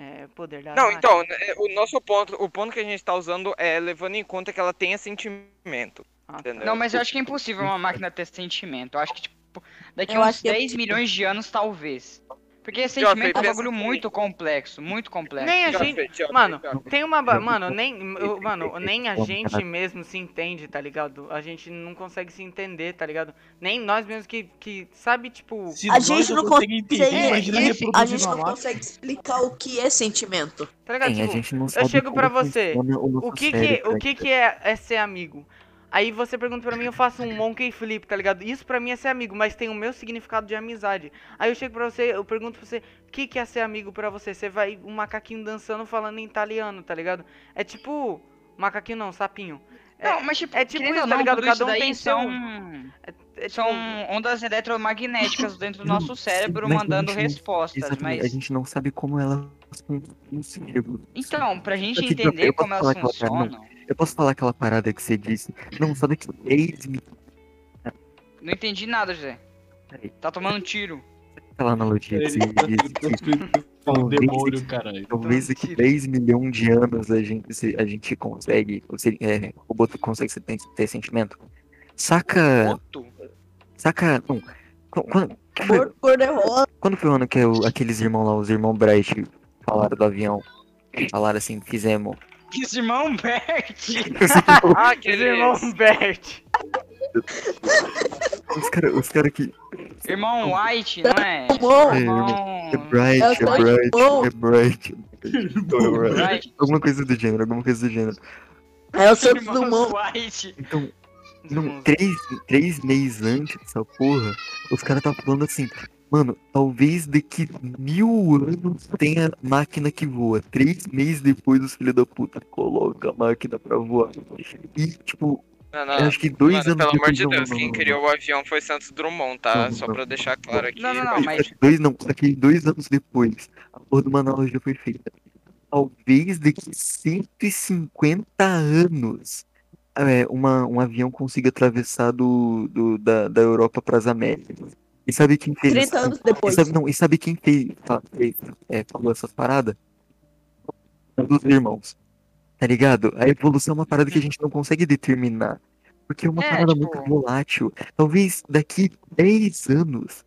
Speaker 1: É o poder da
Speaker 6: Não,
Speaker 1: máquina.
Speaker 6: então, né,
Speaker 8: é,
Speaker 6: o nosso ponto, o ponto que a gente tá usando é levando em conta que ela tenha sentimento.
Speaker 1: Ah, tá.
Speaker 6: Entendeu?
Speaker 7: Não,
Speaker 8: Tipo,
Speaker 7: mas eu acho que é impossível uma máquina ter sentimento. Eu acho que, tipo, daqui
Speaker 3: Eu
Speaker 7: uns
Speaker 3: acho que é
Speaker 7: 10 milhões de anos, talvez. Porque
Speaker 6: Jota,
Speaker 7: sentimento é um
Speaker 6: pensa
Speaker 7: bagulho
Speaker 6: assim.
Speaker 7: muito complexo, muito complexo.
Speaker 1: Nem a
Speaker 6: Tchau,
Speaker 1: gente-
Speaker 6: Fê, tchau, Fê,
Speaker 1: Mano,
Speaker 6: tchau.
Speaker 1: tem uma. ba- Mano, nem, eu- mano, nem a gente mesmo se entende, tá ligado? A gente não consegue se entender, tá ligado? Nem nós mesmos que, que sabe, tipo.
Speaker 2: Se
Speaker 3: A
Speaker 2: nós
Speaker 3: gente não
Speaker 2: consegue
Speaker 3: consegue-
Speaker 2: imagina
Speaker 7: é,
Speaker 3: A
Speaker 2: reproduzir
Speaker 3: gente
Speaker 2: uma
Speaker 3: não
Speaker 2: máquina.
Speaker 3: consegue explicar o que é sentimento.
Speaker 1: Tá ligado?
Speaker 5: Tem, a
Speaker 1: Tipo,
Speaker 5: gente não sabe
Speaker 1: chego
Speaker 5: como
Speaker 1: pra você,
Speaker 5: funciona O,
Speaker 1: O
Speaker 5: nosso
Speaker 1: que que,
Speaker 5: cérebro,
Speaker 1: o
Speaker 5: né,
Speaker 1: que
Speaker 5: cara?
Speaker 1: que é, é ser amigo? Aí você pergunta pra mim, eu faço um monkey flip, tá ligado? Isso pra mim é ser amigo, mas tem o meu significado de amizade. Aí eu chego pra você, eu pergunto pra você, o que que é ser amigo pra você? Você vai um macaquinho dançando falando em italiano, tá ligado? É tipo, macaquinho não, sapinho. É-
Speaker 7: Não, mas tipo,
Speaker 1: é tipo
Speaker 7: querendo
Speaker 1: isso,
Speaker 7: ou
Speaker 1: tá
Speaker 7: não,
Speaker 1: ligado?
Speaker 7: tudo
Speaker 1: Cada
Speaker 7: isso
Speaker 1: um
Speaker 7: daí
Speaker 1: tem seu-
Speaker 7: são,
Speaker 1: É
Speaker 7: são
Speaker 1: tipo-
Speaker 7: ondas eletromagnéticas dentro do
Speaker 5: Não,
Speaker 7: nosso cérebro
Speaker 5: mas a
Speaker 7: mandando
Speaker 5: gente não-
Speaker 7: respostas,
Speaker 5: Exatamente,
Speaker 7: mas...
Speaker 5: A gente não sabe como ela funciona no cérebro.
Speaker 7: Então, pra gente
Speaker 5: Aqui, Jota,
Speaker 7: entender
Speaker 5: eu posso
Speaker 7: como elas
Speaker 5: falar que ela tá
Speaker 7: funcionam,
Speaker 5: Eu posso falar aquela parada que você disse? Não, só daqui 10 minutos.
Speaker 7: não entendi nada, José.
Speaker 5: Peraí.
Speaker 7: Tá tomando um tiro.
Speaker 5: Aquela analogia que você
Speaker 2: Ele tá sendo
Speaker 5: disse. que
Speaker 2: transcrito por um
Speaker 5: Talvez-
Speaker 2: demônio, caralho.
Speaker 5: Talvez daqui 10 milhões de anos a gente, se- a gente consegue. ou se- é, o robô consegue se- ter, ter sentimento. Saca.
Speaker 7: Puto.
Speaker 5: Saca. Não. Qu- Quando, cara,
Speaker 3: Cor, cor de rosa.
Speaker 5: quando foi o ano que o- aqueles irmãos lá, os irmãos Bright, falaram do avião? Falaram assim, fizemos.
Speaker 7: Que esse irmão Bert!
Speaker 6: Ah,
Speaker 1: Aquele
Speaker 6: aquele
Speaker 1: irmão Bert.
Speaker 5: Os caras os cara que.
Speaker 7: Irmão White, não é?
Speaker 3: Bom,
Speaker 5: É,
Speaker 6: Hum.
Speaker 7: Irmão...
Speaker 5: É Bright,
Speaker 3: É o
Speaker 5: é
Speaker 3: Bright
Speaker 5: Bright,
Speaker 3: Bom.
Speaker 5: é Bright. Então, é Bright.
Speaker 7: Bright.
Speaker 5: Alguma coisa do gênero, alguma coisa do gênero.
Speaker 3: é o Santos
Speaker 7: Irmãos
Speaker 3: Dumont.
Speaker 7: White.
Speaker 5: Então,
Speaker 1: Dos
Speaker 5: Não,
Speaker 1: irmãos
Speaker 5: três, três meses antes dessa porra, os caras tá falando assim, mano, talvez daqui mil anos tenha máquina que voa. Três meses depois os filhos da puta colocam a máquina pra voar. E, tipo,
Speaker 6: Não,
Speaker 5: eu
Speaker 6: não,
Speaker 5: acho que dois
Speaker 6: Ah, Mano,
Speaker 5: anos
Speaker 6: pelo amor
Speaker 5: depois.
Speaker 6: de
Speaker 5: não, não,
Speaker 6: Deus,
Speaker 5: não,
Speaker 6: quem
Speaker 5: não,
Speaker 6: criou o avião foi Santos Drummond, tá?
Speaker 5: Não,
Speaker 6: Só
Speaker 5: não.
Speaker 6: pra deixar claro aqui.
Speaker 7: Não, não,
Speaker 5: não.
Speaker 7: não, mas
Speaker 5: Só que Dois não, só que dois anos depois, a porra de uma analogia foi feita. Talvez daqui 150 anos. é, uma, um avião consiga atravessar do, do- da, da Europa para as Américas. E sabe quem fez
Speaker 3: 30
Speaker 5: essa-
Speaker 3: anos depois.
Speaker 5: e sabe, não, e sabe quem fez, fa- fez, é, falou essas paradas? Um dos irmãos. Tá ligado? A evolução é uma parada que a gente não consegue determinar. Porque é uma
Speaker 7: É,
Speaker 5: parada
Speaker 7: tipo-
Speaker 5: muito volátil. Talvez daqui 10 anos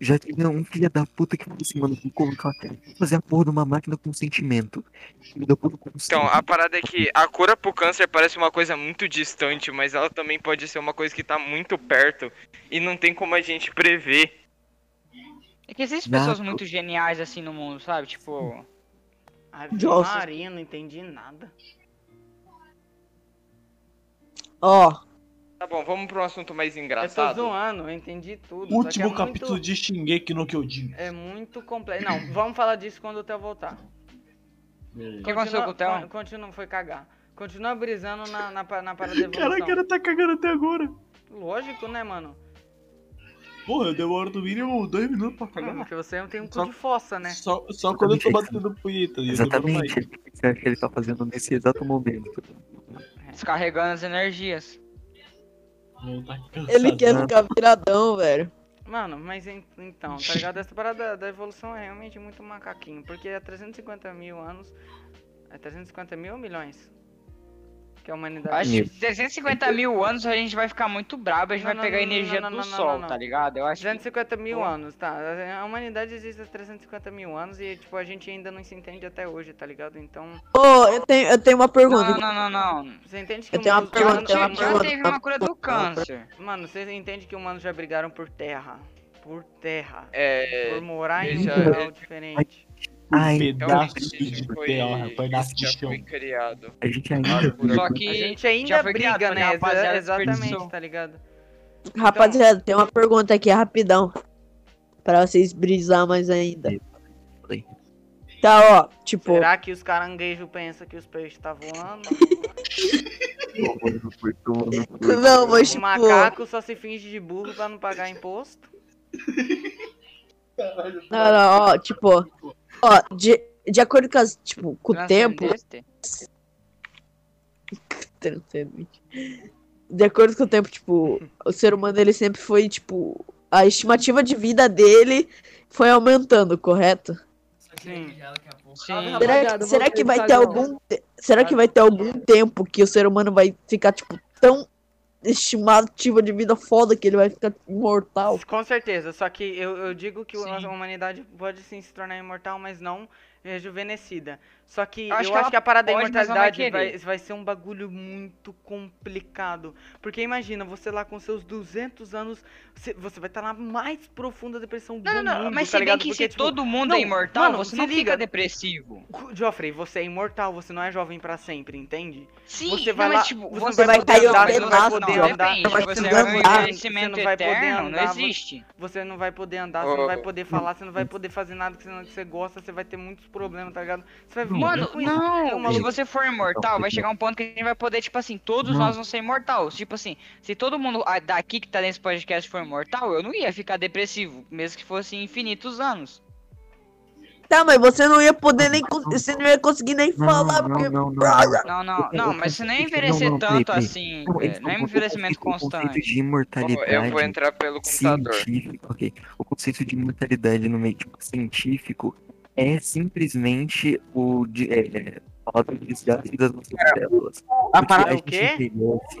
Speaker 5: já tenha um filho da puta que falou assim, mano, vou colocar, vou fazer a porra de uma máquina com sentimento. Filho da puta com
Speaker 6: Então, a
Speaker 5: sentimento.
Speaker 6: parada é que a cura pro câncer parece uma coisa muito distante, mas ela também pode ser uma coisa que tá muito perto e não tem como a gente prever.
Speaker 7: É que existem
Speaker 5: Não.
Speaker 7: pessoas muito geniais assim no mundo, sabe? Tipo.
Speaker 1: Ave
Speaker 3: Nossa.
Speaker 1: Maria, não entendi nada.
Speaker 3: Ó,
Speaker 6: Tá bom, vamos pro assunto mais
Speaker 1: Eu tô
Speaker 6: engraçado.
Speaker 1: zoando, eu entendi tudo. só que
Speaker 2: Último
Speaker 1: é
Speaker 2: capítulo
Speaker 1: muito,
Speaker 2: de Shingeki no Kyojin.
Speaker 1: É muito complexo. Não, vamos falar disso quando o Theo voltar. É.
Speaker 7: O que aconteceu com o Theo?
Speaker 1: Continua, foi cagar. Continua brisando na, na, pa- na parada de
Speaker 2: Caraca, o
Speaker 1: evolução.
Speaker 2: cara tá cagando até agora.
Speaker 1: Lógico, né, mano?
Speaker 2: Porra, eu demoro no mínimo dois minutos pra
Speaker 1: Não,
Speaker 2: cagar.
Speaker 1: porque você não tem um
Speaker 2: Só-
Speaker 1: cu de fossa, né?
Speaker 2: Só, só quando eu tô batendo punheta. e eu demoro mais.
Speaker 5: Exatamente. O que você acha que ele tá fazendo nesse exato momento?
Speaker 7: Descarregando as energias.
Speaker 2: Não, tá cansado.
Speaker 3: ele quer ficar viradão, velho.
Speaker 1: Mano, mas en- então, tá ligado? Essa parada da evolução é realmente muito macaquinho. Porque é há 350 mil anos. É 350 mil ou milhões? Que a humanidade.
Speaker 7: Acho que
Speaker 5: Isso.
Speaker 7: 350 mil anos a gente vai ficar muito brabo, a gente
Speaker 1: Não,
Speaker 7: vai
Speaker 1: não,
Speaker 7: pegar a
Speaker 1: não, não,
Speaker 7: energia
Speaker 1: não,
Speaker 7: do
Speaker 1: não, não,
Speaker 7: sol,
Speaker 1: não, não.
Speaker 7: tá ligado? Eu acho que.
Speaker 1: 350 mil
Speaker 7: Boa.
Speaker 1: anos, tá? A humanidade existe há 350 mil anos e, tipo, a gente ainda não se entende até hoje, tá ligado? Então,
Speaker 3: Ô, eu, tenho, eu tenho uma pergunta.
Speaker 7: Não, não, não, não.
Speaker 1: você entende que um
Speaker 3: Eu tenho uma
Speaker 1: humanos-
Speaker 3: pergunta,
Speaker 1: humanos-
Speaker 3: tenho uma
Speaker 7: Já, já
Speaker 3: pergunta.
Speaker 7: teve uma cura do câncer.
Speaker 1: Mano, vocês entendem que humanos já brigaram por terra. Por terra.
Speaker 6: É.
Speaker 1: por morar em um
Speaker 6: ele já-
Speaker 1: local
Speaker 7: é,
Speaker 6: ele-
Speaker 1: diferente.
Speaker 5: Ai,
Speaker 2: Pedaço de
Speaker 6: foi-
Speaker 8: é
Speaker 2: terra, pedaço de
Speaker 6: já
Speaker 2: chão.
Speaker 6: foi criado.
Speaker 5: a gente ainda.
Speaker 7: Só
Speaker 1: A
Speaker 7: que.
Speaker 1: gente ainda
Speaker 7: já foi
Speaker 1: briga,
Speaker 7: criado, foi
Speaker 1: né?
Speaker 7: da
Speaker 1: Exa-
Speaker 7: rapaziada de
Speaker 1: Exatamente,
Speaker 7: perdição.
Speaker 1: tá ligado?
Speaker 3: Então, Rapaziada, tem uma pergunta aqui rapidão. Pra vocês brisar mais ainda. Tá, ó, tipo,
Speaker 1: Será que os caranguejos pensam que os peixes tá voando?
Speaker 3: não, mas
Speaker 1: o
Speaker 3: tipo,
Speaker 1: tipo, macaco só se finge de burro pra não pagar imposto?
Speaker 3: Não, não, ó, tipo, ó, de, de acordo com as, tipo, com o tempo,
Speaker 7: Transcendeste?
Speaker 3: transcendente. De acordo com o tempo, tipo, o ser humano ele sempre foi, tipo, a estimativa de vida dele foi aumentando, correto?
Speaker 1: Sim.
Speaker 7: Sim.
Speaker 3: Será,
Speaker 4: Rapaziada,
Speaker 3: será
Speaker 4: vou
Speaker 3: que vai ter
Speaker 4: pensar agora.
Speaker 3: algum te- será que vai ter algum tempo que o ser humano vai ficar tipo tão estimativa de vida foda que ele vai ficar imortal?
Speaker 1: Com certeza, só que eu, eu digo que
Speaker 7: Sim.
Speaker 1: a humanidade pode sim se tornar imortal, mas não rejuvenescida. Só que
Speaker 7: Eu acho
Speaker 1: eu
Speaker 7: que
Speaker 1: acho
Speaker 7: ela
Speaker 1: que a parada
Speaker 7: pode,
Speaker 1: da
Speaker 7: mas não vai
Speaker 1: imortalidade vai,
Speaker 7: querer.
Speaker 1: vai ser um bagulho muito complicado. Porque imagina, você lá com seus 200 anos, você, você vai estar na mais profunda depressão
Speaker 7: Não,
Speaker 1: do
Speaker 7: não, não,
Speaker 1: mundo,
Speaker 7: mas
Speaker 1: tá
Speaker 7: se bem
Speaker 1: ligado?
Speaker 7: que
Speaker 1: Porque,
Speaker 7: se
Speaker 1: tipo,
Speaker 7: todo mundo
Speaker 1: não,
Speaker 7: é imortal,
Speaker 1: mano,
Speaker 7: você
Speaker 1: se
Speaker 7: não
Speaker 1: liga.
Speaker 7: fica depressivo.
Speaker 1: Joffrey, você é imortal, você não é jovem pra sempre, entende?
Speaker 7: Sim,
Speaker 1: Você
Speaker 7: não,
Speaker 1: vai lá,
Speaker 7: mas, tipo,
Speaker 1: é você
Speaker 7: você
Speaker 3: vai
Speaker 7: vai
Speaker 3: cair
Speaker 7: andar,
Speaker 3: no
Speaker 7: você não vai
Speaker 3: pedaço,
Speaker 7: poder
Speaker 3: ó.
Speaker 7: andar,
Speaker 3: Você vai
Speaker 7: você
Speaker 3: se
Speaker 7: vai ter um
Speaker 3: enganar.
Speaker 7: envelhecimento
Speaker 1: tá? Você não vai poder
Speaker 7: eterno, não
Speaker 1: andar, você-
Speaker 7: existe.
Speaker 1: Você não vai poder andar, você não
Speaker 6: Ô.
Speaker 1: vai poder falar, você não vai poder fazer nada que você, não- que você gosta, você vai ter muitos problemas, tá ligado? Você vai viver
Speaker 7: Mano,
Speaker 1: com isso.
Speaker 5: um
Speaker 1: É uma
Speaker 7: não, se
Speaker 1: loucura.
Speaker 7: você for imortal, vai chegar um ponto que a gente vai poder, tipo assim, todos nós vamos ser imortal. Tipo assim, se todo mundo ah, daqui que tá nesse podcast for imortal, eu não ia ficar depressivo, mesmo que fosse infinitos anos.
Speaker 3: Tá, mas você não ia poder nem con- você não ia conseguir nem falar porque
Speaker 5: não,
Speaker 7: Não, não, não, mas se nem
Speaker 5: Não, não,
Speaker 7: envelhecer
Speaker 5: peraí,
Speaker 7: tanto
Speaker 5: peraí.
Speaker 7: assim,
Speaker 5: Não,
Speaker 7: velho,
Speaker 5: eles
Speaker 7: não é
Speaker 5: colocam o
Speaker 7: envelhecimento
Speaker 5: conceito- O
Speaker 7: constante.
Speaker 5: conceito de imortalidade.
Speaker 6: Eu vou entrar pelo computador.
Speaker 5: Científico, ok. O conceito de imortalidade no meio tipo, científico é simplesmente o de, é, a palavra desgaste das nossas células.
Speaker 1: A
Speaker 5: Porque
Speaker 1: parada
Speaker 5: a
Speaker 1: é o quê?
Speaker 5: gente envelhece,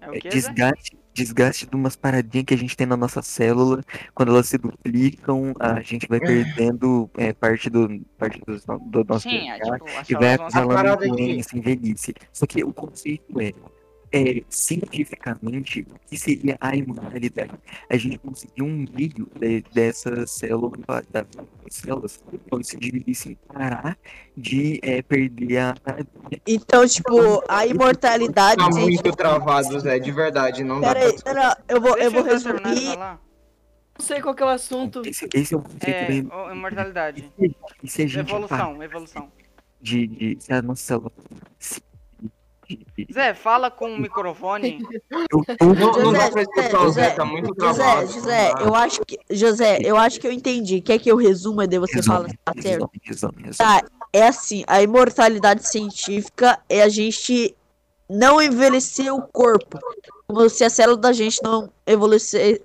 Speaker 1: É
Speaker 5: é,
Speaker 1: o quê, Zé?
Speaker 5: desgaste, desgaste de umas paradinhas que a gente tem na nossa célula. Quando elas se duplicam, a gente vai perdendo é, parte, do, parte dos no- do nosso
Speaker 7: Sim, é
Speaker 5: DNA
Speaker 7: tipo, as
Speaker 5: que vai
Speaker 7: células vão
Speaker 8: A
Speaker 5: acusando
Speaker 8: parada é que-
Speaker 5: doença em velhice. Só que o conceito é, é cientificamente, o que seria a imortalidade? A gente conseguir um meio de, dessa célula, da, das células, quando se dividissem, parar de é, perder a paradinha.
Speaker 3: então tipo a imortalidade
Speaker 8: Tá
Speaker 3: gente,
Speaker 8: muito travado, Zé, de verdade, não dá
Speaker 3: Pera aí,
Speaker 8: pra...
Speaker 3: pera, eu vou,
Speaker 1: Deixa
Speaker 3: eu vou
Speaker 1: só terminar de
Speaker 3: resumir.
Speaker 1: falar.
Speaker 4: Não sei qual que é o assunto.
Speaker 5: Esse, esse é o conceito
Speaker 1: É,
Speaker 5: da
Speaker 1: ó, imortalidade.
Speaker 5: E se a gente parar
Speaker 1: Evolução, evolução.
Speaker 5: de, de, se a nossa célula... se- de- de-
Speaker 1: Zé, fala com o microfone.
Speaker 5: eu tô-
Speaker 8: Não, não dá
Speaker 3: José,
Speaker 8: pra escutar o Zé,
Speaker 3: José,
Speaker 8: tá muito travado.
Speaker 3: José,
Speaker 8: não
Speaker 3: José,
Speaker 8: dá.
Speaker 3: eu acho que. José, eu acho que eu entendi. Quer que eu resuma e daí você fala
Speaker 5: Resume,
Speaker 3: se tá certo?
Speaker 5: resume, resume, resume.
Speaker 3: Tá, é assim, a imortalidade científica é a gente não envelhecer o corpo. Como se a célula da gente não envelhecer.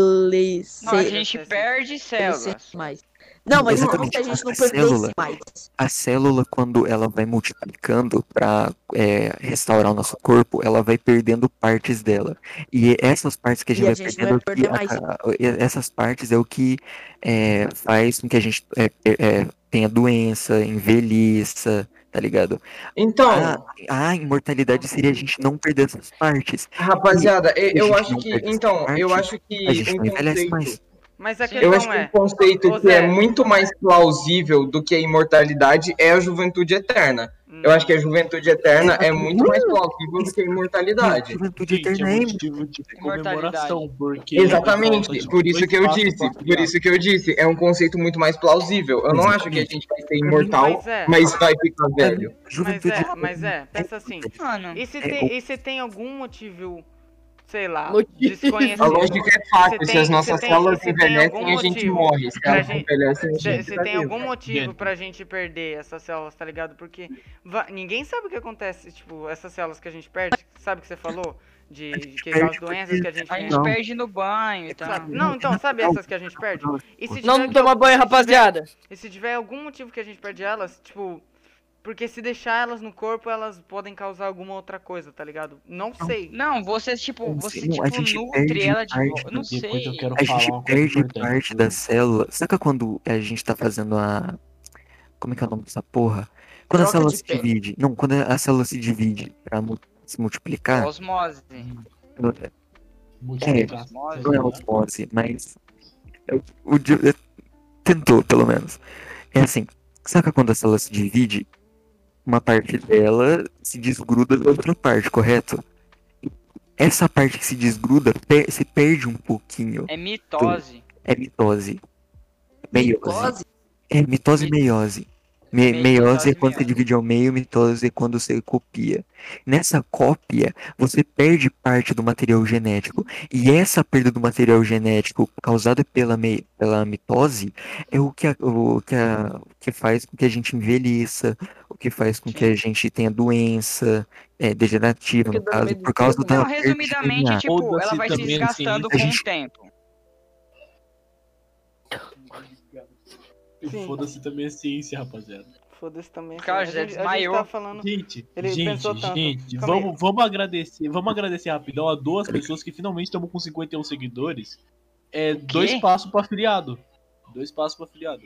Speaker 1: Sim.
Speaker 7: Não, a
Speaker 3: envelhecer
Speaker 7: gente é perde células.
Speaker 3: mais. Não, mas não,
Speaker 5: Exatamente,
Speaker 3: se a gente não
Speaker 5: a célula-
Speaker 3: envelhece mais.
Speaker 5: A célula, quando ela vai multiplicando para restaurar o nosso corpo, ela vai perdendo partes dela. E essas partes que a
Speaker 3: E
Speaker 5: gente
Speaker 3: a
Speaker 5: vai
Speaker 3: gente
Speaker 5: perdendo, é
Speaker 3: vai
Speaker 5: que
Speaker 3: perder mais.
Speaker 5: aca- essas partes é o que é, faz com que a gente é, é, é, tenha doença, envelheça, tá ligado?
Speaker 8: Então,
Speaker 5: A, a imortalidade seria a gente não perder essas partes.
Speaker 8: rapaziada, eu- eu,
Speaker 5: gente
Speaker 8: acho
Speaker 5: não
Speaker 8: que.
Speaker 5: perde essa
Speaker 8: Então, eu
Speaker 5: parte,
Speaker 8: acho que
Speaker 5: A um gente
Speaker 8: um
Speaker 5: não envelhece
Speaker 8: conceito.
Speaker 5: mais.
Speaker 1: Mas a
Speaker 7: Sim.
Speaker 8: Eu
Speaker 1: questão
Speaker 8: acho que um
Speaker 1: é.
Speaker 8: conceito
Speaker 1: Ô,
Speaker 8: que é
Speaker 1: Zé.
Speaker 8: muito mais plausível do que a imortalidade é a juventude eterna.
Speaker 1: hum,
Speaker 8: Eu acho que a juventude eterna é muito mais plausível do que a imortalidade.
Speaker 5: Juventude
Speaker 2: Gente, é
Speaker 5: eterna é
Speaker 2: motivo de comemoração, porque...
Speaker 8: Exatamente, por isso que eu
Speaker 2: Dois
Speaker 8: disse,
Speaker 2: passos pra
Speaker 8: por isso que eu disse, é um conceito muito mais plausível. Eu não acho que a gente vai ser imortal,
Speaker 1: Mas é,
Speaker 8: mas vai ficar velho.
Speaker 1: mas
Speaker 5: juventude
Speaker 1: é, mas é, pensa assim.
Speaker 7: Mano,
Speaker 1: E se
Speaker 5: É,
Speaker 1: tem, e se tem algum motivo, sei lá,
Speaker 4: Motivo.
Speaker 1: desconhecido?
Speaker 8: A lógica é fácil,
Speaker 1: Você
Speaker 8: se
Speaker 1: tem-
Speaker 8: as nossas
Speaker 1: você tem-
Speaker 8: células
Speaker 1: você tem
Speaker 8: envelhecem,
Speaker 1: algum
Speaker 8: a gente
Speaker 1: motivo
Speaker 8: morre. Se
Speaker 1: pra
Speaker 8: elas não
Speaker 1: gente-
Speaker 8: envelhecem, a
Speaker 1: Se,
Speaker 8: gente
Speaker 1: se
Speaker 8: tá
Speaker 1: tem
Speaker 8: vivo.
Speaker 1: algum motivo
Speaker 2: Gente.
Speaker 1: pra gente perder essas células, tá ligado? Porque va- ninguém sabe o que acontece, tipo, essas células que a gente perde, sabe o que você falou? De, de que
Speaker 5: perde
Speaker 1: as doenças que a gente
Speaker 7: a gente
Speaker 1: tem.
Speaker 7: perde no banho tá? e tal.
Speaker 5: Exato.
Speaker 1: Não, então, sabe essas que a gente perde? E se tiver
Speaker 4: Tá. Não
Speaker 1: que- é
Speaker 4: toma banho,
Speaker 1: se tiver-
Speaker 4: rapaziada.
Speaker 1: E se tiver algum motivo que a gente perde elas, tipo. Porque se deixar elas no corpo, elas podem causar alguma outra coisa, tá ligado? Não sei.
Speaker 7: Não, você, tipo,
Speaker 5: Não
Speaker 7: você,
Speaker 5: sei, não, a gente
Speaker 7: tipo,
Speaker 5: perde
Speaker 7: nutre ela de
Speaker 5: parte
Speaker 7: volta. Não sei.
Speaker 2: Depois eu quero
Speaker 5: A
Speaker 2: falar
Speaker 5: gente
Speaker 2: uma coisa
Speaker 5: perde
Speaker 2: importante.
Speaker 5: parte da célula. Saca quando a gente tá fazendo a. Como é que é o nome dessa porra? Quando a
Speaker 3: Troca
Speaker 5: célula
Speaker 3: de
Speaker 5: se
Speaker 3: pele.
Speaker 5: divide. Não, quando a célula se divide pra mu- se multiplicar.
Speaker 7: Osmose.
Speaker 5: não- é,
Speaker 2: Multiplicação.
Speaker 5: Não
Speaker 1: uhum.
Speaker 5: é osmose, mas. é o- o di- é- tentou, pelo menos. É assim. Saca quando a célula se divide? Uma parte dela se desgruda da outra parte, correto? Essa parte que se desgruda pe- se perde um pouquinho.
Speaker 7: É mitose.
Speaker 5: É mitose. Meiose. É mitose e meiose. Me-
Speaker 7: Meiose,
Speaker 5: meiose é quando você
Speaker 7: meiose.
Speaker 5: divide ao meio, mitose é quando você copia. Nessa cópia, você perde parte do material genético. E essa perda do material genético causada pela, mei- pela mitose é o que, a- o, que a- o que faz com que a gente envelheça, o que faz com que a gente tenha doença é, degenerativa, no
Speaker 4: Porque dá
Speaker 5: caso,
Speaker 4: medo
Speaker 5: por
Speaker 4: de
Speaker 5: causa
Speaker 4: tudo,
Speaker 5: da
Speaker 7: Não,
Speaker 5: perda de DNA.
Speaker 7: resumidamente, tipo,
Speaker 2: Foda-se
Speaker 7: ela vai se
Speaker 2: também,
Speaker 7: desgastando
Speaker 5: assim.
Speaker 7: com
Speaker 5: A gente-
Speaker 7: o tempo.
Speaker 8: É.
Speaker 1: Sim.
Speaker 2: Foda-se também a ciência, rapaziada.
Speaker 1: Foda-se também.
Speaker 7: Cara,
Speaker 1: assim,
Speaker 7: já
Speaker 1: a gente- a gente
Speaker 7: desmaiou.
Speaker 1: tá falando.
Speaker 2: Gente,
Speaker 1: Ele pensou
Speaker 2: gente,
Speaker 1: tanto.
Speaker 2: gente,
Speaker 1: Calma aí.
Speaker 2: vamos, vamos agradecer, vamos agradecer rapidão a duas pessoas que finalmente estamos com 51 seguidores. É, dois passos para afiliado. Dois passos para afiliado.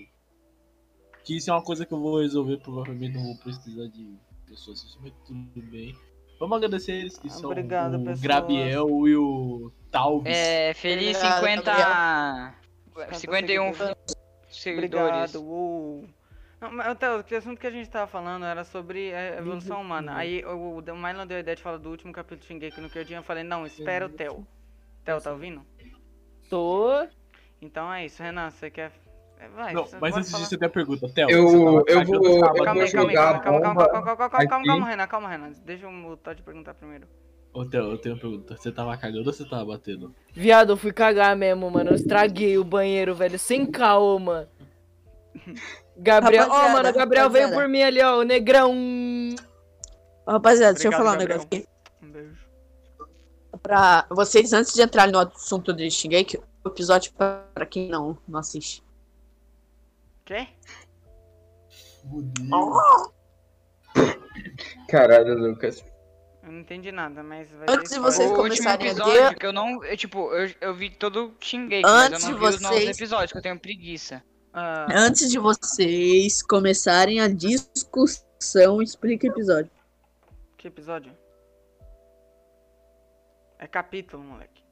Speaker 2: Que isso é uma coisa que eu vou resolver, provavelmente não vou precisar de pessoas assim, mas tudo bem. Vamos agradecer eles que são
Speaker 1: Obrigado,
Speaker 2: o
Speaker 1: pessoas.
Speaker 2: Grabiel e o Talves.
Speaker 7: É, feliz
Speaker 9: Obrigado,
Speaker 7: 50...
Speaker 1: tá,
Speaker 7: 51
Speaker 1: seguidores.
Speaker 7: seguidores.
Speaker 1: Obrigado. uou. Não, mas, Otelo, o assunto que a gente tava falando era sobre é, evolução humana. Aí o, o o Mylon deu a ideia de falar do último capítulo de Shingeki no Kyojin. Eu falei, não, espera o Theo. Theo, tá ouvindo?
Speaker 4: Tô.
Speaker 1: Então é isso, Renan, você quer... é, Vai,
Speaker 2: Não,
Speaker 1: você
Speaker 2: mas
Speaker 1: pode
Speaker 2: antes
Speaker 1: falar.
Speaker 2: disso, você tem a pergunta, Theo.
Speaker 8: Eu-
Speaker 2: você tava
Speaker 8: eu
Speaker 2: cagando
Speaker 8: vou- eu
Speaker 1: Calma aí,
Speaker 2: sábado,
Speaker 8: vou
Speaker 1: calma aí,
Speaker 8: jogar
Speaker 1: calma,
Speaker 8: a
Speaker 1: calma, calma,
Speaker 8: bomba
Speaker 1: calma, calma, calma, calma, calma,
Speaker 8: aqui.
Speaker 1: calma, Renan, calma, Renan. Deixa o Todd perguntar primeiro.
Speaker 2: Ô, Theo, eu tenho uma pergunta. Você tava cagando ou você tava batendo?
Speaker 4: Viado, eu fui cagar mesmo, mano. Eu estraguei o banheiro, velho. Sem caô, mano. Gabriel. Ó,
Speaker 3: Rapaziada,
Speaker 4: mano, o Gabriel veio
Speaker 3: rapaziada.
Speaker 4: por mim ali, ó. O negrão.
Speaker 3: Rapaziada, deixa eu
Speaker 1: Obrigado,
Speaker 3: falar um
Speaker 1: Gabriel.
Speaker 3: negócio aqui.
Speaker 1: Um beijo.
Speaker 3: Pra vocês, antes de entrar no assunto de Shingeki, o episódio pra pra quem não, não assiste.
Speaker 1: Quê?
Speaker 8: Caralho, Lucas.
Speaker 1: Eu não entendi nada, mas vai
Speaker 3: Antes
Speaker 1: ser
Speaker 3: de
Speaker 1: spoiler.
Speaker 3: vocês
Speaker 7: o último
Speaker 3: começarem a
Speaker 7: episódio,
Speaker 3: ver-
Speaker 7: que eu não. Eu, tipo, eu, eu vi todo o xinguei, mas
Speaker 3: Antes
Speaker 7: eu
Speaker 3: de
Speaker 7: não vi os novos
Speaker 3: vocês-
Speaker 7: episódios, que eu tenho preguiça.
Speaker 1: Ah,
Speaker 3: Antes de vocês começarem a discussão, explica o episódio.
Speaker 1: que episódio? É capítulo, moleque.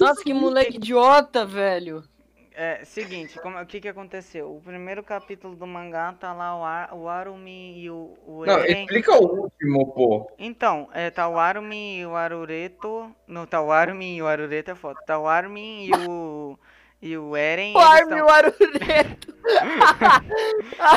Speaker 4: Nossa, que moleque idiota, velho.
Speaker 1: É, seguinte, como- o que que aconteceu? O primeiro capítulo do mangá tá lá o, Ar, o Arumi e o, o
Speaker 8: Não,
Speaker 1: Eren.
Speaker 8: explica o último, pô.
Speaker 1: Então, é, tá o Arumi e o Arureto. Não, tá o Arumi e o Arureto é foto. Tá o Armin e o. E o Eren.
Speaker 4: O
Speaker 1: eles
Speaker 4: Armin
Speaker 1: tão-
Speaker 4: e o Arureto.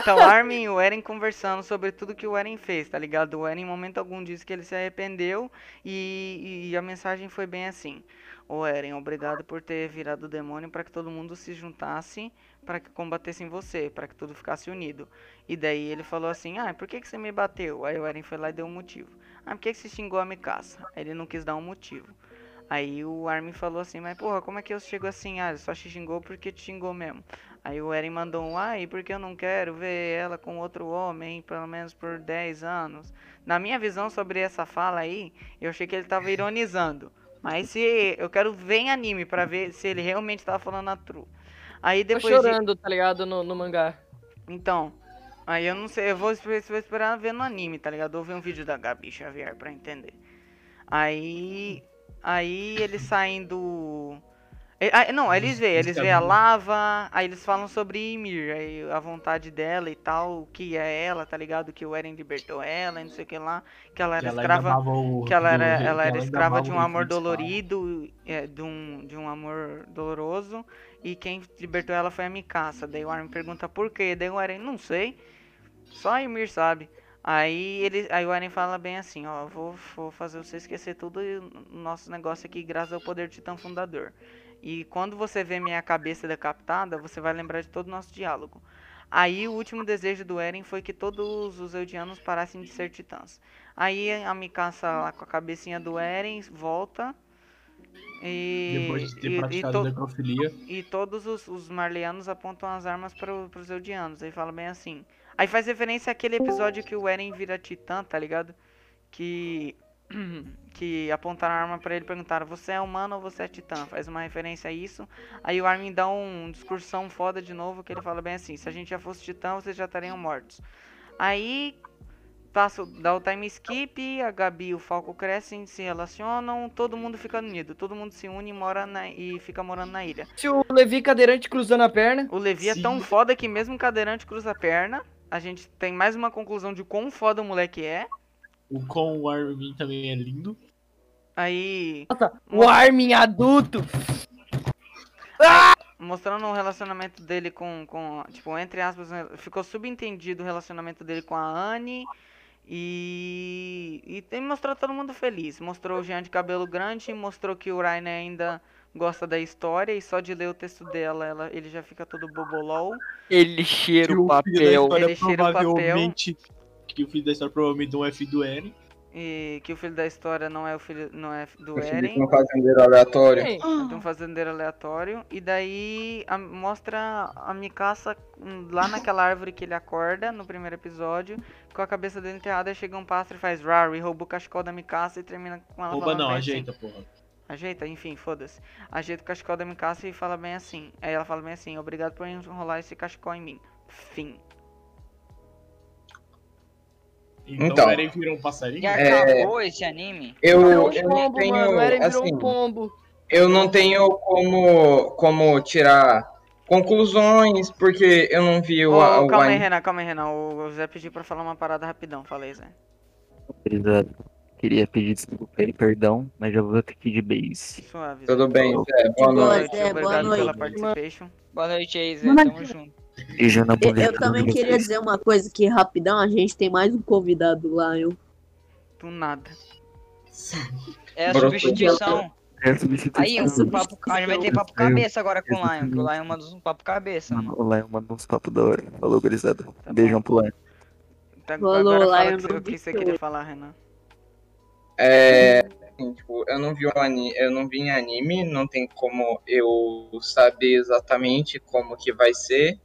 Speaker 1: Tá o Armin e o Eren conversando sobre tudo que o Eren fez, tá ligado? O Eren em momento algum disse que ele se arrependeu e, e a mensagem foi bem assim. Ô Eren, obrigado por ter virado o demônio para que todo mundo se juntasse para que combatessem você, para que tudo ficasse unido. E daí ele falou assim, ah, por que, que você me bateu? Aí o Eren foi lá e deu um motivo. Ah, por que, que você xingou a Mikasa? Aí Ele não quis dar um motivo. Aí o Armin falou assim, mas porra, como é que eu chego assim? Ah, ele só te xingou porque te xingou mesmo. Aí o Eren mandou um, ai, porque eu não quero ver ela com outro homem, pelo menos por 10 anos. Na minha visão sobre essa fala aí, eu achei que ele tava ironizando. Mas se eu quero ver em anime pra ver se ele realmente tava falando a true. Aí
Speaker 4: Tô
Speaker 1: depois de-
Speaker 4: chorando, tá ligado? No, no mangá.
Speaker 1: então, aí eu não sei, eu vou, esper- vou esperar ver no anime, tá ligado? Ou ver um vídeo da Gabi Xavier pra entender. Aí. Aí eles saem do. eh, ah, não, aí eles veem, eles veem a lava, aí eles falam sobre Ymir, aí a vontade dela e tal, o que é ela, tá ligado? Que o Eren libertou ela e não sei o que lá, que ela era
Speaker 2: Que ela é
Speaker 1: escrava
Speaker 2: ainda amava o-
Speaker 1: que ela era, ela
Speaker 2: do- que
Speaker 1: era
Speaker 2: né? ainda
Speaker 1: escrava de
Speaker 2: amava
Speaker 1: um
Speaker 2: o
Speaker 1: amor
Speaker 2: principal.
Speaker 1: dolorido, é, de, um, de um amor doloroso, e quem libertou ela foi a Mikasa. Daí o Armin pergunta por quê, daí o Eren, não sei, só a Ymir sabe. Aí, ele, aí o Eren fala bem assim, ó, vou, vou fazer você esquecer tudo o nosso negócio aqui graças ao poder do Titã Fundador. E quando você vê minha cabeça decapitada, você vai lembrar de todo o nosso diálogo. Aí o último desejo do Eren foi que todos os Eldianos parassem de ser titãs. Aí a Mikasa lá com a cabecinha do Eren volta. E,
Speaker 2: Depois de ter
Speaker 1: e- e
Speaker 2: praticado
Speaker 1: to-
Speaker 2: necrofilia.
Speaker 1: e todos os, os marleanos apontam as armas para os Eldianos. Aí fala bem assim. Aí faz referência àquele episódio que o Eren vira titã, tá ligado? Que. Que apontaram a arma pra ele e perguntaram: Você é humano ou você é titã? Faz uma referência a isso. Aí o Armin dá um discursão foda de novo. Que ele fala bem assim: Se a gente já fosse titã, vocês já estariam mortos. Aí. Passa, o- dá o time skip, a Gabi e o Falco crescem, se relacionam, todo mundo fica unido, todo mundo se une e, mora na, e fica morando na ilha.
Speaker 4: Se o Levi cadeirante cruzando a perna.
Speaker 1: O Levi é
Speaker 2: Sim.
Speaker 1: tão foda que mesmo cadeirante cruza a perna. A gente tem mais uma conclusão de quão foda o moleque é.
Speaker 2: O com o Armin também é lindo.
Speaker 1: Aí.
Speaker 4: O Armin adulto.
Speaker 1: mostrando o relacionamento dele com, com tipo, entre aspas, ficou subentendido o relacionamento dele com a Anne e, e tem- mostrou todo mundo feliz. Mostrou o Jean de cabelo grande, mostrou que o Ryan ainda gosta da história e só de ler o texto dela ela, ele já fica todo bobolol.
Speaker 4: Ele cheira
Speaker 2: que
Speaker 4: o
Speaker 2: filho da
Speaker 4: papel.
Speaker 2: história
Speaker 1: Ele cheira o papel.
Speaker 2: provavelmente. Que o filho da história provavelmente não é filho do Eren.
Speaker 1: E que o filho da história não é o filho não é do
Speaker 8: Eu subi
Speaker 1: Eren.
Speaker 8: com um fazendeiro aleatório.
Speaker 3: Hum.
Speaker 1: de um fazendeiro aleatório. E daí a- mostra a Mikaça hum, lá naquela árvore que ele acorda no primeiro episódio, com a cabeça dele enterrada. Chega um pássaro e faz raro e rouba o cachecol da Mikaça e termina com ela.
Speaker 2: Rouba
Speaker 1: falando
Speaker 2: não,
Speaker 1: bem
Speaker 2: ajeita, porra.
Speaker 1: Assim, ajeita, enfim, foda-se. Ajeita o cachecol da Mikaça e fala bem assim. Aí ela fala bem assim: Obrigado por enrolar esse cachecol em mim. Fim.
Speaker 2: Então,
Speaker 8: Então.
Speaker 2: o Eren virou um passarinho.
Speaker 7: E acabou esse anime?
Speaker 8: Eu, eu
Speaker 4: virou um
Speaker 8: não
Speaker 4: pombo, mano. O Eren
Speaker 8: tenho.
Speaker 4: virou
Speaker 8: Assim,
Speaker 4: um pombo.
Speaker 8: eu não tenho como, como tirar conclusões, porque eu uh, não vi o,
Speaker 1: Ô,
Speaker 8: a- o
Speaker 1: calma aí,
Speaker 8: anime.
Speaker 1: Renan, calma aí, Renan. O o Zé pediu pra falar uma parada rapidão. Falei, Zé.
Speaker 5: Exato. Queria pedir desculpa e perdão, mas já vou ter que ir de base.
Speaker 1: Suave. Zé.
Speaker 8: Tudo bem, Zé, boa
Speaker 3: Boa
Speaker 8: noite.
Speaker 3: noite, Zé, boa
Speaker 1: Obrigado pela
Speaker 5: noite.
Speaker 1: participation.
Speaker 7: Boa noite aí, Zé. Tamo junto.
Speaker 5: Beijo na
Speaker 3: Eu,
Speaker 5: bunda de
Speaker 3: eu
Speaker 5: todo
Speaker 3: também
Speaker 5: mundo.
Speaker 3: queria dizer uma coisa que rapidão, a gente tem mais um convidado lá, eu.
Speaker 1: Do nada.
Speaker 7: É a
Speaker 8: Brotou.
Speaker 7: substituição.
Speaker 5: É a substituição.
Speaker 7: Aí, um papo, a gente vai ter papo cabeça agora com o Lion, que o Lion manda um papo cabeça, mano.
Speaker 5: O Lion mandou uns papos da hora. Falou, gurizada.
Speaker 1: Tá
Speaker 5: Beijão pro Lion.
Speaker 1: Tá,
Speaker 3: Falou,
Speaker 1: agora fala
Speaker 3: Lion,
Speaker 1: o que você- o que você queria falar, Renan.
Speaker 8: assim, tipo, eu não vi o ani- eu não vi em anime, não tem como eu saber exatamente como que vai ser.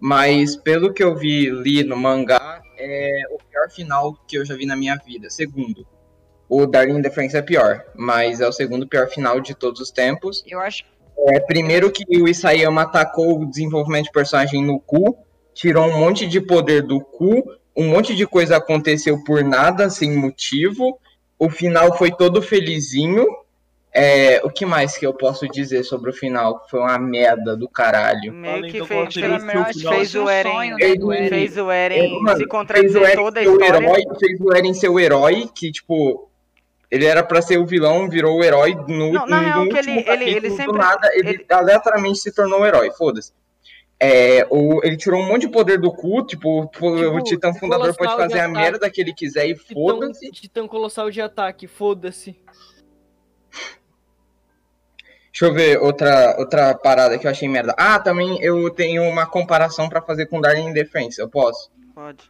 Speaker 8: Mas pelo que eu vi li no mangá, é o pior final que eu já vi na minha vida. Segundo. O Darling in the Franxx é pior, mas é o segundo pior final de todos os tempos.
Speaker 7: Eu acho que
Speaker 8: É, primeiro que o Isayama atacou o desenvolvimento de personagem no cu, tirou um monte de poder do cu, um monte de coisa aconteceu por nada, sem motivo. O final foi todo felizinho. É, o que mais que eu posso dizer sobre o final? Foi uma merda do caralho.
Speaker 1: Meio
Speaker 2: Fala,
Speaker 1: que
Speaker 2: então, qual
Speaker 1: fez,
Speaker 2: seria
Speaker 1: fez,
Speaker 2: o seu
Speaker 1: fez,
Speaker 2: final?
Speaker 1: o Eren.
Speaker 7: Fez
Speaker 8: o Eren.
Speaker 1: Fez o Eren
Speaker 8: É, mano,
Speaker 1: se
Speaker 8: Fez o
Speaker 1: contradizer
Speaker 8: Eren
Speaker 1: toda a
Speaker 8: ser o
Speaker 1: história.
Speaker 8: herói, fez o Eren ser o herói, que tipo. Ele era pra ser o vilão, virou o herói no,
Speaker 1: Não, na
Speaker 8: no
Speaker 1: real que
Speaker 8: último
Speaker 1: ele- ele- ele
Speaker 8: capítulo,
Speaker 1: sempre-
Speaker 8: do nada, ele,
Speaker 1: ele-
Speaker 8: aleatoriamente se tornou o herói, foda-se. É, o, ele tirou um monte de poder do cu, tipo, o
Speaker 4: Tipo,
Speaker 8: Titã Fundador
Speaker 4: Nicolas
Speaker 8: pode fazer a
Speaker 1: é
Speaker 4: Cage
Speaker 8: merda que ele quiser e
Speaker 4: Titã,
Speaker 8: foda-se.
Speaker 4: titã colossal de ataque, foda-se.
Speaker 8: Deixa eu ver outra, outra parada que eu achei merda. Ah, também eu tenho uma comparação pra fazer com Darling in Defense, eu posso?
Speaker 1: Pode.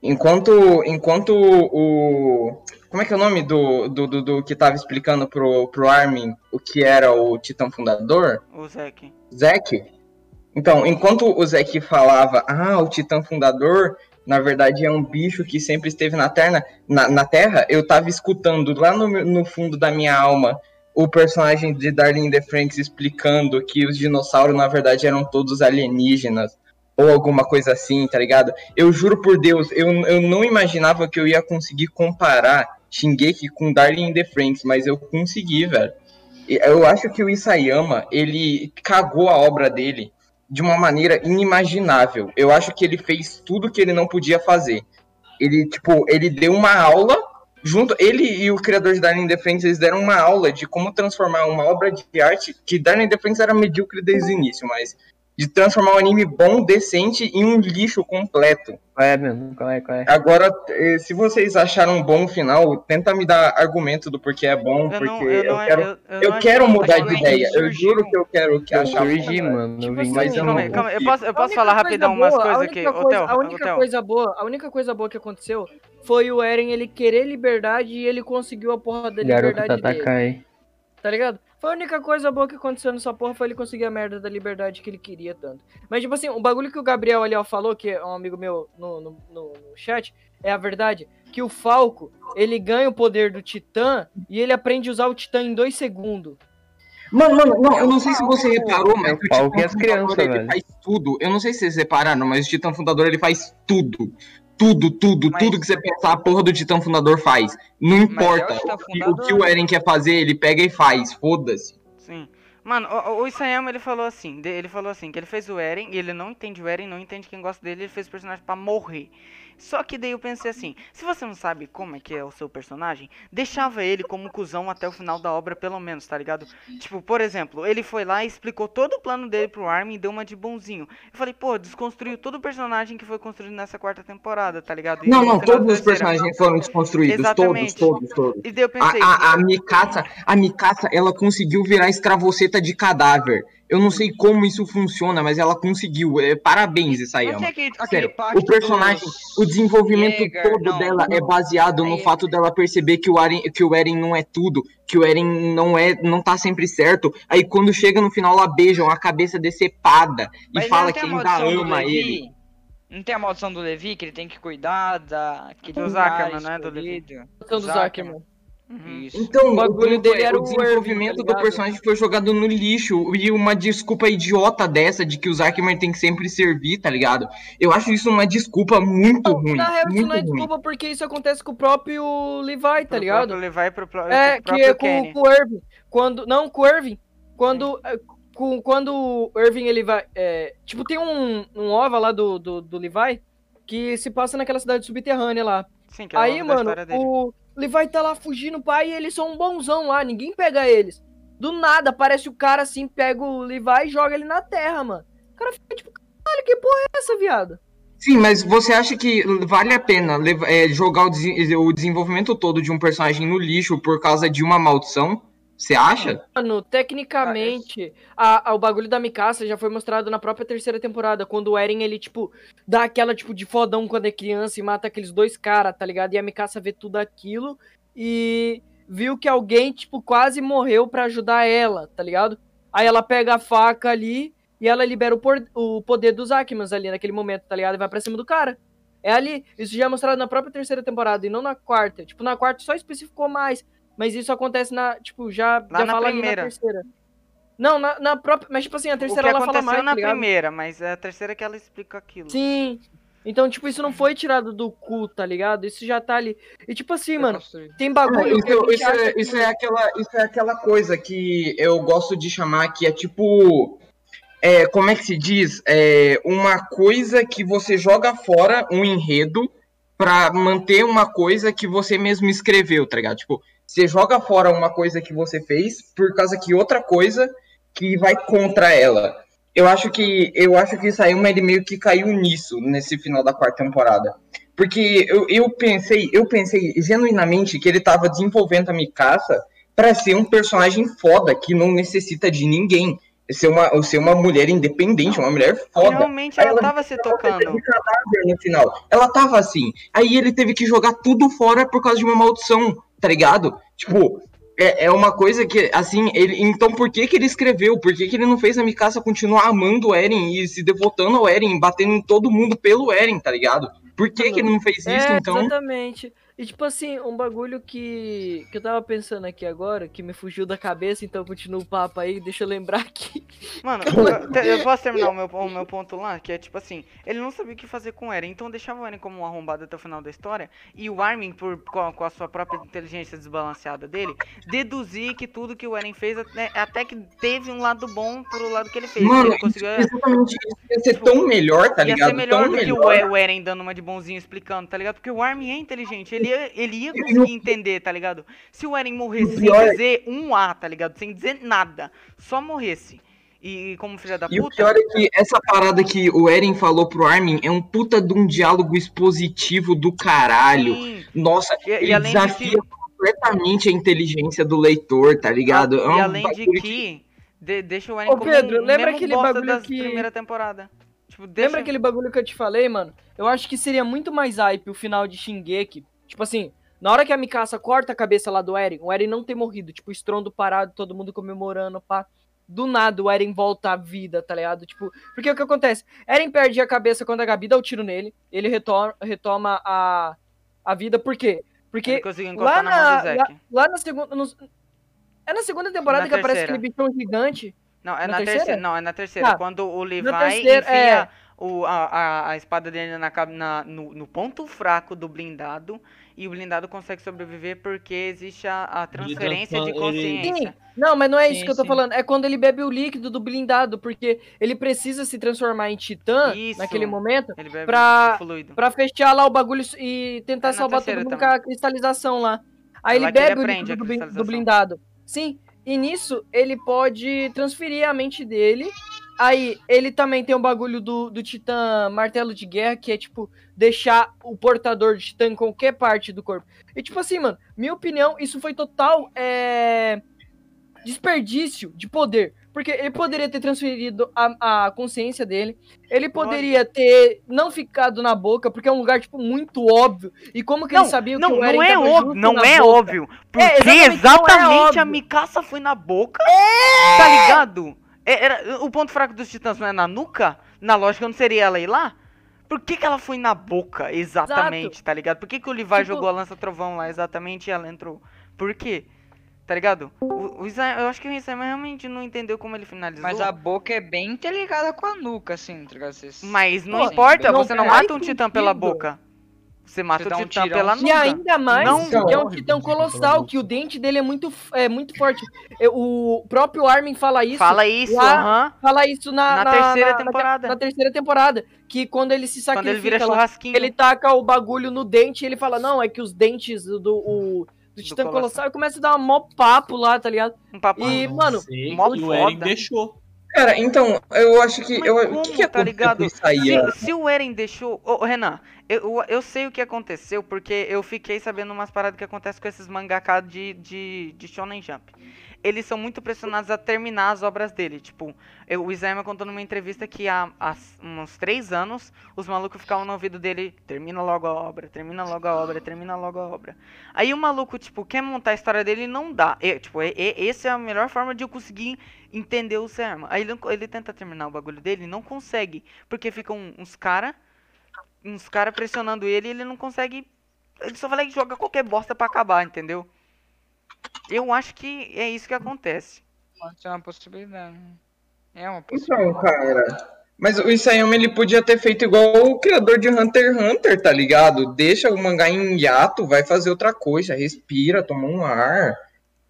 Speaker 8: Enquanto, enquanto o. Como é que é o nome do, do, do, do que tava explicando pro, pro Armin o que era o Titã Fundador?
Speaker 1: O Zeke.
Speaker 8: Zack? Então, enquanto o Zack falava, ah, o Titã Fundador, na verdade é um bicho que sempre esteve na, terna, na, na Terra, eu tava escutando lá no, meu- no fundo da minha alma o personagem de Darling in the Franks explicando que os dinossauros, na verdade, eram todos alienígenas. Ou alguma coisa assim, tá ligado? Eu juro por Deus, eu, eu não imaginava que eu ia conseguir comparar Shingeki com Darling in the Franks, mas eu consegui, velho. Eu acho que o Isayama, ele cagou a obra dele de uma maneira inimaginável. Eu acho que ele fez tudo que ele não podia fazer. Ele, tipo, ele deu uma aula junto ele e o criador de Darling in the Franxx, eles deram uma aula de como transformar uma obra de arte que Darling in the Franxx era medíocre desde o início, mas de transformar um anime bom, decente em um lixo completo.
Speaker 11: É, meu, qual é, qual é?
Speaker 8: Agora, eh, se vocês acharam um bom final, tenta me dar argumento do porquê é bom,
Speaker 1: Eu
Speaker 8: porque
Speaker 1: não, eu não,
Speaker 8: quero
Speaker 1: eu, eu não
Speaker 8: eu
Speaker 1: acho-
Speaker 8: quero mudar de
Speaker 7: Realmente
Speaker 8: ideia. Eu
Speaker 7: surgiu.
Speaker 8: juro que eu quero que
Speaker 11: Eu
Speaker 8: achar.
Speaker 11: surgi, mano. Eu
Speaker 4: Tipo
Speaker 11: vim
Speaker 4: assim,
Speaker 11: mais
Speaker 4: eu
Speaker 1: Calma aí, calma aí. Eu posso, eu
Speaker 4: A
Speaker 1: posso
Speaker 4: única
Speaker 1: falar
Speaker 4: coisa
Speaker 1: rapidão
Speaker 4: boa-
Speaker 1: umas
Speaker 4: a
Speaker 1: coisas
Speaker 4: única
Speaker 1: aqui.
Speaker 4: coisa-
Speaker 1: Hotel,
Speaker 4: a única
Speaker 1: hotel.
Speaker 4: coisa boa, a única coisa boa que aconteceu foi o Eren ele querer liberdade e ele conseguiu a porra da
Speaker 5: tá
Speaker 11: Garoto
Speaker 4: liberdade dele,
Speaker 11: Tatakai.
Speaker 4: tá ligado? Foi a única coisa boa que aconteceu nessa porra foi ele conseguir a merda da liberdade que ele queria tanto. Mas tipo assim, o bagulho que o Gabriel ali ó, falou, que é um amigo meu no, no, no- no chat, é a verdade, que o Falco, ele ganha o poder do Titã e ele aprende a usar o Titã em dois segundos.
Speaker 8: Mano, mano, não, eu não sei se você reparou, mas o Titã
Speaker 11: É pau que as crianças,
Speaker 8: Fundador, ele
Speaker 11: velho.
Speaker 8: faz tudo. Eu não sei se vocês repararam, mas o Titã Fundador ele faz tudo. Tudo, tudo,
Speaker 7: Mas-
Speaker 8: tudo que você pensar, a porra do Titã Fundador faz. Não importa.
Speaker 7: é o Titã
Speaker 8: O que- o
Speaker 7: Fundador.
Speaker 8: que o Eren quer fazer, ele pega e faz. Foda-se.
Speaker 1: Sim. Mano, o, o Isayama, ele falou assim, de- ele falou assim, que ele fez o Eren, e ele não entende o Eren, não entende quem gosta dele, ele fez o personagem pra morrer. Só que daí eu pensei assim, se você não sabe como é que é o seu personagem, deixava ele como cuzão até o final da obra, pelo menos, tá ligado? Tipo, por exemplo, ele foi lá e explicou todo o plano dele pro Armin e deu uma de bonzinho. Eu falei, pô, desconstruiu todo o personagem que foi construído nessa quarta temporada, tá ligado? E
Speaker 8: Não,
Speaker 1: no
Speaker 8: não,
Speaker 1: final da
Speaker 8: todos os
Speaker 1: terceira.
Speaker 8: personagens foram Ah, desconstruídos.
Speaker 1: Exatamente.
Speaker 8: Todos, todos, todos.
Speaker 1: E daí eu pensei,
Speaker 8: A, a, a Mikasa, a Mikasa, ela conseguiu virar escravoceta de cadáver. Eu não sei como isso funciona, mas ela conseguiu. É, parabéns,
Speaker 7: Mas tem
Speaker 8: Isayama.
Speaker 7: aquele, aquele
Speaker 8: Sério,
Speaker 7: pacto
Speaker 8: o personagem,
Speaker 7: dos-
Speaker 8: o desenvolvimento
Speaker 7: Jäger,
Speaker 8: todo
Speaker 7: não.
Speaker 8: dela é baseado no
Speaker 7: Aí-
Speaker 8: fato dela perceber que o, Eren, que o Eren não é tudo, que o Eren não é, não tá sempre certo. Aí quando chega no final, ela beijam a cabeça decepada
Speaker 7: Mas
Speaker 8: e fala
Speaker 7: não
Speaker 8: que
Speaker 7: tem a
Speaker 8: ainda
Speaker 7: maldição do
Speaker 8: ama
Speaker 7: Levi?
Speaker 8: ele.
Speaker 7: Não tem a maldição do Levi, que ele tem que cuidar da... Que
Speaker 1: Do
Speaker 7: lugar
Speaker 1: Ackerman, né, do Levi.
Speaker 7: escolhido?
Speaker 4: Então, do Zuckerman.
Speaker 1: Uhum.
Speaker 7: Isso.
Speaker 8: Então,
Speaker 4: O bagulho
Speaker 8: ponto
Speaker 4: dele
Speaker 8: é,
Speaker 4: era
Speaker 8: o
Speaker 4: o
Speaker 8: desenvolvimento
Speaker 4: Irving, tá
Speaker 8: do
Speaker 4: ligado?
Speaker 8: personagem foi jogado no lixo e uma desculpa idiota dessa de que o Zuckerman tem que sempre servir, tá ligado? Eu acho isso uma desculpa muito ruim,
Speaker 4: Na real, isso
Speaker 8: muito
Speaker 4: não é
Speaker 8: ruim.
Speaker 4: desculpa porque isso acontece com o próprio Levi, tá ligado?
Speaker 1: Levar pro, pro,
Speaker 4: É,
Speaker 1: pro
Speaker 4: que
Speaker 1: próprio
Speaker 4: é com,
Speaker 1: Kenny.
Speaker 4: com o Irving. Quando, não, com o Irving. Quando, é, com, quando o Irving ele vai. é, tipo, tem um, um OVA lá do, do, do Levi que se passa naquela cidade subterrânea lá.
Speaker 1: Sim, que é o
Speaker 4: Aí,
Speaker 1: nome da
Speaker 4: mano,
Speaker 1: história dele.
Speaker 4: o Levi tá lá fugindo, pai, e eles são um bonzão lá, ninguém pega eles. Do nada, aparece o cara assim, pega o Levi e joga ele na terra, mano. O cara fica tipo, caralho, que porra é essa, viado?
Speaker 8: Sim, mas você acha que vale a pena lev- é, jogar o, desen- o desenvolvimento todo de um personagem no lixo por causa de uma maldição? Você acha?
Speaker 4: Mano, tecnicamente, a- a- o bagulho da Mikasa já foi mostrado na própria terceira temporada, quando o Eren, ele, tipo, dá aquela, tipo, de fodão quando é criança e mata aqueles dois caras, tá ligado? E a Mikasa vê tudo aquilo e viu que alguém, tipo, quase morreu pra ajudar ela, tá ligado? Aí ela pega a faca ali e ela libera o, por- o poder dos Akmans ali naquele momento, tá ligado? E vai pra cima do cara. É ali, isso já é mostrado na própria terceira temporada e não na quarta. Tipo, na quarta só especificou mais. Mas isso acontece na, tipo, já,
Speaker 1: Lá
Speaker 4: já
Speaker 1: na
Speaker 4: fala ali
Speaker 1: primeira.
Speaker 4: na terceira. Não, na, na própria. Mas, tipo assim, a
Speaker 1: O
Speaker 4: terceira
Speaker 1: que
Speaker 4: ela fala
Speaker 1: aconteceu
Speaker 4: mais.
Speaker 1: na
Speaker 4: tá ligado?
Speaker 1: primeira, mas é a terceira que ela explica aquilo.
Speaker 4: Sim. Então, tipo, isso não foi tirado do cu, tá ligado? Isso já tá ali. E, tipo assim, mano, tem bagulho. que a
Speaker 8: Isso,
Speaker 4: gente
Speaker 8: isso é,
Speaker 4: acha que-
Speaker 8: isso é aquela, isso é aquela coisa que eu gosto de chamar que é tipo. é, como é que se diz? É, uma coisa que você joga fora um enredo pra manter uma coisa que você mesmo escreveu, tá ligado? Tipo, você joga fora uma coisa que você fez por causa que outra coisa que vai contra ela. Eu acho que eu acho que saiu, mas ele meio que caiu nisso nesse final da quarta temporada. Porque eu, eu pensei, eu pensei genuinamente que ele tava desenvolvendo a Mikasa pra ser um personagem foda que não necessita de ninguém. Ser uma, ser uma mulher independente, uma mulher
Speaker 1: E
Speaker 8: foda.
Speaker 1: realmente
Speaker 8: Aí
Speaker 1: ela
Speaker 8: ela
Speaker 1: tava se tocando.
Speaker 8: De cadáver no final. Ela tava assim. Aí ele teve que jogar tudo fora por causa de uma maldição, tá ligado? Tipo, é, é uma coisa que, assim, ele. Então por que que ele escreveu? Por que que ele não fez a Mikasa continuar amando o Eren e se devotando ao Eren, batendo em todo mundo pelo Eren, tá ligado? Por que que ele não fez isso,
Speaker 4: É,
Speaker 8: então?
Speaker 4: exatamente. E tipo assim, um bagulho que, que eu tava pensando aqui agora, que me fugiu da cabeça, então continua o papo aí, deixa eu lembrar aqui.
Speaker 1: Mano, eu, te- eu posso terminar o meu, o meu ponto lá, que é tipo assim, ele não sabia o que fazer com o Eren, então deixava o Eren como um arrombado até o final da história, e o Armin, por, com, a, com a sua própria inteligência desbalanceada dele, deduzir que tudo que o Eren fez, até, até que teve um lado bom pro lado que ele fez.
Speaker 8: Mano,
Speaker 1: ele conseguiu...
Speaker 8: Exatamente isso. Ia ser
Speaker 1: Tipo,
Speaker 8: tão melhor, tá
Speaker 1: ia
Speaker 8: ligado?
Speaker 1: ser melhor
Speaker 8: tão
Speaker 1: do que
Speaker 8: melhor.
Speaker 1: o,
Speaker 8: né?
Speaker 1: E- o Eren dando uma de bonzinho explicando, tá ligado? Porque o Armin é inteligente, ele ia, ele ia
Speaker 8: Eu-
Speaker 1: conseguir entender, tá ligado? Se o Eren morresse sem
Speaker 8: pior é-
Speaker 1: dizer um A, tá ligado? Sem dizer nada, só morresse. E, e como filha da
Speaker 8: E o
Speaker 1: puta...
Speaker 8: pior é que essa parada que o Eren falou pro Armin é um puta de um diálogo expositivo do caralho.
Speaker 1: Sim.
Speaker 8: Nossa,
Speaker 1: E, e
Speaker 8: ele
Speaker 1: além de que,
Speaker 8: desafia completamente a inteligência do leitor, tá ligado? É
Speaker 1: e
Speaker 8: um
Speaker 1: além de
Speaker 8: bagulho
Speaker 1: que de- deixa o Eren
Speaker 4: Ô,
Speaker 1: como
Speaker 4: Pedro,
Speaker 1: um
Speaker 4: lembra
Speaker 1: mesmo
Speaker 4: aquele
Speaker 1: bosta
Speaker 4: bagulho
Speaker 1: das
Speaker 4: que-
Speaker 1: primeira temporada. Tipo, deixa...
Speaker 4: Lembra aquele bagulho que eu te falei, mano? Eu acho que seria muito mais hype o final de Shingeki. Tipo assim, na hora que a Mikasa corta a cabeça lá do Eren, o Eren não ter morrido, tipo, estrondo parado, todo mundo comemorando, pá. Do nada o Eren volta à vida, tá ligado? Tipo, porque o que acontece? Eren perde a cabeça quando a Gabi dá o tiro nele, ele retoma, retoma a, a vida, por quê?
Speaker 1: Ele
Speaker 4: Porque
Speaker 1: conseguiu
Speaker 4: lá
Speaker 1: encostar na, mão do
Speaker 4: na-
Speaker 1: Zack.
Speaker 4: lá na segunda. no- é na segunda temporada
Speaker 1: Na
Speaker 4: que aparece
Speaker 1: terceira.
Speaker 4: aquele bichão gigante.
Speaker 1: Não, é
Speaker 4: na
Speaker 1: na terceira?
Speaker 4: terceira?
Speaker 1: Não, é na terceira.
Speaker 4: Ah,
Speaker 1: Quando o Levi
Speaker 4: terceira,
Speaker 1: enfia
Speaker 4: é.
Speaker 1: o- o, a, a, a espada dele na, cab- na- no, no ponto fraco do blindado e o blindado consegue sobreviver porque existe a, a transferência de
Speaker 2: transfor- ele-
Speaker 1: consciência.
Speaker 4: Não, mas não é isso
Speaker 1: Sim,
Speaker 4: que eu tô
Speaker 1: sim.
Speaker 4: falando. É quando ele bebe o líquido do blindado, porque ele precisa se transformar em titã
Speaker 1: Isso.
Speaker 4: naquele momento
Speaker 1: Ele bebe
Speaker 4: Pra-
Speaker 1: o fluido.
Speaker 4: pra fechar lá o bagulho e tentar
Speaker 1: É, na
Speaker 4: salvar todo
Speaker 1: terceira
Speaker 4: mundo
Speaker 1: também.
Speaker 4: com a cristalização lá. Aí
Speaker 1: É
Speaker 4: ele
Speaker 1: lá que ele
Speaker 4: bebe o
Speaker 1: aprende
Speaker 4: líquido
Speaker 1: a
Speaker 4: do, blin- do
Speaker 1: cristalização.
Speaker 4: blindado. Sim, e nisso ele pode transferir a mente dele. Aí ele também tem o bagulho do, do titã martelo de guerra, que é tipo deixar o portador de titã em qualquer parte do corpo. E tipo assim, mano, minha opinião, isso foi total é, desperdício de poder. Porque ele poderia ter transferido a, a consciência dele. Ele poderia ter não ficado na boca, porque é um lugar, tipo, muito óbvio. E como que ele sabia
Speaker 1: não,
Speaker 4: que o Eren
Speaker 1: não é
Speaker 4: tava
Speaker 1: óbvio,
Speaker 4: junto
Speaker 1: não
Speaker 4: na
Speaker 1: é
Speaker 4: boca?
Speaker 1: óbvio. Porque
Speaker 4: exatamente,
Speaker 1: exatamente,
Speaker 4: não é óbvio.
Speaker 1: a Mikaça foi na boca, tá ligado? É- era, o ponto fraco dos titãs não é na nuca? Na lógica não seria ela ir lá? Por que, que ela foi na boca, exatamente, tá ligado? Por que, que o Levi
Speaker 4: Tipo-
Speaker 1: jogou a lança trovão lá exatamente e ela entrou? Por quê? Tá ligado? O, o Isaiah- eu acho que o Isaiah realmente não entendeu como ele finalizou.
Speaker 7: Mas a boca é bem interligada com a nuca, assim, tá ligado? Vocês-
Speaker 1: Mas não
Speaker 7: Pô,
Speaker 1: importa,
Speaker 4: não
Speaker 1: você não
Speaker 4: faz
Speaker 1: mata um titã pela
Speaker 4: sentido.
Speaker 1: boca. Você mata
Speaker 7: Você
Speaker 1: o
Speaker 7: dá um
Speaker 1: titã
Speaker 7: tirão.
Speaker 1: pela
Speaker 7: E
Speaker 1: nuca.
Speaker 4: E ainda mais
Speaker 1: Não.
Speaker 4: que é um
Speaker 2: Então,
Speaker 4: titã
Speaker 2: gente,
Speaker 4: colossal,
Speaker 2: pelo
Speaker 4: que o dente dele é muito, f- é muito forte. É, O próprio Armin fala isso.
Speaker 1: Fala isso,
Speaker 4: lá-
Speaker 1: aham.
Speaker 4: fala isso na,
Speaker 1: Na terceira
Speaker 4: naque-
Speaker 1: temporada.
Speaker 4: Na, terceira temporada. Que quando ele se
Speaker 1: Quando ele
Speaker 4: sacrifica
Speaker 1: vira
Speaker 4: lá,
Speaker 1: churrasquinho.
Speaker 4: ele taca o bagulho no dente e ele fala, não, é que os dentes do, do, o- do titã
Speaker 1: colossal.
Speaker 4: colossal. E começa a dar um mó papo lá, tá ligado?
Speaker 1: Um papo.
Speaker 4: E, mano,
Speaker 2: sei,
Speaker 1: modo
Speaker 2: e o Eren
Speaker 1: foda.
Speaker 2: deixou.
Speaker 8: Cara, então, eu acho que.
Speaker 1: Mas
Speaker 8: Eu,
Speaker 1: como,
Speaker 8: o que, que
Speaker 1: tá
Speaker 8: aconteceu
Speaker 1: ligado?
Speaker 8: com isso aí?
Speaker 1: se,
Speaker 8: Ana?
Speaker 1: se o Eren deixou. Ô, ô, Renan, eu, eu- eu sei o que aconteceu, porque eu fiquei sabendo umas paradas que acontecem com esses mangaká de, de, de Shonen Jump. Eles são muito pressionados a terminar as obras dele. Tipo, eu- o Isayama contou numa entrevista que há, há uns três anos os malucos ficavam no ouvido dele: termina logo a obra, termina logo a obra, termina logo a obra. Aí o maluco, tipo, quer montar a história dele e não dá. E, tipo, e, e- essa é a melhor forma de eu conseguir entender o Serma. Aí ele, não co- ele tenta terminar o bagulho dele e não consegue. Porque ficam uns cara, uns cara pressionando ele e ele não consegue. Ele só fala que joga qualquer bosta pra acabar, entendeu? Eu acho que é isso que acontece.
Speaker 7: Pode ser uma possibilidade. É uma
Speaker 8: Então,
Speaker 7: possibilidade.
Speaker 8: cara. Mas o Isayama, ele podia ter feito igual o criador de Hunter x Hunter, tá ligado? Deixa o mangá em hiato, vai fazer outra coisa, respira, toma um ar,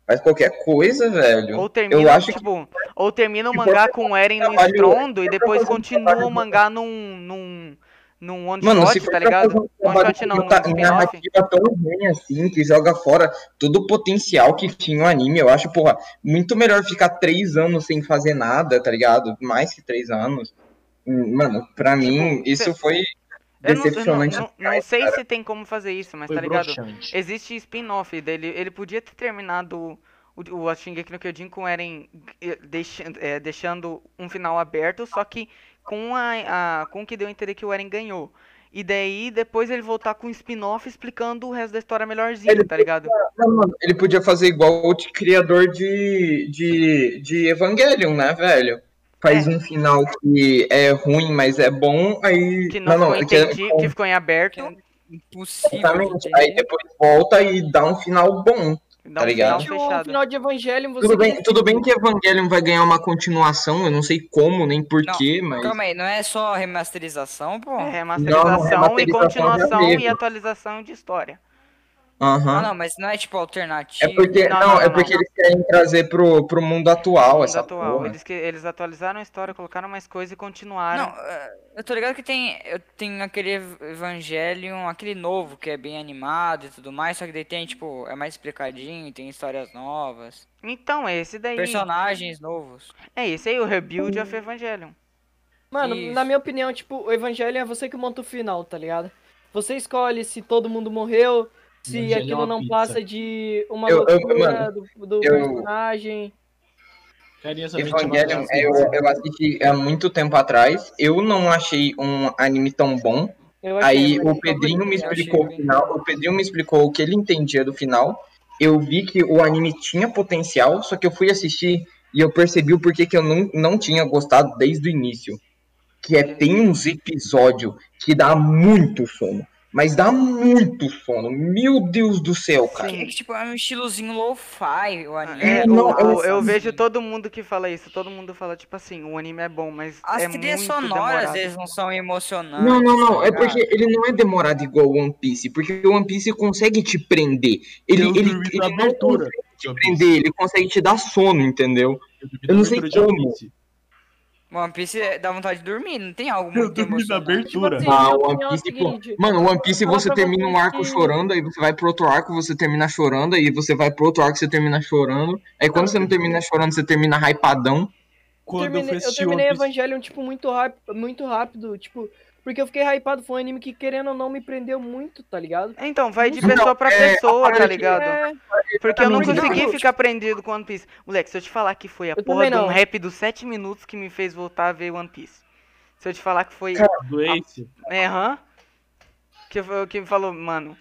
Speaker 8: faz qualquer coisa, velho.
Speaker 1: Ou termina,
Speaker 8: eu acho que
Speaker 1: tipo, ou termina o
Speaker 8: que
Speaker 1: mangá
Speaker 8: você
Speaker 1: com o Eren no
Speaker 8: trabalho-
Speaker 1: estrondo e depois
Speaker 8: fazer um
Speaker 1: continua
Speaker 8: trabalho-
Speaker 1: o mangá num. num. num one
Speaker 8: Mano, se
Speaker 1: shot,
Speaker 8: for
Speaker 1: tá
Speaker 8: pra fazer
Speaker 1: ligado?
Speaker 8: um
Speaker 1: One
Speaker 8: trabalho
Speaker 1: shot não,
Speaker 8: com
Speaker 1: num
Speaker 8: uma
Speaker 1: spin-off.
Speaker 8: narrativa tão ruim assim, que joga fora todo o potencial que tinha o anime, eu acho, porra, muito melhor ficar três anos sem fazer nada, tá ligado? Mais que três anos. Hum, Mano, pra
Speaker 1: Tipo,
Speaker 8: mim, isso
Speaker 1: cê-
Speaker 8: foi
Speaker 1: Eu não, eu não-
Speaker 8: decepcionante.
Speaker 1: não- não sei se tem como fazer isso, mas
Speaker 2: Foi
Speaker 1: tá ligado?
Speaker 2: broxante.
Speaker 1: Existe spin-off dele. Ele podia ter terminado o, o a Shingeki no Kyojin com o Eren eh, deixando, eh, deixando um final aberto, só que com, a, a- com o que deu a entender que o Eren ganhou. E daí, depois ele voltar com um spin-off explicando o resto da história melhorzinho,
Speaker 8: Ele
Speaker 1: tá ligado?
Speaker 8: Não, mano, ele podia fazer igual o de criador de, de, de Evangelion, né, velho? Faz
Speaker 1: É.
Speaker 8: um final que é ruim, mas é bom, aí.
Speaker 1: Que não, ficou,
Speaker 8: é que é
Speaker 1: entendi, que ficou em aberto. um
Speaker 6: Impossível.
Speaker 8: Exatamente. Aí depois volta e dá um final bom.
Speaker 1: Dá
Speaker 8: Tá
Speaker 1: um
Speaker 8: ligado?
Speaker 1: final
Speaker 4: Durante Tipo, O
Speaker 1: fechado.
Speaker 4: final de Evangelho, você
Speaker 8: Tudo bem, tudo bem que Evangelion vai ganhar uma continuação, eu não sei como nem porquê, mas.
Speaker 7: Calma aí, não é só remasterização, pô?
Speaker 1: É, remasterização e
Speaker 8: remasterização já
Speaker 1: continuação
Speaker 8: teve.
Speaker 1: e atualização de história.
Speaker 8: Aham.
Speaker 7: Ah, não, mas não é tipo
Speaker 8: É
Speaker 7: alternativo.
Speaker 8: porque,
Speaker 1: Não,
Speaker 8: não,
Speaker 1: não,
Speaker 8: é
Speaker 1: não,
Speaker 8: porque
Speaker 1: não.
Speaker 8: eles querem trazer pro, pro mundo atual
Speaker 1: Mundo
Speaker 8: essa
Speaker 1: atual.
Speaker 8: porra.
Speaker 1: Eles, que- eles atualizaram a história, colocaram mais coisa e continuaram.
Speaker 7: Não, é, eu tô ligado que tem, eu- tem aquele ev- Evangelion, aquele novo, que é bem animado e tudo mais, só que daí tem, tipo, é mais explicadinho, tem histórias novas,
Speaker 1: Então, é esse daí.
Speaker 7: personagens novos.
Speaker 1: É esse aí, o Rebuild of Evangelion.
Speaker 4: Mano,
Speaker 7: Isso.
Speaker 4: na minha opinião, tipo, o Evangelho é você que monta o final, tá ligado? Você escolhe se todo mundo morreu, se
Speaker 2: Evangelho é
Speaker 4: aquilo
Speaker 2: uma
Speaker 4: não
Speaker 2: pizza.
Speaker 4: passa de uma
Speaker 8: Eu- eu-
Speaker 4: loucura
Speaker 8: mano,
Speaker 4: do, do
Speaker 8: eu-
Speaker 4: personagem.
Speaker 2: Carinhosamente
Speaker 8: Evangelion, é,
Speaker 2: chamado de
Speaker 8: eu,
Speaker 2: Asmund.
Speaker 8: eu assisti há muito tempo atrás. Eu não achei um anime tão bom.
Speaker 4: Eu é
Speaker 8: Aí
Speaker 4: achei,
Speaker 8: o
Speaker 4: mas-
Speaker 8: Pedrinho me
Speaker 7: eu achei
Speaker 8: explicou o
Speaker 4: Tipo
Speaker 7: bem-
Speaker 8: final. O Pedrinho me explicou o que ele entendia do final. Eu vi que o anime tinha potencial, só que eu fui assistir e eu percebi o porquê que eu não, não tinha gostado desde o início. Que é tem uns episódios que dá muito sono. Mas dá muito sono. Meu Deus do céu, cara.
Speaker 7: É que, tipo, é um estilozinho lo-fi o anime.
Speaker 1: É,
Speaker 8: É, não,
Speaker 1: o-
Speaker 8: eu-
Speaker 1: eu, vejo todo mundo que fala isso, todo mundo fala, tipo assim, o anime é bom, mas
Speaker 7: As
Speaker 1: é muito
Speaker 7: trilhas sonoras, às
Speaker 1: demorado.
Speaker 7: vezes, não são emocionantes.
Speaker 8: Não, não, não.
Speaker 7: tá
Speaker 8: É
Speaker 7: ligado?
Speaker 8: porque ele não é demorado igual o One Piece. Porque o One Piece consegue te prender. Ele,
Speaker 2: Eu
Speaker 8: ele,
Speaker 2: dormi
Speaker 8: ele
Speaker 2: na
Speaker 8: não
Speaker 2: abertura.
Speaker 8: consegue te prender, ele consegue te dar sono, entendeu? Eu não sei como.
Speaker 7: One Piece é- dá vontade de dormir, não tem algo
Speaker 2: Eu
Speaker 7: muito
Speaker 2: dormi na
Speaker 7: emocionante.
Speaker 2: abertura.
Speaker 4: assim, Tipo
Speaker 12: Sim,
Speaker 8: Ah,
Speaker 12: minha
Speaker 8: One
Speaker 12: opinião é o
Speaker 8: Piece, pô,
Speaker 12: seguinte,
Speaker 8: mano, One Piece
Speaker 12: falar
Speaker 8: você
Speaker 12: pra
Speaker 8: termina um
Speaker 12: vocês
Speaker 8: arco
Speaker 12: que-
Speaker 8: chorando, aí você vai pro outro arco, você termina chorando, aí você vai pro outro arco, você termina chorando. Aí quando você não termina chorando, você termina hypadão.
Speaker 2: Quando
Speaker 4: terminei,
Speaker 2: eu fui assistir
Speaker 4: terminei
Speaker 2: One Piece-
Speaker 4: Evangelion, tipo, muito rápido, muito rápido, tipo, porque eu fiquei hypado, foi um anime que, querendo ou não, me prendeu muito, tá ligado?
Speaker 1: Então, vai de
Speaker 8: Não,
Speaker 1: pessoa pra
Speaker 8: é,
Speaker 1: pessoa, tá
Speaker 8: aparece-
Speaker 1: ligado?
Speaker 4: É,
Speaker 1: Porque eu não
Speaker 8: Exatamente.
Speaker 1: consegui
Speaker 4: Não, eu-
Speaker 1: ficar prendido com One Piece. Moleque, se eu te falar que foi a
Speaker 4: Eu
Speaker 1: porra
Speaker 4: também
Speaker 1: de um
Speaker 4: não.
Speaker 1: rap dos 7 minutos que me fez voltar a ver One Piece. Se eu te falar que foi.
Speaker 2: do Ace.
Speaker 1: É, hã? Que, foi o que me falou, mano,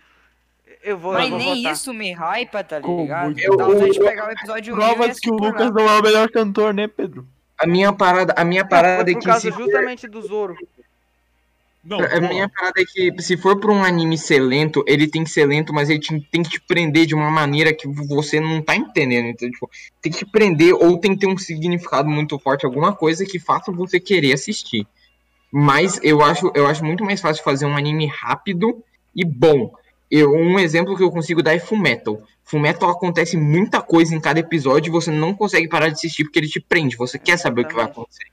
Speaker 1: eu vou,
Speaker 7: Mas
Speaker 1: eu vou
Speaker 7: nem
Speaker 1: voltar.
Speaker 7: isso me hypa, tá
Speaker 2: Ficou
Speaker 7: ligado?
Speaker 2: muito
Speaker 7: Dá
Speaker 8: bom.
Speaker 7: vontade de pegar o episódio 1000 e
Speaker 2: Provas que o
Speaker 7: assistir
Speaker 2: Lucas
Speaker 7: lá.
Speaker 2: não é o melhor cantor, né, Pedro?
Speaker 8: A minha parada, a minha
Speaker 1: Foi
Speaker 8: parada é
Speaker 1: por
Speaker 8: que
Speaker 1: causa
Speaker 8: se for-
Speaker 1: justamente do Zoro.
Speaker 2: Não,
Speaker 8: a minha parada é que se for pra um anime ser lento, ele tem que ser lento, mas ele te- tem que te prender de uma maneira que você não tá entendendo, entendeu? Tipo, tem que te prender ou tem que ter um significado muito forte, alguma coisa que faça você querer assistir. Mas eu acho, eu acho muito mais fácil fazer um anime rápido e bom. Eu, um exemplo que eu consigo dar é Fullmetal. Fullmetal acontece muita coisa em cada episódio e você não consegue parar de assistir porque ele te prende. Você quer saber o que vai
Speaker 1: Exatamente.
Speaker 8: acontecer.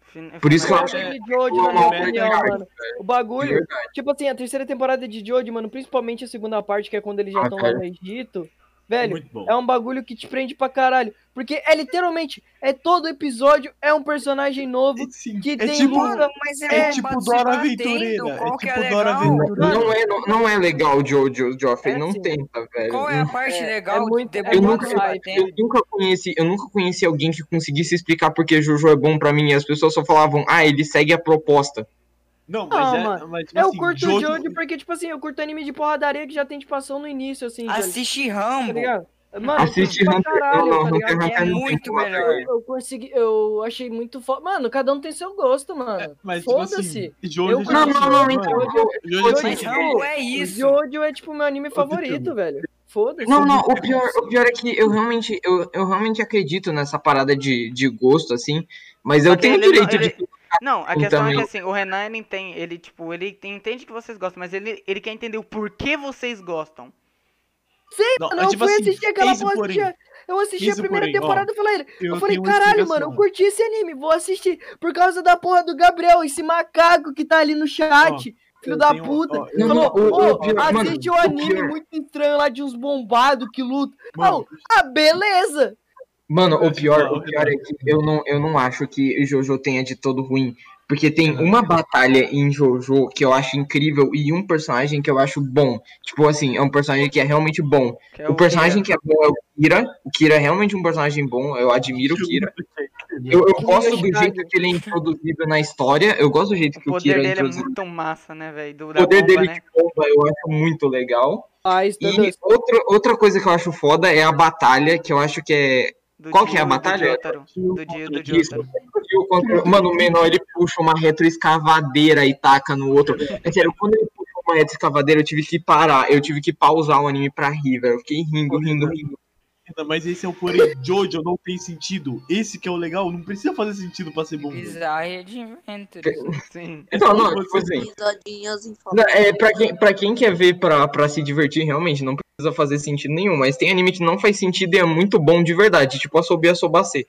Speaker 1: Fin-
Speaker 8: Por isso que eu
Speaker 1: finalmente-
Speaker 8: acho que-
Speaker 4: Tipo, de
Speaker 8: é
Speaker 4: Jojo, na
Speaker 8: Uma
Speaker 4: minha
Speaker 8: obra de
Speaker 4: opinião,
Speaker 8: arte,
Speaker 4: mano. O
Speaker 8: de
Speaker 4: bagulho,
Speaker 8: verdade.
Speaker 4: tipo assim, a terceira temporada de Jojo, mano, principalmente a segunda parte, que é quando eles já
Speaker 8: Ah,
Speaker 4: estão lá
Speaker 8: cara.
Speaker 4: no Egito, velho,
Speaker 2: Muito bom.
Speaker 4: é um bagulho que te prende pra caralho. Porque é literalmente, é todo episódio, é um personagem novo
Speaker 2: Sim,
Speaker 4: que
Speaker 2: é
Speaker 4: tem
Speaker 2: tipo-
Speaker 4: luta,
Speaker 7: Mano, mas
Speaker 2: É,
Speaker 7: é,
Speaker 2: tipo
Speaker 7: mas se
Speaker 2: Dora
Speaker 7: batendo,
Speaker 2: Aventureira.
Speaker 7: qual
Speaker 2: É
Speaker 7: que é
Speaker 2: tipo Dora
Speaker 7: legal?
Speaker 2: Aventureira.
Speaker 8: Não é, não, não é legal o Jojo, Joffrey,
Speaker 4: É
Speaker 8: não
Speaker 4: assim.
Speaker 8: tenta, velho.
Speaker 7: Qual é a parte
Speaker 4: É,
Speaker 7: legal?
Speaker 4: é
Speaker 7: de
Speaker 4: muito-
Speaker 7: ter
Speaker 4: é
Speaker 8: Eu
Speaker 7: botado
Speaker 8: nunca,
Speaker 4: muito
Speaker 7: se
Speaker 4: hype.
Speaker 7: batendo?
Speaker 8: eu nunca conheci, eu nunca conheci alguém que conseguisse explicar porque Jojo é bom pra mim e as pessoas só falavam: "Ah, ele segue a proposta".
Speaker 2: Não,
Speaker 4: Não,
Speaker 2: mas é.
Speaker 4: mano.
Speaker 2: Mas, tipo
Speaker 4: Eu
Speaker 2: assim,
Speaker 4: curto Jojo porque, tipo assim, eu curto anime de porradaria que já tem tipo ação no início, assim.
Speaker 2: Ah,
Speaker 4: já-
Speaker 7: Assiste
Speaker 4: Tá
Speaker 7: Rambo.
Speaker 4: ligado? Mano,
Speaker 8: Assiste
Speaker 4: eu curti
Speaker 8: Hunter,
Speaker 4: pra caralho,
Speaker 8: não,
Speaker 4: tá
Speaker 8: não,
Speaker 4: ligado?
Speaker 8: Hunter x
Speaker 7: É
Speaker 8: Hunter não tem
Speaker 7: muito
Speaker 8: como
Speaker 7: melhor.
Speaker 8: fazer.
Speaker 4: Eu consegui, eu achei muito foda. Mano, cada um tem seu gosto, mano.
Speaker 2: Mas, tipo
Speaker 4: Foda-se.
Speaker 2: assim, Jojo.
Speaker 4: Eu-
Speaker 8: Não, não, não, então.
Speaker 2: Mano,
Speaker 8: eu-
Speaker 2: Jojo é
Speaker 4: eu-
Speaker 7: Mas
Speaker 2: assim,
Speaker 4: eu-
Speaker 7: Rambo é isso.
Speaker 4: Jojo é tipo meu anime favorito, velho. Foda-se.
Speaker 8: Não, não, o pior, o pior é que eu realmente, eu, eu realmente acredito nessa parada de, de gosto, assim, mas eu
Speaker 1: Só que
Speaker 8: tenho o
Speaker 1: ele não-
Speaker 8: direito de.
Speaker 1: ele- Não, a questão é que
Speaker 8: também.
Speaker 1: assim, o Renan ele tem, ele tipo, ele tem- entende que vocês gostam, mas ele, ele quer entender o porquê vocês gostam.
Speaker 2: Não,
Speaker 4: Mano, eu
Speaker 2: tipo
Speaker 4: fui
Speaker 2: assim,
Speaker 4: assistir aquela
Speaker 2: eis o porém.
Speaker 4: porra. Eu assisti
Speaker 2: Eis
Speaker 4: a
Speaker 2: o
Speaker 4: primeira
Speaker 2: porém, ó.
Speaker 4: temporada e falei, eu, falei,
Speaker 2: tenho uma
Speaker 4: caralho, mano, eu
Speaker 2: explicação.
Speaker 4: curti esse anime, vou assistir. Por causa da porra do Gabriel, esse macaco que tá ali no chat. Filho
Speaker 2: eu
Speaker 4: da
Speaker 2: tenho-
Speaker 4: puta.
Speaker 2: ó,
Speaker 8: Não,
Speaker 2: eu-
Speaker 4: Falou,
Speaker 8: não, o-
Speaker 4: pô,
Speaker 8: o pior- mano,
Speaker 4: assiste um
Speaker 8: o
Speaker 4: anime
Speaker 8: pior-
Speaker 4: muito estranho lá de uns bombados que lutam.
Speaker 2: Mano,
Speaker 4: Ah, beleza.
Speaker 8: Mano,
Speaker 2: Eu
Speaker 8: o
Speaker 2: acho
Speaker 8: pior,
Speaker 2: que-
Speaker 8: o pior é que eu não, eu não acho que Jojo tenha de todo ruim. Porque tem uma batalha em Jojo que eu acho incrível e um personagem que eu acho bom. Tipo assim, é um personagem que é realmente bom.
Speaker 1: que é
Speaker 8: O personagem que é bom é o Kira. O Kira é realmente um personagem bom, eu admiro o Kira. Eu, eu gosto do jeito que ele é introduzido na história, eu gosto do jeito
Speaker 1: O
Speaker 8: que o
Speaker 1: poder
Speaker 8: Kira é
Speaker 1: dele é
Speaker 8: introduzido.
Speaker 1: muito massa, né, velho? Do
Speaker 8: O
Speaker 1: da
Speaker 8: poder
Speaker 1: bomba,
Speaker 8: dele
Speaker 1: né?
Speaker 8: de bomba eu acho muito legal.
Speaker 4: Mas,
Speaker 8: E outra, outra coisa que eu acho foda é a batalha, que eu acho que é
Speaker 1: Do
Speaker 8: Qual que é a
Speaker 1: Dio e
Speaker 8: batalha?
Speaker 1: Do Jotaro. Do Dio e do
Speaker 8: Isso.
Speaker 1: Jotaro.
Speaker 8: E o contra- Mano, o menor ele puxa uma retroescavadeira e taca no outro. É sério, quando ele puxou uma retroescavadeira, eu tive que parar. Eu tive que pausar o anime pra rir, velho. Eu fiquei rindo, rindo, rindo.
Speaker 2: Não, Mas esse é o porém. Jojo não tem sentido. Esse que é o legal, não precisa fazer sentido pra ser bom.
Speaker 7: Bizarre Adventures.
Speaker 1: Sim.
Speaker 8: Então, não, tipo assim.
Speaker 3: Pisadinhas em
Speaker 8: não,
Speaker 3: forma-
Speaker 8: É, pra, quem, pra quem quer ver pra, pra se divertir, realmente, não precisa fazer sentido nenhum. Mas tem anime que não faz sentido e é muito bom de verdade. Tipo, Asobi Asobacê.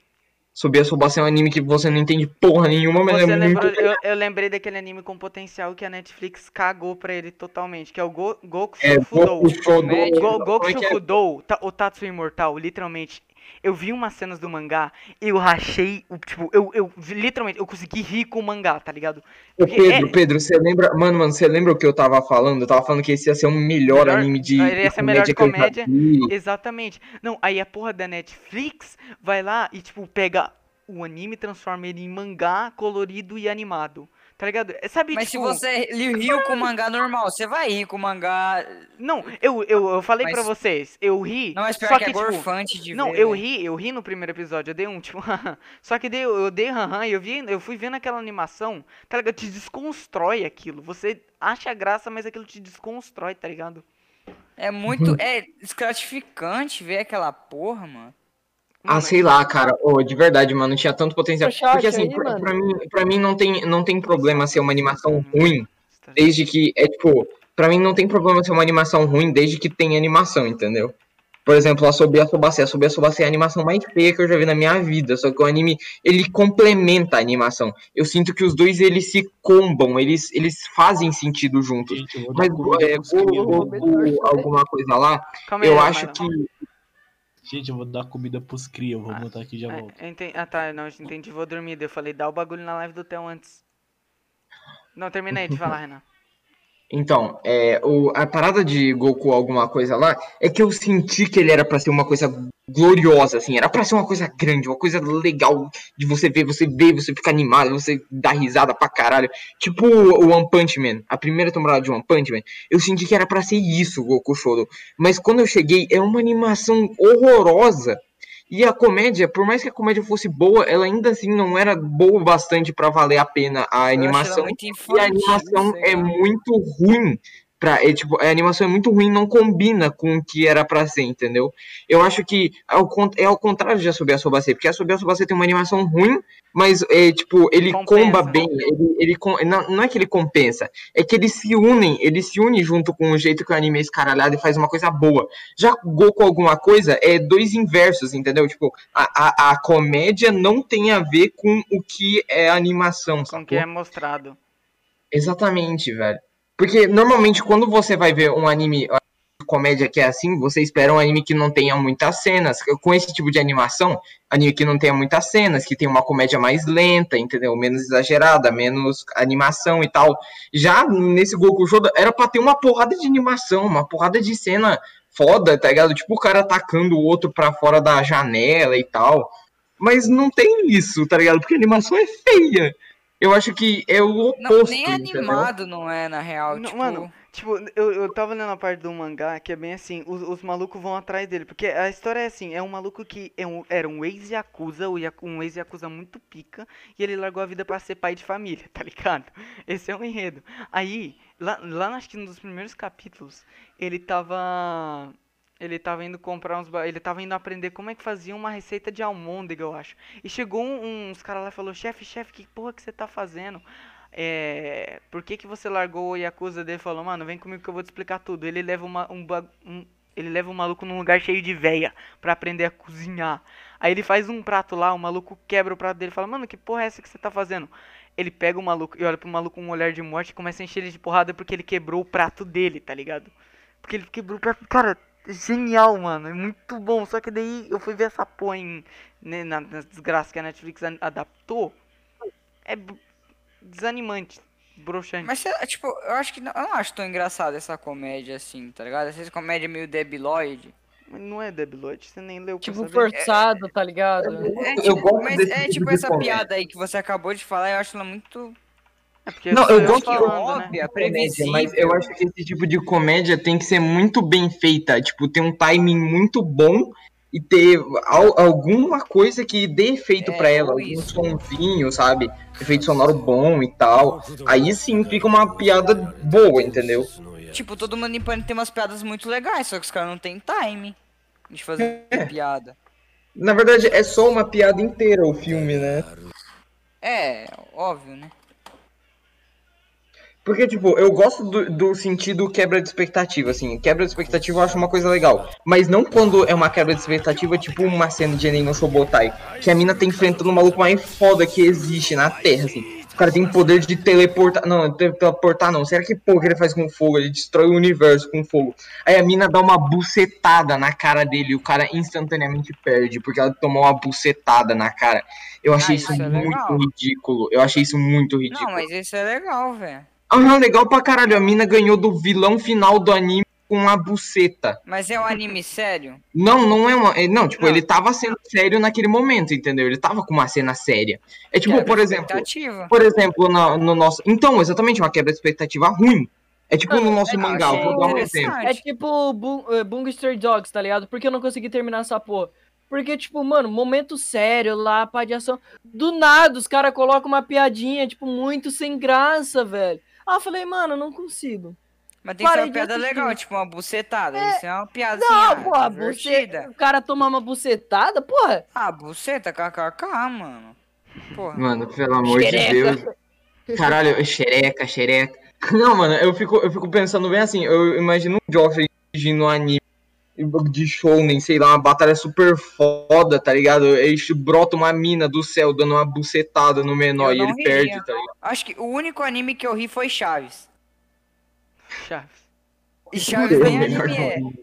Speaker 8: Asobi Asobacê é um anime que você não entende porra nenhuma, mas
Speaker 1: Você
Speaker 8: é
Speaker 1: lembrou,
Speaker 8: muito.
Speaker 1: eu, eu lembrei daquele anime com potencial que a Netflix cagou pra ele totalmente, que é o Go, Goku
Speaker 8: É,
Speaker 1: Fudou.
Speaker 8: Goku Shodo.
Speaker 1: né? Go,
Speaker 8: Como
Speaker 1: Goku
Speaker 8: é que é?
Speaker 1: Shokudou, ta- o Tatsu Imortal, literalmente. Eu vi umas cenas do mangá e eu rachei, o- tipo, eu, eu literalmente, eu consegui rir com o mangá, tá ligado?
Speaker 8: Ô
Speaker 1: Porque
Speaker 8: Pedro,
Speaker 1: é-
Speaker 8: Pedro, você lembra. Mano, mano, você lembra o que eu tava falando? Eu tava falando que esse ia ser o melhor,
Speaker 1: Melhor- Ah,
Speaker 8: anime de.
Speaker 1: ele ia ser melhor de
Speaker 8: que eu já
Speaker 1: comédia. Hum.
Speaker 8: vi.
Speaker 1: Exatamente. Não, aí a porra da Netflix vai lá e, tipo, pega o anime, transforma ele em mangá colorido e animado. Tá ligado? É, Sabe,
Speaker 7: Mas se
Speaker 1: tipo,
Speaker 7: você li- riu com mangá normal, você vai rir com mangá.
Speaker 1: Não, eu, eu, eu falei
Speaker 7: Mas-
Speaker 1: pra vocês, eu ri.
Speaker 7: Não, mas pior
Speaker 1: só
Speaker 7: que,
Speaker 1: que,
Speaker 7: é
Speaker 1: tipo,
Speaker 7: gorfante de
Speaker 1: Não,
Speaker 7: ver, né?
Speaker 1: eu
Speaker 7: velho.
Speaker 1: ri, eu ri no primeiro episódio, eu dei um tipo, haha. só que dei, eu dei haha, e eu vi, eu fui vendo aquela animação, tá ligado? Te desconstrói aquilo. Você acha graça, mas aquilo te desconstrói, tá ligado?
Speaker 7: É muito. É desgratificante ver aquela porra, mano.
Speaker 8: Ah, sei lá, cara. Ô, de verdade, mano, tinha tanto potencial.
Speaker 4: Poxa,
Speaker 8: Porque
Speaker 4: acha
Speaker 8: assim,
Speaker 4: aí,
Speaker 8: pra,
Speaker 4: mano?
Speaker 8: pra mim, pra mim não, tem, não tem problema ser uma animação ruim, desde que. É tipo, pra mim não tem problema ser uma animação ruim desde que tem animação, entendeu? Por exemplo, a Sobe a Sobacê. A Sobe a Sobacê é a animação mais feia que eu já vi na minha vida. Só que o anime, ele complementa a animação. Eu sinto que os dois, eles se combam. Eles, eles fazem sentido juntos.
Speaker 2: Gente, eu vou dar
Speaker 8: Mas,
Speaker 2: comida
Speaker 8: é,
Speaker 2: pros cachorros.
Speaker 8: Goro, Goku, alguma coisa lá,
Speaker 1: Calma
Speaker 8: eu
Speaker 1: aí,
Speaker 8: acho
Speaker 1: Rafael.
Speaker 8: que...
Speaker 2: Gente, eu vou dar comida pros cria, eu vou
Speaker 1: Ah,
Speaker 2: montar aqui e já
Speaker 1: É,
Speaker 2: volto.
Speaker 1: eu enten- Ah, tá, não, eu entendi, vou dormir. daí Eu falei, dá o bagulho na live do Theo antes. Não, termina aí de falar, Renan.
Speaker 8: Então, é, o- a parada de Goku alguma coisa lá é que eu senti que ele era pra ser uma coisa gloriosa, assim, era pra ser uma coisa grande, uma coisa legal de você ver, você ver, você ficar animado, você dar risada pra caralho. Tipo o One Punch Man, a primeira temporada de One Punch Man, eu senti que era pra ser isso, Goku Shodo. Mas quando eu cheguei, é uma animação horrorosa. E a comédia, por mais que a comédia fosse boa, ela ainda assim não era boa o bastante pra valer a pena a
Speaker 7: Eu achei ela
Speaker 8: animação.
Speaker 7: muito
Speaker 8: E a
Speaker 7: infantil,
Speaker 8: animação
Speaker 7: sei
Speaker 8: é
Speaker 7: lá.
Speaker 8: muito ruim. Pra, é, tipo, a animação é muito ruim, não combina com o que era pra ser, entendeu? Eu acho que ao con- é ao contrário de Assobia Sobacê, porque Assobia Sobacê tem uma animação ruim, mas, é, tipo, ele
Speaker 1: Compensa.
Speaker 8: comba bem, ele, ele com- não, não é que ele compensa, é que eles se unem, eles se unem junto com o jeito que o anime é escaralhado e faz uma coisa boa. Já Goku alguma coisa é dois inversos, entendeu? Tipo, a, a, a comédia não tem a ver com o que é animação,
Speaker 1: Com o
Speaker 8: sacou?
Speaker 1: que é mostrado.
Speaker 8: Exatamente, velho. Porque normalmente quando você vai ver um anime ó, de comédia que é assim, você espera um anime que não tenha muitas cenas. Com esse tipo de animação, anime que não tenha muitas cenas, que tenha uma comédia mais lenta, entendeu? Menos exagerada, menos animação e tal. Já nesse Goku Show era pra ter uma porrada de animação, uma porrada de cena foda, tá ligado? Tipo o cara atacando o outro pra fora da janela e tal. Mas não tem isso, tá ligado? Porque a animação é feia. Eu acho que é o oposto.
Speaker 7: Não, nem
Speaker 8: entendeu?
Speaker 7: animado não é, na real.
Speaker 1: Não,
Speaker 7: tipo,
Speaker 1: mano, Tipo, eu, eu tava lendo a parte do mangá que é bem assim, os, os malucos vão atrás dele. Porque a história é assim, é um maluco que é um- era um ex-yakuza, o yaku- um ex-yakuza muito pica, e ele largou a vida pra ser pai de família, tá ligado? Esse é o enredo. Aí, lá, lá acho que nos primeiros capítulos, ele tava... Ele tava indo comprar uns... ba- Ele tava indo aprender como é que fazia uma receita de almôndega, eu acho. E chegou um- uns caras lá e falou, chefe, chefe, que porra que você tá fazendo? É, por que que você largou o Yakuza dele e falou, mano, vem comigo que eu vou te explicar tudo. Ele leva uma, um, ba- um- ele leva um maluco num lugar cheio de véia pra aprender a cozinhar. Aí ele faz um prato lá, o maluco quebra o prato dele e fala, mano, que porra é essa que você tá fazendo? Ele pega o maluco e olha pro maluco com um olhar de morte e começa a encher ele de porrada porque ele quebrou o prato dele, tá ligado? Porque ele quebrou o prato. Cara, genial, mano. É muito bom. Só que daí eu fui ver essa porra em, né, na, nas desgraças que a Netflix a- adaptou. É b- desanimante, broxante.
Speaker 7: Mas, sei lá, tipo, eu acho que. Não, eu não acho tão engraçada essa comédia assim, tá ligado? Essa comédia meio debiloide.
Speaker 1: Mas não é debilóide, você nem leu pra
Speaker 4: Tipo,
Speaker 1: saber.
Speaker 4: forçado, tá ligado?
Speaker 7: É,
Speaker 8: Eu
Speaker 7: tipo,
Speaker 8: gosto
Speaker 7: mas
Speaker 8: desse
Speaker 7: é
Speaker 8: tipo
Speaker 7: tipo
Speaker 8: de
Speaker 7: essa
Speaker 8: comédia.
Speaker 7: piada aí que você acabou de falar, eu acho ela muito.
Speaker 1: É porque
Speaker 8: Não,
Speaker 1: sou
Speaker 8: eu gosto-
Speaker 7: que
Speaker 1: falando, né?
Speaker 7: óbvia,
Speaker 8: comédia,
Speaker 7: previsível.
Speaker 8: mas eu acho que esse tipo de comédia tem que ser muito bem feita, tipo, ter um timing muito bom e ter al- alguma coisa que dê efeito
Speaker 7: É,
Speaker 8: pra ela,
Speaker 7: ou
Speaker 8: algum
Speaker 7: isso.
Speaker 8: sonzinho, sabe? Efeito sonoro bom e tal. Aí sim fica uma piada boa, entendeu?
Speaker 7: Tipo, todo mundo em pânico tem umas piadas muito legais, só que os caras não tem time de fazer
Speaker 8: É.
Speaker 7: piada.
Speaker 8: Na verdade, é só uma piada inteira o filme, né?
Speaker 7: É, óbvio, né?
Speaker 8: Porque, tipo, eu gosto do, do sentido quebra de expectativa, assim. Quebra de expectativa eu acho uma coisa legal. Mas não quando é uma quebra de expectativa, tipo uma cena de Enem no Shobotai. Que a mina tá enfrentando o maluco mais foda que existe na Terra, assim. O cara tem poder de teleportar. Não, te- teleportar não. Será que porra que ele faz com fogo? Ele destrói o universo com fogo. Aí a mina dá uma bucetada na cara dele e o cara instantaneamente perde, porque ela tomou uma bucetada na cara. Eu achei
Speaker 7: Ah,
Speaker 8: isso,
Speaker 7: isso é
Speaker 8: muito
Speaker 7: legal.
Speaker 8: ridículo. Eu achei isso muito ridículo.
Speaker 7: Não, mas isso é legal, velho.
Speaker 8: Aham, legal pra caralho. A mina ganhou do vilão final do anime com uma buceta.
Speaker 7: Mas é um anime sério?
Speaker 8: Não, não é uma. é- Não, tipo,
Speaker 7: Não.
Speaker 8: ele tava sendo sério naquele momento, entendeu? Ele tava com uma cena séria. É tipo,
Speaker 7: Quebra
Speaker 8: por
Speaker 7: de
Speaker 8: exemplo.
Speaker 7: expectativa.
Speaker 8: Por exemplo, na- no, nosso. Então, exatamente, uma quebra de expectativa ruim. É tipo no nosso mangá, eu vou dar um
Speaker 7: interessante.
Speaker 8: exemplo.
Speaker 4: É tipo Bung- eh, Bungo Stray Dogs, tá ligado? Por que eu não consegui terminar essa porra? Porque, tipo, mano, momento sério lá, pá de ação. Do nada, os caras colocam uma piadinha, tipo, muito sem graça, velho. Ah, eu falei, mano, eu não consigo.
Speaker 7: Mas tem que ser
Speaker 4: Parei
Speaker 7: uma
Speaker 4: de
Speaker 7: piada
Speaker 4: assistir.
Speaker 7: legal, tipo uma bucetada.
Speaker 4: É.
Speaker 7: Isso é uma piada
Speaker 4: Não,
Speaker 7: assim, ah,
Speaker 4: porra,
Speaker 7: divertida.
Speaker 4: buce... o cara tomar uma bucetada, porra.
Speaker 7: Ah, buceta, kkk, mano. Porra.
Speaker 8: Mano, pelo amor
Speaker 4: Xereca.
Speaker 8: de Deus. Caralho, xereca, xereca. Não, mano, eu fico, eu fico pensando bem assim, eu imagino um Joffrey dirigindo um anime de show, nem sei lá, uma batalha super foda, tá ligado? Ele brota uma mina do céu dando uma bucetada no menor
Speaker 7: Eu
Speaker 8: e
Speaker 7: não
Speaker 8: ele
Speaker 7: riria.
Speaker 8: perde, tá ligado?
Speaker 7: Acho que o único anime que eu ri foi Chaves.
Speaker 1: Chaves.
Speaker 7: E Chaves nem
Speaker 8: Melhor
Speaker 7: anime é.
Speaker 8: não.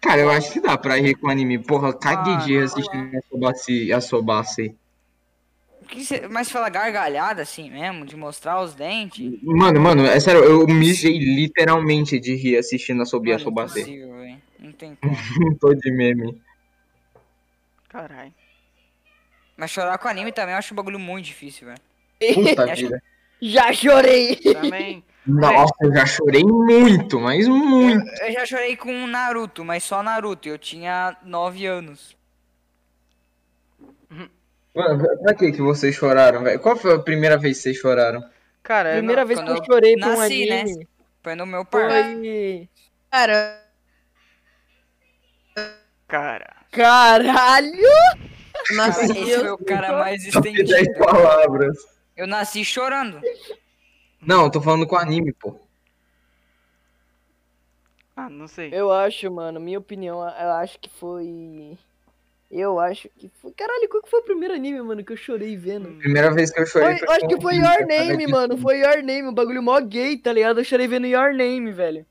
Speaker 8: Cara, eu acho que dá pra rir com anime. Porra, caguei
Speaker 7: Ah,
Speaker 8: de assistir Asobase. Asobase.
Speaker 7: O que cê- Mas fala gargalhada assim mesmo, de mostrar os dentes.
Speaker 8: Mano, mano, é sério, eu mijei literalmente de rir assistindo a Sobi
Speaker 7: Mano,
Speaker 8: Asobase.
Speaker 7: impossível, velho. Não tem
Speaker 8: Não
Speaker 7: como.
Speaker 8: tô de meme.
Speaker 1: Caralho.
Speaker 7: Mas chorar com anime também eu acho um bagulho muito difícil, velho.
Speaker 8: Puta
Speaker 7: Acho-
Speaker 8: vida.
Speaker 4: Já chorei.
Speaker 1: Também.
Speaker 8: Nossa, eu já chorei muito, mas
Speaker 4: É.
Speaker 8: muito.
Speaker 7: Eu já chorei com um Naruto, mas só Naruto. Eu tinha 9 anos.
Speaker 8: Mano, pra que que vocês choraram, velho? Qual foi a primeira vez que vocês choraram?
Speaker 1: Cara, eu não-
Speaker 4: Primeira vez que
Speaker 7: É, quando
Speaker 4: eu
Speaker 7: eu
Speaker 4: chorei por um
Speaker 7: nasci, né?
Speaker 4: anime
Speaker 7: Foi no meu par.
Speaker 4: foi...
Speaker 9: Cara,
Speaker 1: Cara.
Speaker 4: Caralho!
Speaker 9: eu
Speaker 7: Cara,
Speaker 9: nasci.
Speaker 7: esse foi
Speaker 9: eu-
Speaker 7: o cara mais
Speaker 8: Top
Speaker 7: estendido.
Speaker 4: né?
Speaker 8: 10 palavras.
Speaker 7: Eu nasci chorando.
Speaker 8: Não, eu tô falando com anime, pô.
Speaker 1: Ah, não sei.
Speaker 4: Eu acho, mano, minha opinião, eu acho que foi... Eu acho que foi... Caralho, qual que foi o primeiro anime, mano, que eu chorei vendo?
Speaker 8: Primeira vez que eu
Speaker 4: Foi-
Speaker 8: chorei
Speaker 4: eu acho que
Speaker 8: com
Speaker 4: foi
Speaker 8: anime,
Speaker 4: Your
Speaker 8: cara,
Speaker 4: Name,
Speaker 8: de-
Speaker 4: mano. Foi Your Name, um bagulho mó gay, tá ligado? Eu chorei vendo Your Name, velho.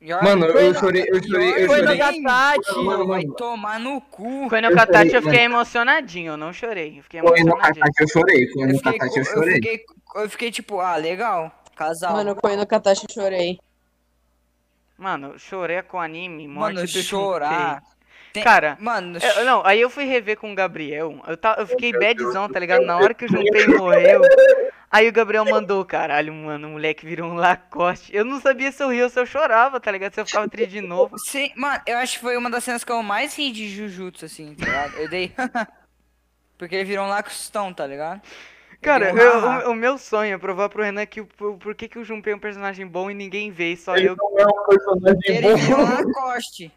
Speaker 7: Your-
Speaker 8: Mano, eu- eu
Speaker 4: Foi-
Speaker 8: chorei, eu chorei, eu
Speaker 4: Foi no
Speaker 8: chorei.
Speaker 4: Gatati.
Speaker 8: Mano,
Speaker 7: Vai
Speaker 8: mano.
Speaker 7: tomar no cu.
Speaker 1: Quando eu
Speaker 8: Eu
Speaker 1: Katati eu
Speaker 8: chorei, né?
Speaker 1: fiquei emocionadinho, eu não chorei. Eu fiquei
Speaker 8: Foi no
Speaker 1: emocionadinho.
Speaker 8: Katachi eu chorei, foi
Speaker 7: Eu
Speaker 8: no
Speaker 7: fiquei, co-
Speaker 8: Katachi eu
Speaker 7: eu,
Speaker 8: chorei.
Speaker 7: fiquei, eu fiquei tipo, ah, legal, casal.
Speaker 9: Mano,
Speaker 7: Mano,
Speaker 9: eu corri no Katashi e chorei.
Speaker 1: Mano, chorar com anime, um morte do Shinpei.
Speaker 7: chorar. Tem-
Speaker 1: Cara,
Speaker 7: Mano,
Speaker 1: É, eu- não, aí eu fui rever com o Gabriel. Eu, ta- eu fiquei badzão, tá ligado? Na hora que o Junpei morreu. Aí o Gabriel mandou, caralho, mano, o moleque virou um Lacoste. Eu não sabia se eu ria ou se eu chorava, tá ligado? Se eu ficava triste de novo.
Speaker 7: sim, mano, eu acho que foi uma das cenas que eu mais ri de Jujutsu, assim, tá ligado? Eu dei. Porque ele virou um lacustão, tá ligado?
Speaker 1: Cara,
Speaker 7: Eu dei um
Speaker 1: eu-
Speaker 7: haha.
Speaker 1: o, o meu sonho é provar pro Renan que o- por, por que, que o Junpei é um personagem bom e ninguém vê, só
Speaker 8: Ele
Speaker 1: eu.
Speaker 8: não é um personagem
Speaker 7: Ele virou
Speaker 8: bom.
Speaker 7: um lacoste.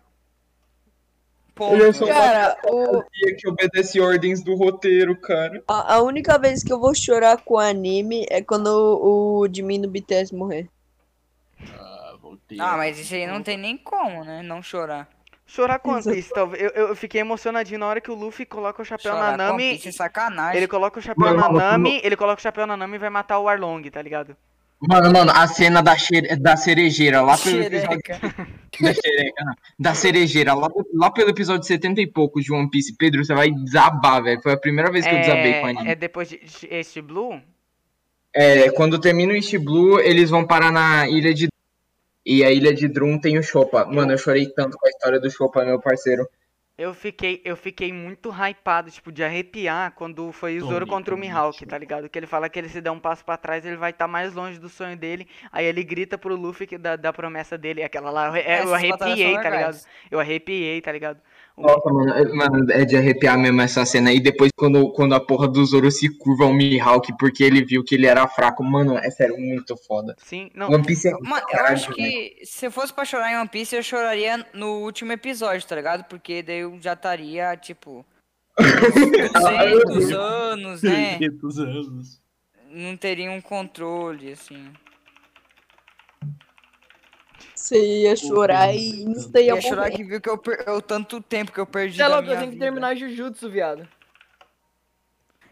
Speaker 7: Ponto.
Speaker 8: Ele é só um
Speaker 3: Cara, o-
Speaker 8: batia que obedece ordens do roteiro, cara.
Speaker 3: a, a única vez que eu vou chorar com anime é quando o, o Jimin do BTS morrer.
Speaker 2: Ah, voltei.
Speaker 7: Ah, mas isso aí não tem nem como, né? Não chorar.
Speaker 1: Chorar com One Piece, talvez. Eu, eu fiquei emocionadinho na hora que o Luffy coloca o chapéu
Speaker 7: chorar
Speaker 1: na
Speaker 7: com One
Speaker 1: Nami.
Speaker 7: Piece é sacanagem.
Speaker 1: Ele coloca o chapéu
Speaker 8: Mano,
Speaker 1: na
Speaker 8: mano,
Speaker 1: Nami, ele coloca o chapéu na Nami e vai matar o Arlong, tá ligado?
Speaker 8: Mano, mano, a cena da, xere- da cerejeira, lá pelo episódio
Speaker 7: Xereca.
Speaker 8: da xereca, não. Da cerejeira, lá, lá pelo episódio 70 e poucos de One Piece. Pedro, você vai desabar, velho. Foi a primeira vez que eu desabei com a
Speaker 1: É,
Speaker 8: anime.
Speaker 1: é depois de de- este Blue?
Speaker 8: É, quando termina o East Blue, eles vão parar na ilha de. E a ilha de Drum tem o Choppa. Mano, eu chorei tanto com a história do Choppa, meu parceiro.
Speaker 1: Eu fiquei, eu fiquei muito hypado, tipo, de arrepiar quando foi o Zoro
Speaker 2: Tome,
Speaker 1: contra o
Speaker 2: tome,
Speaker 1: Mihawk,
Speaker 2: tome.
Speaker 1: tá ligado? Que ele fala que ele se der um passo pra trás, ele vai estar mais longe do sonho dele. Aí ele grita pro Luffy que, da, da promessa dele, aquela lá. é, Eu,
Speaker 7: Essas
Speaker 1: eu
Speaker 7: batalhas são
Speaker 8: é
Speaker 1: arrepiei, tá ligado?
Speaker 7: legais.
Speaker 1: Eu arrepiei, tá ligado?
Speaker 8: Nossa, mano, é, mano, é de arrepiar mesmo essa cena. E depois, quando, quando a porra do Zoro se curva ao Mihawk porque ele viu que ele era fraco. Mano, é sério, muito foda.
Speaker 1: Sim, não.
Speaker 8: One Piece é.
Speaker 7: Mano, eu
Speaker 8: Caralho,
Speaker 7: acho que
Speaker 1: né?
Speaker 7: se eu fosse pra chorar em One Piece, eu choraria no último episódio, tá ligado? Porque daí eu já estaria, tipo. 200 anos, né?
Speaker 1: é.
Speaker 2: 300 anos.
Speaker 7: Não teria um controle, assim.
Speaker 3: Você ia chorar e insta ia
Speaker 7: Ia chorar
Speaker 3: morrer.
Speaker 7: que viu que eu, per... eu tanto tempo que eu perdi.
Speaker 4: Até
Speaker 7: da
Speaker 4: logo, é eu
Speaker 7: minha
Speaker 4: tenho que
Speaker 7: vida.
Speaker 4: terminar Jujutsu, viado.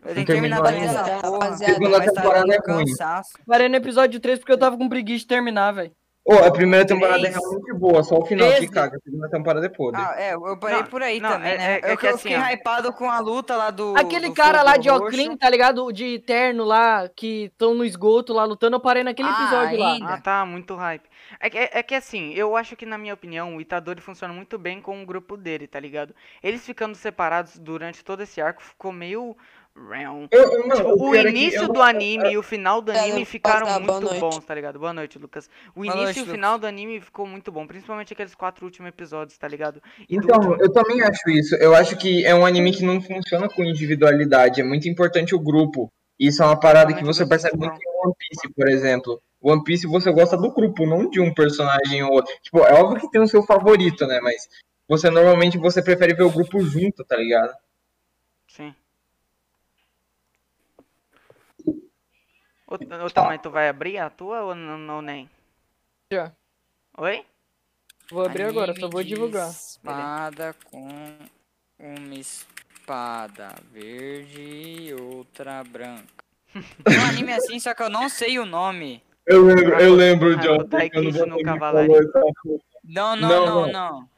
Speaker 7: Eu tenho que
Speaker 8: Terminou
Speaker 7: terminar também
Speaker 9: ainda.
Speaker 7: essa porra.
Speaker 9: Rapaziada,
Speaker 8: Segunda
Speaker 7: mas tá
Speaker 8: temporada
Speaker 7: dando
Speaker 8: é ruim.
Speaker 7: cansaço.
Speaker 4: Parei no episódio 3 porque eu tava com preguiça de terminar, velho.
Speaker 8: Ô, a primeira temporada
Speaker 7: Três.
Speaker 8: é realmente boa, só o final que
Speaker 4: Três.
Speaker 8: caga. A segunda temporada é podre.
Speaker 7: Ah, é, eu parei
Speaker 1: Não,
Speaker 7: por aí
Speaker 1: não,
Speaker 7: também,
Speaker 1: é-
Speaker 7: né?
Speaker 1: é- é
Speaker 7: eu,
Speaker 1: que
Speaker 7: eu
Speaker 1: assim,
Speaker 7: fiquei
Speaker 1: ó.
Speaker 7: hypado com a luta lá do.
Speaker 4: Aquele
Speaker 7: do
Speaker 4: cara lá
Speaker 7: Fogo
Speaker 4: de
Speaker 7: Roxo.
Speaker 4: Oclean, tá ligado? O De terno lá, que estão no esgoto lá lutando, eu parei naquele
Speaker 7: Ah,
Speaker 4: episódio lá.
Speaker 7: ainda.
Speaker 1: Ah, tá, muito hype. É que, é que assim, eu acho que, na minha opinião, o Itadori funciona muito bem com o grupo dele, tá ligado? Eles ficando separados durante todo esse arco ficou meio. round.
Speaker 8: Eu- eu- não,
Speaker 1: Tipo, o
Speaker 8: pior é que eu
Speaker 1: início
Speaker 8: não- é
Speaker 1: do anime e o final do
Speaker 7: É,
Speaker 3: Pera,
Speaker 1: anime
Speaker 3: eu posso
Speaker 1: ficaram
Speaker 3: dar boa
Speaker 1: muito
Speaker 3: noite?
Speaker 1: bons, tá ligado? Boa noite, Lucas. O
Speaker 7: Boa
Speaker 1: início
Speaker 7: noite,
Speaker 1: e o
Speaker 7: Lucas.
Speaker 1: final do anime ficou muito bom, principalmente aqueles quatro últimos episódios, tá ligado? E do
Speaker 8: Então,
Speaker 1: último-
Speaker 8: eu também acho isso. Eu acho que é um anime que não funciona com individualidade. É muito importante o grupo. Isso é uma parada que
Speaker 1: Principalmente
Speaker 8: você
Speaker 1: do
Speaker 8: percebe
Speaker 1: final.
Speaker 8: muito em One Piece, por exemplo. One Piece você gosta do grupo, não de um personagem ou outro. Tipo, é óbvio que tem o seu favorito, né? Mas você normalmente você prefere ver o grupo junto, tá ligado?
Speaker 1: Sim. Ô, ô Tomai, tu vai abrir a tua ou não, não nem?
Speaker 4: Já.
Speaker 1: Oi?
Speaker 4: Vou abrir agora, só
Speaker 7: Anime
Speaker 4: vou
Speaker 7: de
Speaker 4: divulgar.
Speaker 7: Espada com uma espada verde e outra branca. um anime assim, só que eu não sei o nome.
Speaker 8: Eu lembro,
Speaker 1: eu
Speaker 8: eu
Speaker 1: lembro,
Speaker 8: lembro,
Speaker 1: Jonathan,
Speaker 8: John.
Speaker 1: quando Ah, Daikichi você no me Cavalari. falou
Speaker 8: tá?
Speaker 7: Não, não,
Speaker 8: Não,
Speaker 7: não, não.
Speaker 8: não.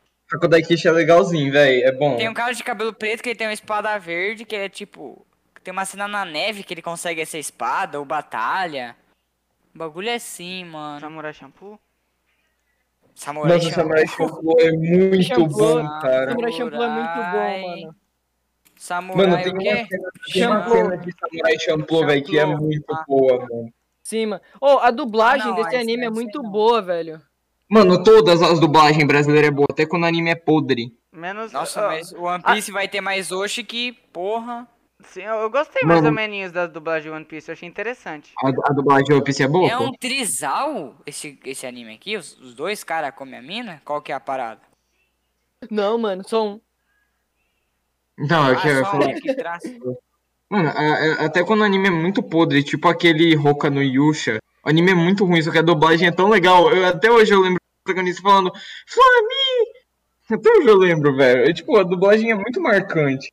Speaker 8: O Daikichi é legalzinho, velho. É bom.
Speaker 7: Tem um cara de cabelo preto que ele tem uma espada verde, que ele é tipo. Tem uma cena na neve que ele consegue essa espada ou batalha. O bagulho é assim, mano.
Speaker 1: Samurai Shampoo?
Speaker 7: Samurai.
Speaker 8: Nossa, o Samurai Champloo é muito
Speaker 4: Champloo.
Speaker 8: bom, cara.
Speaker 4: Samurai Champloo é muito bom, mano.
Speaker 7: Samurai
Speaker 8: Mano, tem
Speaker 7: o
Speaker 8: uma
Speaker 7: quê?
Speaker 8: cena, tem uma
Speaker 4: Champloo.
Speaker 8: cena de Samurai Champloo, velho, que é
Speaker 7: Champloo.
Speaker 8: muito
Speaker 7: Ah.
Speaker 8: boa, mano.
Speaker 4: Sim, mano. Oh, a dublagem
Speaker 7: Ah, não,
Speaker 4: desse
Speaker 7: essa
Speaker 4: anime é
Speaker 7: eu não sei
Speaker 4: muito
Speaker 7: não.
Speaker 4: boa, velho.
Speaker 8: Mano, todas as dublagens brasileiras é boa, até quando o anime é podre.
Speaker 1: Menos.
Speaker 7: Nossa,
Speaker 1: ó,
Speaker 7: mas o One Piece vai ter mais Oshi que, porra.
Speaker 1: Sim, eu, eu gostei mais ou
Speaker 8: Mano.
Speaker 1: menos das dublagens de One Piece, eu achei interessante.
Speaker 8: A, a dublagem de One Piece é boa,
Speaker 7: É
Speaker 8: pô.
Speaker 7: um trisal esse, esse anime aqui? Os, os dois caras comem a mina? Qual que é a parada?
Speaker 4: Não, mano, só um.
Speaker 1: Ah,
Speaker 8: Não, é que eu ia
Speaker 7: só
Speaker 8: falar.
Speaker 7: um que traça.
Speaker 8: Mano, a- a- até quando o anime é muito podre, tipo aquele Hoka no Yusha, o anime é muito ruim, só que a dublagem é tão legal. Eu, até hoje eu lembro do protagonista falando Flami! Até hoje eu lembro, velho. É, tipo, a dublagem é muito marcante.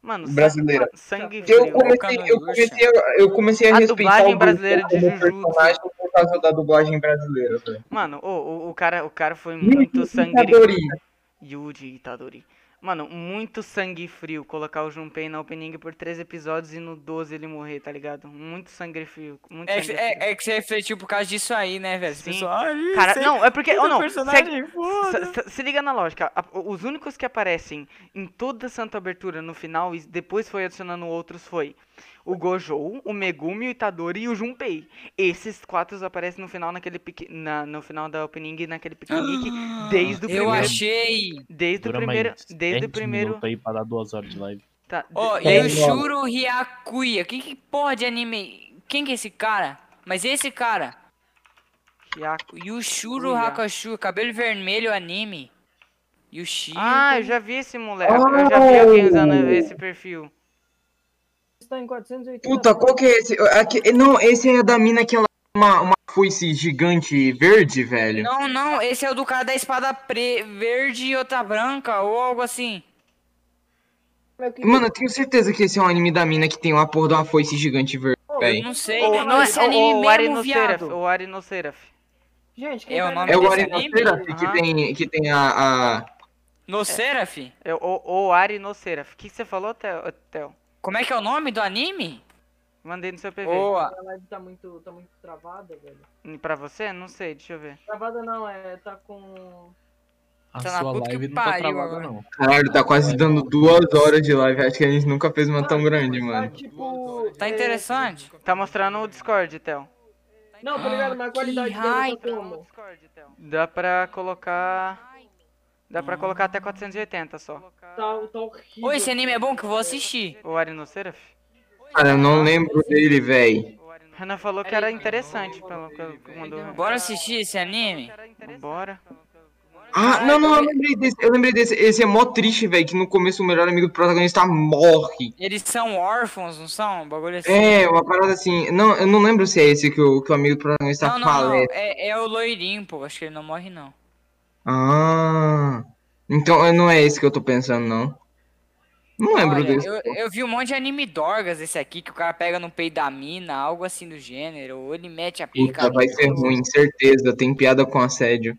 Speaker 1: Mano,
Speaker 8: Brasileira.
Speaker 1: sangue, sangue
Speaker 8: Eu
Speaker 1: frio.
Speaker 8: comecei, eu comecei, a, eu comecei a,
Speaker 1: A
Speaker 8: respeitar
Speaker 1: dublagem
Speaker 8: o
Speaker 1: brasileira é
Speaker 8: Goku
Speaker 1: de
Speaker 8: como
Speaker 1: Jujutsu.
Speaker 8: personagem por causa da dublagem brasileira, velho.
Speaker 1: Mano, ô, o, o, cara, o cara foi muito
Speaker 8: Muito
Speaker 1: sangue.
Speaker 8: Itadori.
Speaker 1: Yuji Itadori. Mano, muito sangue frio colocar o Junpei na opening por três episódios e no 12 ele morrer, tá ligado? Muito sangue frio. Muito
Speaker 7: É, que-
Speaker 1: sangue frio.
Speaker 7: é, é que você refletiu por causa disso aí, né, velho? As
Speaker 1: Sim.
Speaker 7: pessoas, "Ai,
Speaker 1: Cara,
Speaker 7: você-
Speaker 1: não, é porque.
Speaker 7: você é
Speaker 1: Ou não, segue-
Speaker 7: personagem, foda."
Speaker 1: Se, se- se liga na lógica. a- os únicos que aparecem em toda a santa abertura no final e depois foi adicionando outros foi o Gojo, o Megumi, o Itadori e o Junpei. Esses quatro aparecem no final naquele pequ- na, no final da opening e naquele
Speaker 7: é
Speaker 1: piquenique desde o
Speaker 7: Eu
Speaker 1: primeiro,
Speaker 7: achei.
Speaker 1: desde o
Speaker 2: Dura
Speaker 1: primeiro,
Speaker 2: mais
Speaker 1: desde o
Speaker 2: 10
Speaker 1: primeiro,
Speaker 2: minutos aí pra dar duas horas de live.
Speaker 1: tá,
Speaker 7: Ó,
Speaker 1: de-
Speaker 8: é,
Speaker 7: eu
Speaker 1: desde-
Speaker 8: mano.
Speaker 7: juro Hyakuya. Que que porra de anime? Quem que é esse cara? Mas esse cara,
Speaker 1: Yaku-
Speaker 7: o Yushiro
Speaker 1: Hyakuya.
Speaker 7: Hakashu, cabelo vermelho anime. Yushiro.
Speaker 1: Ah, eu já vi esse moleque. Eu já
Speaker 7: Oh!
Speaker 1: vi alguém usando esse perfil.
Speaker 4: Está Tá em 480.
Speaker 8: Puta, qual que é esse? Aque- não, esse é da mina que ela uma, uma foice gigante verde, velho.
Speaker 7: Não, não, esse é o do cara da espada pre verde e outra branca, ou algo assim.
Speaker 4: Meu, que-
Speaker 8: Mano, eu tenho certeza que esse é um anime da mina que tem uma porra de uma foice gigante verde,
Speaker 7: Eu
Speaker 8: velho.
Speaker 7: não sei,
Speaker 1: Ou
Speaker 7: não,
Speaker 1: não é,
Speaker 7: esse anime
Speaker 1: ou, ou
Speaker 7: mesmo,
Speaker 1: Arinoceraf,
Speaker 7: viado.
Speaker 1: ou Arinoceraf.
Speaker 4: Gente,
Speaker 7: É o
Speaker 4: tá
Speaker 7: nome
Speaker 8: É o
Speaker 7: desse
Speaker 8: Arena
Speaker 7: anime? Ah.
Speaker 8: Seraph que
Speaker 1: Aham.
Speaker 8: tem, que tem a, a-
Speaker 7: No Seraph?
Speaker 1: É, ou, ou Arinoceraf. O que que você falou, Theo? Theo?
Speaker 7: Como é que é o nome do anime?
Speaker 1: Mandei no seu PV.
Speaker 7: Boa.
Speaker 4: A live tá muito, tá muito travada, velho.
Speaker 1: Hum, Pra você? Não sei, deixa eu ver.
Speaker 4: Travada não, é. Tá com.
Speaker 2: A
Speaker 7: Tá na
Speaker 2: sua
Speaker 7: puta que
Speaker 2: live não tá
Speaker 7: pariu
Speaker 2: travada,
Speaker 7: agora.
Speaker 2: não.
Speaker 8: Caralho, tá quase dando duas horas de live. Acho que a gente nunca fez uma tão grande,
Speaker 4: Tá
Speaker 8: mano.
Speaker 4: tipo.
Speaker 7: Tá
Speaker 4: é,
Speaker 7: interessante?
Speaker 1: Tá mostrando o Discord, Theo.
Speaker 4: Não, tá ligado? Mas a qualidade
Speaker 7: Que
Speaker 4: dele tá
Speaker 7: raiva.
Speaker 4: como?
Speaker 1: Dá pra colocar... Dá pra colocar até 480 só.
Speaker 4: Tá, tá horrível.
Speaker 7: Ô, esse anime é bom que eu vou assistir.
Speaker 1: O Arinoceraf?
Speaker 8: Cara, eu não lembro dele, velho.
Speaker 1: Renan falou que era interessante, pelo pelo que mandou.
Speaker 7: Bora assistir esse anime?
Speaker 1: Bora.
Speaker 8: Ah, não, não, eu lembrei desse. Eu lembrei desse. Esse é mó triste, velho, que no começo o melhor amigo do protagonista morre.
Speaker 7: Eles são órfãos, não são? Um bagulho assim.
Speaker 8: É, uma parada assim. Não, eu não lembro se é esse que o, que o amigo do protagonista
Speaker 7: não, não, não.
Speaker 8: falece.
Speaker 7: É, é o loirinho, pô. Acho que ele não morre, não.
Speaker 8: Ah. Então eh, não é esse que eu tô pensando, não. Não lembro
Speaker 7: Olha,
Speaker 8: desse.
Speaker 7: eu, eu vi um monte de anime dorgas esse aqui, que o cara pega no peito da mina, algo assim do gênero. Ou ele mete a pica. né?
Speaker 8: Puta, vai
Speaker 7: na
Speaker 8: ser
Speaker 7: pessoa.
Speaker 8: ruim, certeza. Tem piada com assédio.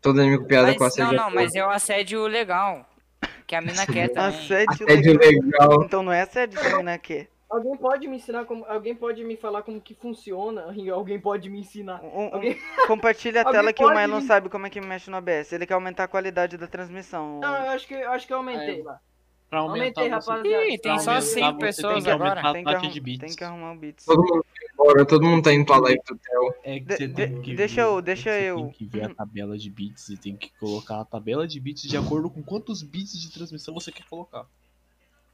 Speaker 8: Todo anime com piada
Speaker 7: Mas-
Speaker 8: com assédio.
Speaker 7: não, não,
Speaker 8: é
Speaker 7: mas é o assédio legal. um Que a mina quer também.
Speaker 1: Assédio
Speaker 8: é Assédio
Speaker 1: legal.
Speaker 8: legal.
Speaker 1: Então não é assédio, essa mina aqui.
Speaker 4: Alguém pode me ensinar como. Alguém pode me falar como que funciona? Alguém pode me ensinar.
Speaker 1: Um- um-
Speaker 4: Alguém-
Speaker 1: compartilha a
Speaker 4: Alguém
Speaker 1: tela que o
Speaker 4: pode
Speaker 1: Maia não
Speaker 4: ir?
Speaker 1: sabe como é que mexe no OBS. Ele quer aumentar a qualidade da
Speaker 7: Hum.
Speaker 1: transmissão.
Speaker 4: Não, Ah, eu acho que eu acho que eu aumentei lá.
Speaker 2: Pra aumentar
Speaker 4: Aumentei,
Speaker 2: você,
Speaker 4: rapaziada.
Speaker 2: pra
Speaker 7: Ih, tem só
Speaker 2: aumentar,
Speaker 7: cinco
Speaker 2: você tem
Speaker 7: pessoas
Speaker 2: que aumentar
Speaker 7: agora.
Speaker 2: a
Speaker 1: tem, que
Speaker 2: taxa
Speaker 1: arrum-
Speaker 2: de bits.
Speaker 1: tem que arrumar o bits.
Speaker 8: Todo mundo foi embora, todo mundo tá indo pra live do Theo.
Speaker 2: É que
Speaker 1: De-
Speaker 2: você
Speaker 1: de-
Speaker 2: tem que
Speaker 1: deixa
Speaker 2: ver-
Speaker 1: eu- deixa
Speaker 2: você
Speaker 1: eu-
Speaker 2: Tem que ver a tabela de bits e tem que colocar a tabela de bits de acordo com quantos bits de transmissão você quer colocar.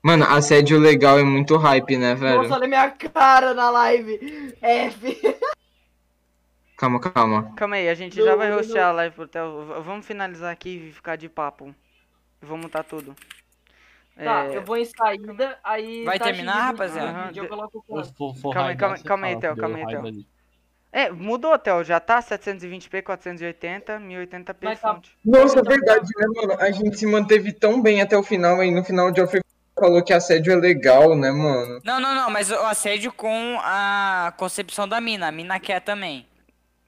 Speaker 8: Mano, assédio legal é muito hype, né, velho?
Speaker 4: Nossa, olha minha cara na live. F.
Speaker 8: Calma, calma.
Speaker 1: Calma aí, a gente
Speaker 4: Não,
Speaker 1: já vai
Speaker 4: não.
Speaker 1: rostear a live pro Theo. V- Vamos finalizar aqui e ficar de papo. Vou montar tudo.
Speaker 4: Tá,
Speaker 1: É,
Speaker 4: eu vou em saída, aí.
Speaker 7: Vai
Speaker 4: taxa de
Speaker 7: terminar,
Speaker 4: vídeo,
Speaker 7: rapaziada?
Speaker 4: Eu coloco o ponto.
Speaker 2: For- for
Speaker 1: Calma aí,
Speaker 2: raidar,
Speaker 1: calma aí,
Speaker 2: você
Speaker 1: calma aí, Theo,
Speaker 2: fala que deu
Speaker 1: calma aí,
Speaker 2: raida
Speaker 1: Theo.
Speaker 2: ali.
Speaker 1: é, mudou, Theo. Já tá 720p, 480, 1080p
Speaker 4: Mas tá-
Speaker 1: fonte.
Speaker 8: Nossa, é verdade, né, mano? A gente se manteve tão bem até o final, aí no final o Joffrey falou que assédio é legal, né, mano?
Speaker 7: Não, não, não, mas o assédio com a concepção da mina. A mina quer também.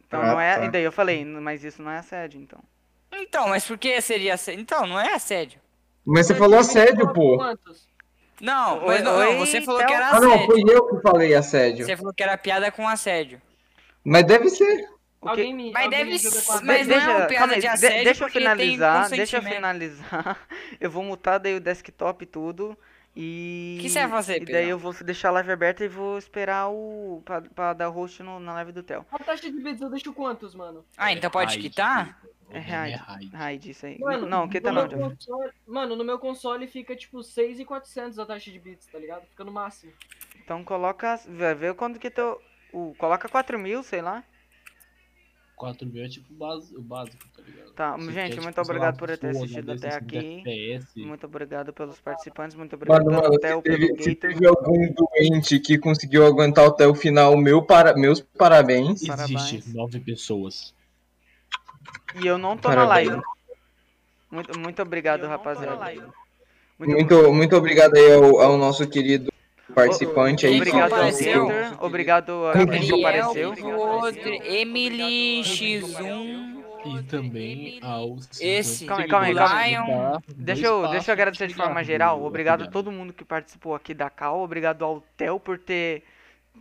Speaker 1: Então
Speaker 8: Ah,
Speaker 1: não é.
Speaker 8: tá.
Speaker 1: E daí eu falei, "N- mas isso não é assédio, então.
Speaker 7: Então, mas por que seria assédio? Então, não é assédio.
Speaker 8: Mas você falou assédio, pô.
Speaker 4: Quantos?
Speaker 7: Não,
Speaker 1: Oi,
Speaker 7: mas não, não,
Speaker 1: oi, então?
Speaker 7: você falou
Speaker 1: Theo.
Speaker 7: que era
Speaker 8: Ah, não,
Speaker 7: assédio.
Speaker 8: fui eu que falei assédio.
Speaker 7: Você falou que era piada com assédio.
Speaker 8: Mas deve ser.
Speaker 1: O que-
Speaker 4: Alguém me.
Speaker 7: Mas
Speaker 4: alguém
Speaker 7: deve
Speaker 4: me ajuda com a-
Speaker 7: ser- mas
Speaker 1: De-
Speaker 7: não é uma piada
Speaker 1: calma aí,
Speaker 7: de
Speaker 1: de-
Speaker 7: assédio
Speaker 1: deixa eu
Speaker 7: porque tem
Speaker 1: finalizar, deixa eu
Speaker 7: consentimento.
Speaker 1: finalizar. Eu vou mutar daí o desktop e tudo. E.
Speaker 7: O que você vai fazer,
Speaker 1: E daí
Speaker 7: Pedrão?
Speaker 1: eu vou deixar a live aberta e vou esperar o. pra, pra dar host no- na live do Theo.
Speaker 4: A taxa de bits eu deixo quantos, mano?
Speaker 7: Ah, então pode
Speaker 2: Raid,
Speaker 7: quitar?
Speaker 2: filho. O
Speaker 1: É
Speaker 2: nome
Speaker 1: raid.
Speaker 2: raid.
Speaker 1: Ai, disso aí.
Speaker 4: Mano,
Speaker 1: não, que
Speaker 4: no
Speaker 1: tá não,
Speaker 4: meu
Speaker 1: Johnny.
Speaker 4: console- Mano, no meu console fica tipo 6,400 a taxa de bits, tá ligado? Fica no máximo.
Speaker 1: Então coloca. Vai ver quanto que teu. O, coloca 4 mil, sei lá.
Speaker 2: 4 mil é tipo o base- o básico, tá ligado?
Speaker 1: Tá,
Speaker 2: Você
Speaker 1: gente,
Speaker 2: quer,
Speaker 1: muito
Speaker 2: tipo, sei lá,
Speaker 1: obrigado por ter
Speaker 2: full,
Speaker 1: assistido
Speaker 2: HD,
Speaker 1: até
Speaker 2: 60
Speaker 1: aqui.
Speaker 2: FPS.
Speaker 1: Muito obrigado pelos participantes, muito obrigado
Speaker 8: Mano, mano,
Speaker 1: pelo
Speaker 8: se
Speaker 1: Theo,
Speaker 8: teve,
Speaker 1: pelo
Speaker 8: se
Speaker 1: Gator.
Speaker 8: teve algum doente que conseguiu aguentar até o final, meu para, meus parabéns.
Speaker 1: Parabéns.
Speaker 2: Existe 9 pessoas.
Speaker 1: E eu não tô na
Speaker 8: Parabéns.
Speaker 1: live. Muito, muito obrigado, rapaziada. Muito,
Speaker 8: Muito, muito obrigado aí ao, ao nosso querido participante aí. que
Speaker 1: obrigado ao
Speaker 8: conseguiu.
Speaker 7: apareceu.
Speaker 1: Gator, obrigado a quem
Speaker 7: Daniel,
Speaker 1: compareceu.
Speaker 7: outro, Emily X1.
Speaker 2: E também aos.
Speaker 7: Esse.
Speaker 2: 50
Speaker 1: Calma aí, calma aí, calma aí.
Speaker 2: seguidores da-
Speaker 1: Deixa
Speaker 2: do
Speaker 1: eu, deixa
Speaker 2: espaço
Speaker 1: eu agradecer de forma
Speaker 2: Obrigado,
Speaker 1: geral. Obrigado a
Speaker 2: obrigado.
Speaker 1: todo mundo que participou aqui da Cal. Obrigado ao Theo por ter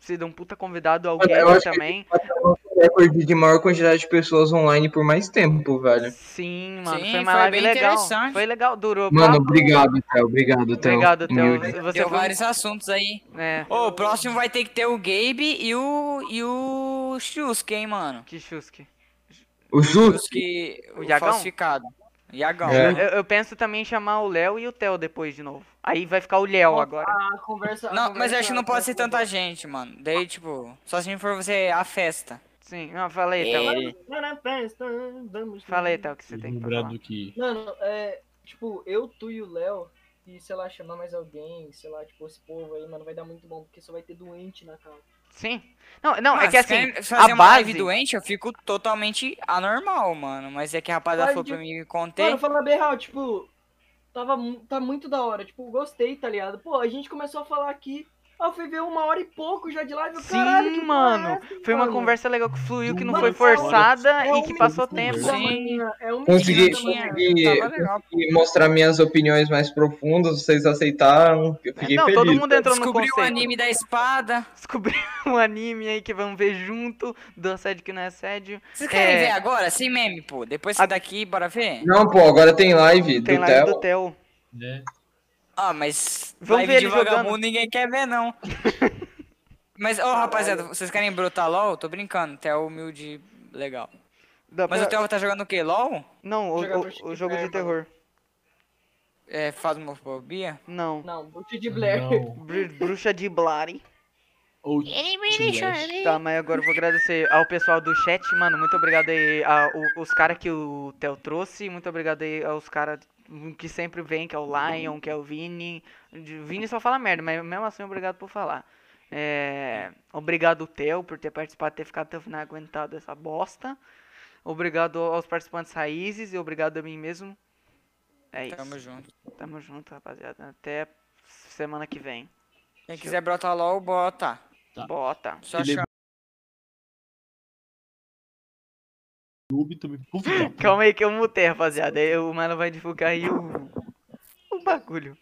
Speaker 1: sido um puta convidado, ao
Speaker 8: Mano, eu
Speaker 1: Gator
Speaker 8: acho que-
Speaker 1: também.
Speaker 8: Bateu o nosso recorde de maior quantidade de pessoas online por mais tempo, velho.
Speaker 1: Sim, mano,
Speaker 7: Sim,
Speaker 1: foi uma
Speaker 7: foi
Speaker 1: live
Speaker 7: bem
Speaker 1: legal.
Speaker 7: interessante.
Speaker 1: Foi legal, durou.
Speaker 8: Mano,
Speaker 1: papo.
Speaker 8: obrigado, Theo. Obrigado, Theo.
Speaker 1: Obrigado, Theo. né?
Speaker 8: Humilde.
Speaker 1: Você
Speaker 7: Deu
Speaker 1: foi... um
Speaker 7: vários assuntos aí.
Speaker 1: É,
Speaker 7: Ô, o próximo vai ter que ter o Gabe e o. e o Shusuke, hein, mano?
Speaker 1: que chusque.
Speaker 8: O Jus,
Speaker 7: Shusuke,
Speaker 1: O
Speaker 7: o
Speaker 1: Iagão?
Speaker 7: falsificado. Iagão.
Speaker 1: Eu,
Speaker 8: É.
Speaker 1: eu penso também em chamar o Léo e o Theo depois de novo. Aí vai ficar o Léo agora.
Speaker 4: A conversa. a
Speaker 7: Não, mas eu
Speaker 4: conversa-
Speaker 7: acho que não pode ser tanta gente, mano. Daí, tipo, só se for você a festa.
Speaker 1: Sim, não, fala aí,
Speaker 7: É.
Speaker 1: Theo.
Speaker 4: Tá na festa, vamos.
Speaker 1: Fala aí, Theo, o que você tem pra falar.
Speaker 2: Lembrando que.
Speaker 4: Mano, é. Tipo, eu, tu e o Léo, e sei lá, chamar mais alguém, sei lá, tipo, esse povo aí, mano, vai dar muito bom, porque só vai ter doente na casa.
Speaker 1: Sim. Não, não, é
Speaker 7: Mano,
Speaker 1: que
Speaker 7: se
Speaker 1: assim,
Speaker 7: querem
Speaker 1: a
Speaker 7: fazer uma live
Speaker 1: base...
Speaker 7: doente, eu fico totalmente anormal, mano. Mas é que a rapaziada
Speaker 4: Mas
Speaker 7: falou
Speaker 4: de-
Speaker 7: pra mim conter.
Speaker 4: Mano, falando bem real, tipo, tava, mu- tá muito da hora, tipo, gostei, tá ligado? Pô, a gente começou a falar aqui, ó, eu fui ver uma hora e pouco já de live, eu,
Speaker 1: Sim,
Speaker 4: caralho, que porra
Speaker 1: mano,
Speaker 4: é essa,
Speaker 1: Foi uma
Speaker 4: mano?
Speaker 1: conversa legal que fluiu, que não
Speaker 4: Mano,
Speaker 1: foi
Speaker 4: essa hora
Speaker 1: forçada
Speaker 4: é
Speaker 1: e
Speaker 4: um
Speaker 1: que
Speaker 4: minuto
Speaker 1: passou
Speaker 2: de
Speaker 1: tempo.
Speaker 2: conversa.
Speaker 4: Da
Speaker 7: Sim.
Speaker 4: manhã, é uma
Speaker 8: consegui,
Speaker 4: da manhã.
Speaker 8: consegui-
Speaker 7: Tava legal.
Speaker 8: consegui mostrar minhas opiniões mais profundas, vocês aceitaram, eu fiquei
Speaker 1: Não,
Speaker 8: feliz.
Speaker 1: todo mundo entrou no
Speaker 7: Descobriu o
Speaker 1: conceito.
Speaker 7: anime da espada.
Speaker 1: Descobriu um anime aí que vamos ver junto do assédio que não é assédio.
Speaker 7: Vocês querem
Speaker 1: É.
Speaker 7: ver agora? Sem meme, pô. Depois
Speaker 1: A-
Speaker 7: sai daqui, bora ver?
Speaker 8: Não, pô, agora tem live
Speaker 1: Tem
Speaker 8: do
Speaker 1: live
Speaker 8: Theo.
Speaker 1: do Theo.
Speaker 2: Né?
Speaker 7: Ah, mas
Speaker 1: Vamos
Speaker 7: live
Speaker 1: ver
Speaker 7: de
Speaker 1: ele jogando.
Speaker 7: vagabundo ninguém quer ver, não. mas, ô, rapaziada, vocês querem brotar LOL? Tô brincando, até o humilde legal.
Speaker 1: Da-
Speaker 7: Mas o Theo tá jogando o quê? LOL?
Speaker 1: Não, o,
Speaker 4: Jogador
Speaker 1: o-
Speaker 4: de
Speaker 1: o jogo de
Speaker 4: terror.
Speaker 1: terror.
Speaker 7: É, fasmofobia?
Speaker 1: Não.
Speaker 4: Não, Boot de Blair.
Speaker 2: Não.
Speaker 1: Bru- Bruxa de Blari.
Speaker 2: Ou Trash.
Speaker 1: Tá, mas agora eu vou agradecer ao pessoal do chat, mano. Muito obrigado aí aos caras que o Theo trouxe. Muito obrigado aí aos caras que sempre vem, que é o Lion, que é o Vini. De- Vini só fala merda, mas mesmo assim obrigado por falar. É, Obrigado, Theo, por ter participado, ter ficado até o final aguentado essa bosta. Obrigado aos participantes raízes e obrigado a mim mesmo. É isso.
Speaker 7: Tamo junto.
Speaker 1: Tamo junto, rapaziada. Até semana que vem.
Speaker 7: Quem quiser brotar LOL, bota.
Speaker 2: Tá.
Speaker 1: Bota.
Speaker 7: Só
Speaker 2: Ele-
Speaker 7: chamar.
Speaker 2: Noob também. Puff, tá.
Speaker 1: Calma aí que eu mutei, rapaziada. Aí o Mano vai divulgar aí o. O bagulho.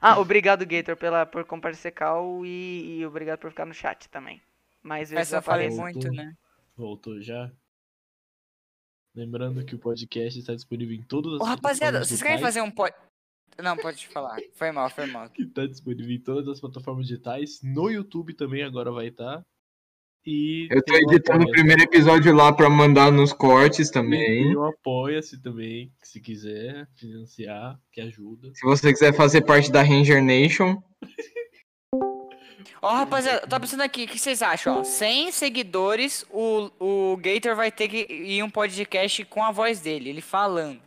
Speaker 1: Ah, obrigado, Gator, pela, por comparecer cal e, e obrigado por ficar no chat também. Mais vezes
Speaker 7: Essa eu falei
Speaker 1: apareça.
Speaker 7: muito, né?
Speaker 2: Voltou já. Lembrando que o podcast está disponível em todas as
Speaker 7: Ô, rapaziada,
Speaker 2: plataformas
Speaker 7: vocês querem
Speaker 2: digitais.
Speaker 7: fazer um pod... Não, pode falar. Foi mal, foi mal.
Speaker 2: que tá disponível em todas as plataformas digitais. No YouTube também agora vai estar. E
Speaker 8: Eu tô
Speaker 2: tem o
Speaker 8: editando o
Speaker 2: Apoia-se.
Speaker 8: primeiro episódio lá pra mandar nos cortes
Speaker 2: Tem
Speaker 8: também.
Speaker 2: o Apoia-se também, que se quiser financiar, que ajuda.
Speaker 8: Se você quiser fazer parte da Ranger Nation,
Speaker 7: Ó, rapaziada, eu tava pensando aqui, o que vocês acham? Ó, 100 seguidores, o, o Gator vai ter que ir um podcast com a voz dele, ele falando.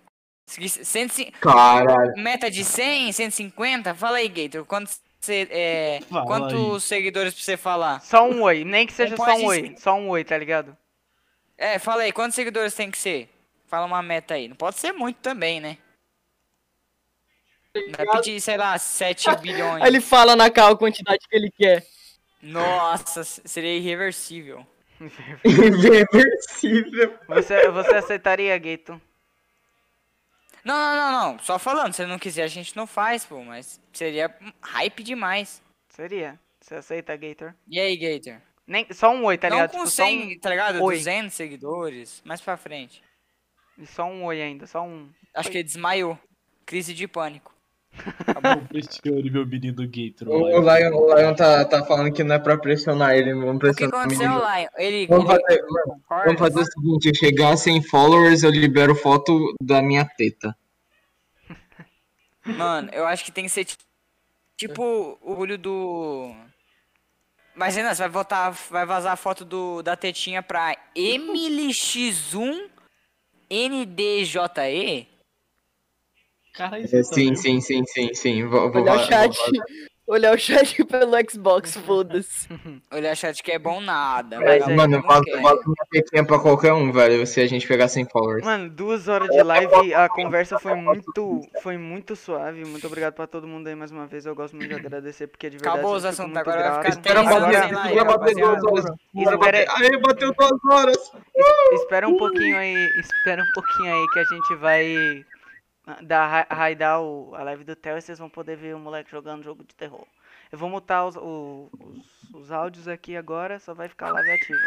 Speaker 7: Se- se- 105
Speaker 8: Caralho.
Speaker 7: Meta de 100, 150? Fala aí, Gator, quantos, você- é,
Speaker 1: Fala
Speaker 7: quantos seguidores pra você falar?
Speaker 1: Só um oi, nem que seja
Speaker 7: Não
Speaker 1: só
Speaker 7: pode
Speaker 1: um oi. Só um oi, tá ligado?
Speaker 7: É, fala aí, quantos seguidores tem que ser? Fala uma meta aí. Não pode ser muito também, né? Vai pedir, sei lá, 7 bilhões.
Speaker 4: Aí ele fala na cal a quantidade que ele quer.
Speaker 7: Nossa, seria irreversível.
Speaker 8: Irreversível.
Speaker 1: Você, você aceitaria, Gator?
Speaker 7: Não, não, não, não. Só falando, se ele não quiser, a gente não faz, pô. Mas seria hype demais.
Speaker 1: Seria. Você aceita, Gator?
Speaker 7: E aí, Gator?
Speaker 1: Nem, só um oi, tá
Speaker 7: não
Speaker 1: ligado?
Speaker 7: com
Speaker 1: Tipo, só
Speaker 7: 100,
Speaker 1: um,
Speaker 7: tá ligado?
Speaker 1: oi.
Speaker 7: 200 seguidores. Mais pra frente.
Speaker 1: e só um oi ainda, só um.
Speaker 7: Acho que ele desmaiou. Crise de pânico.
Speaker 2: Pressione meu menino Gator.
Speaker 8: o o Lion, o Lion tá, tá falando que não é pra pressionar ele, vamos
Speaker 7: O que
Speaker 8: pressionar
Speaker 7: aconteceu,
Speaker 8: menino.
Speaker 7: Lion? Ele,
Speaker 8: Vamos
Speaker 7: ele
Speaker 8: fazer, mano, vamos fazer o seguinte, eu chegar a 100 followers, eu libero foto da minha teta.
Speaker 7: Mano, eu acho que tem que ser ti- tipo o olho do. Imagina, você vai, botar, vai vazar a foto do, da tetinha pra MLX1NDJE?
Speaker 2: Caralho,
Speaker 8: É, sim, sim, sim, sim, sim. Vou, vou
Speaker 4: Olhar
Speaker 8: lá,
Speaker 4: o chat.
Speaker 8: vou lá.
Speaker 4: Olhar o chat pelo Xbox, foda-se.
Speaker 7: Olha, chat que é bom nada.
Speaker 8: É,
Speaker 7: vagabundo
Speaker 8: mano, eu
Speaker 7: não
Speaker 8: faço,
Speaker 7: quer.
Speaker 8: eu faço minha tetinha pra qualquer um, velho, se a gente pegar 100 followers.
Speaker 1: Mano, duas horas de live, a conversa foi muito, foi muito suave. Muito obrigado pra todo mundo aí mais uma vez. Eu gosto muito de agradecer, porque de verdade.
Speaker 7: Acabou
Speaker 1: eu
Speaker 7: os
Speaker 1: fico
Speaker 7: assuntos,
Speaker 1: muito
Speaker 7: agora vai
Speaker 1: grato.
Speaker 7: ficar três horas
Speaker 1: Agora-
Speaker 7: sem live,
Speaker 8: Bora bater duas horas. Bora bater.
Speaker 1: Espera-
Speaker 8: Aê, bateu duas horas.
Speaker 1: Es- Espera um pouquinho aí, espera um pouquinho aí que a gente vai dar ra- raidar o- a live do Theo e vocês vão poder ver o moleque jogando jogo de terror. Eu vou mutar os, o- os, os áudios aqui agora, só vai ficar a live ativa.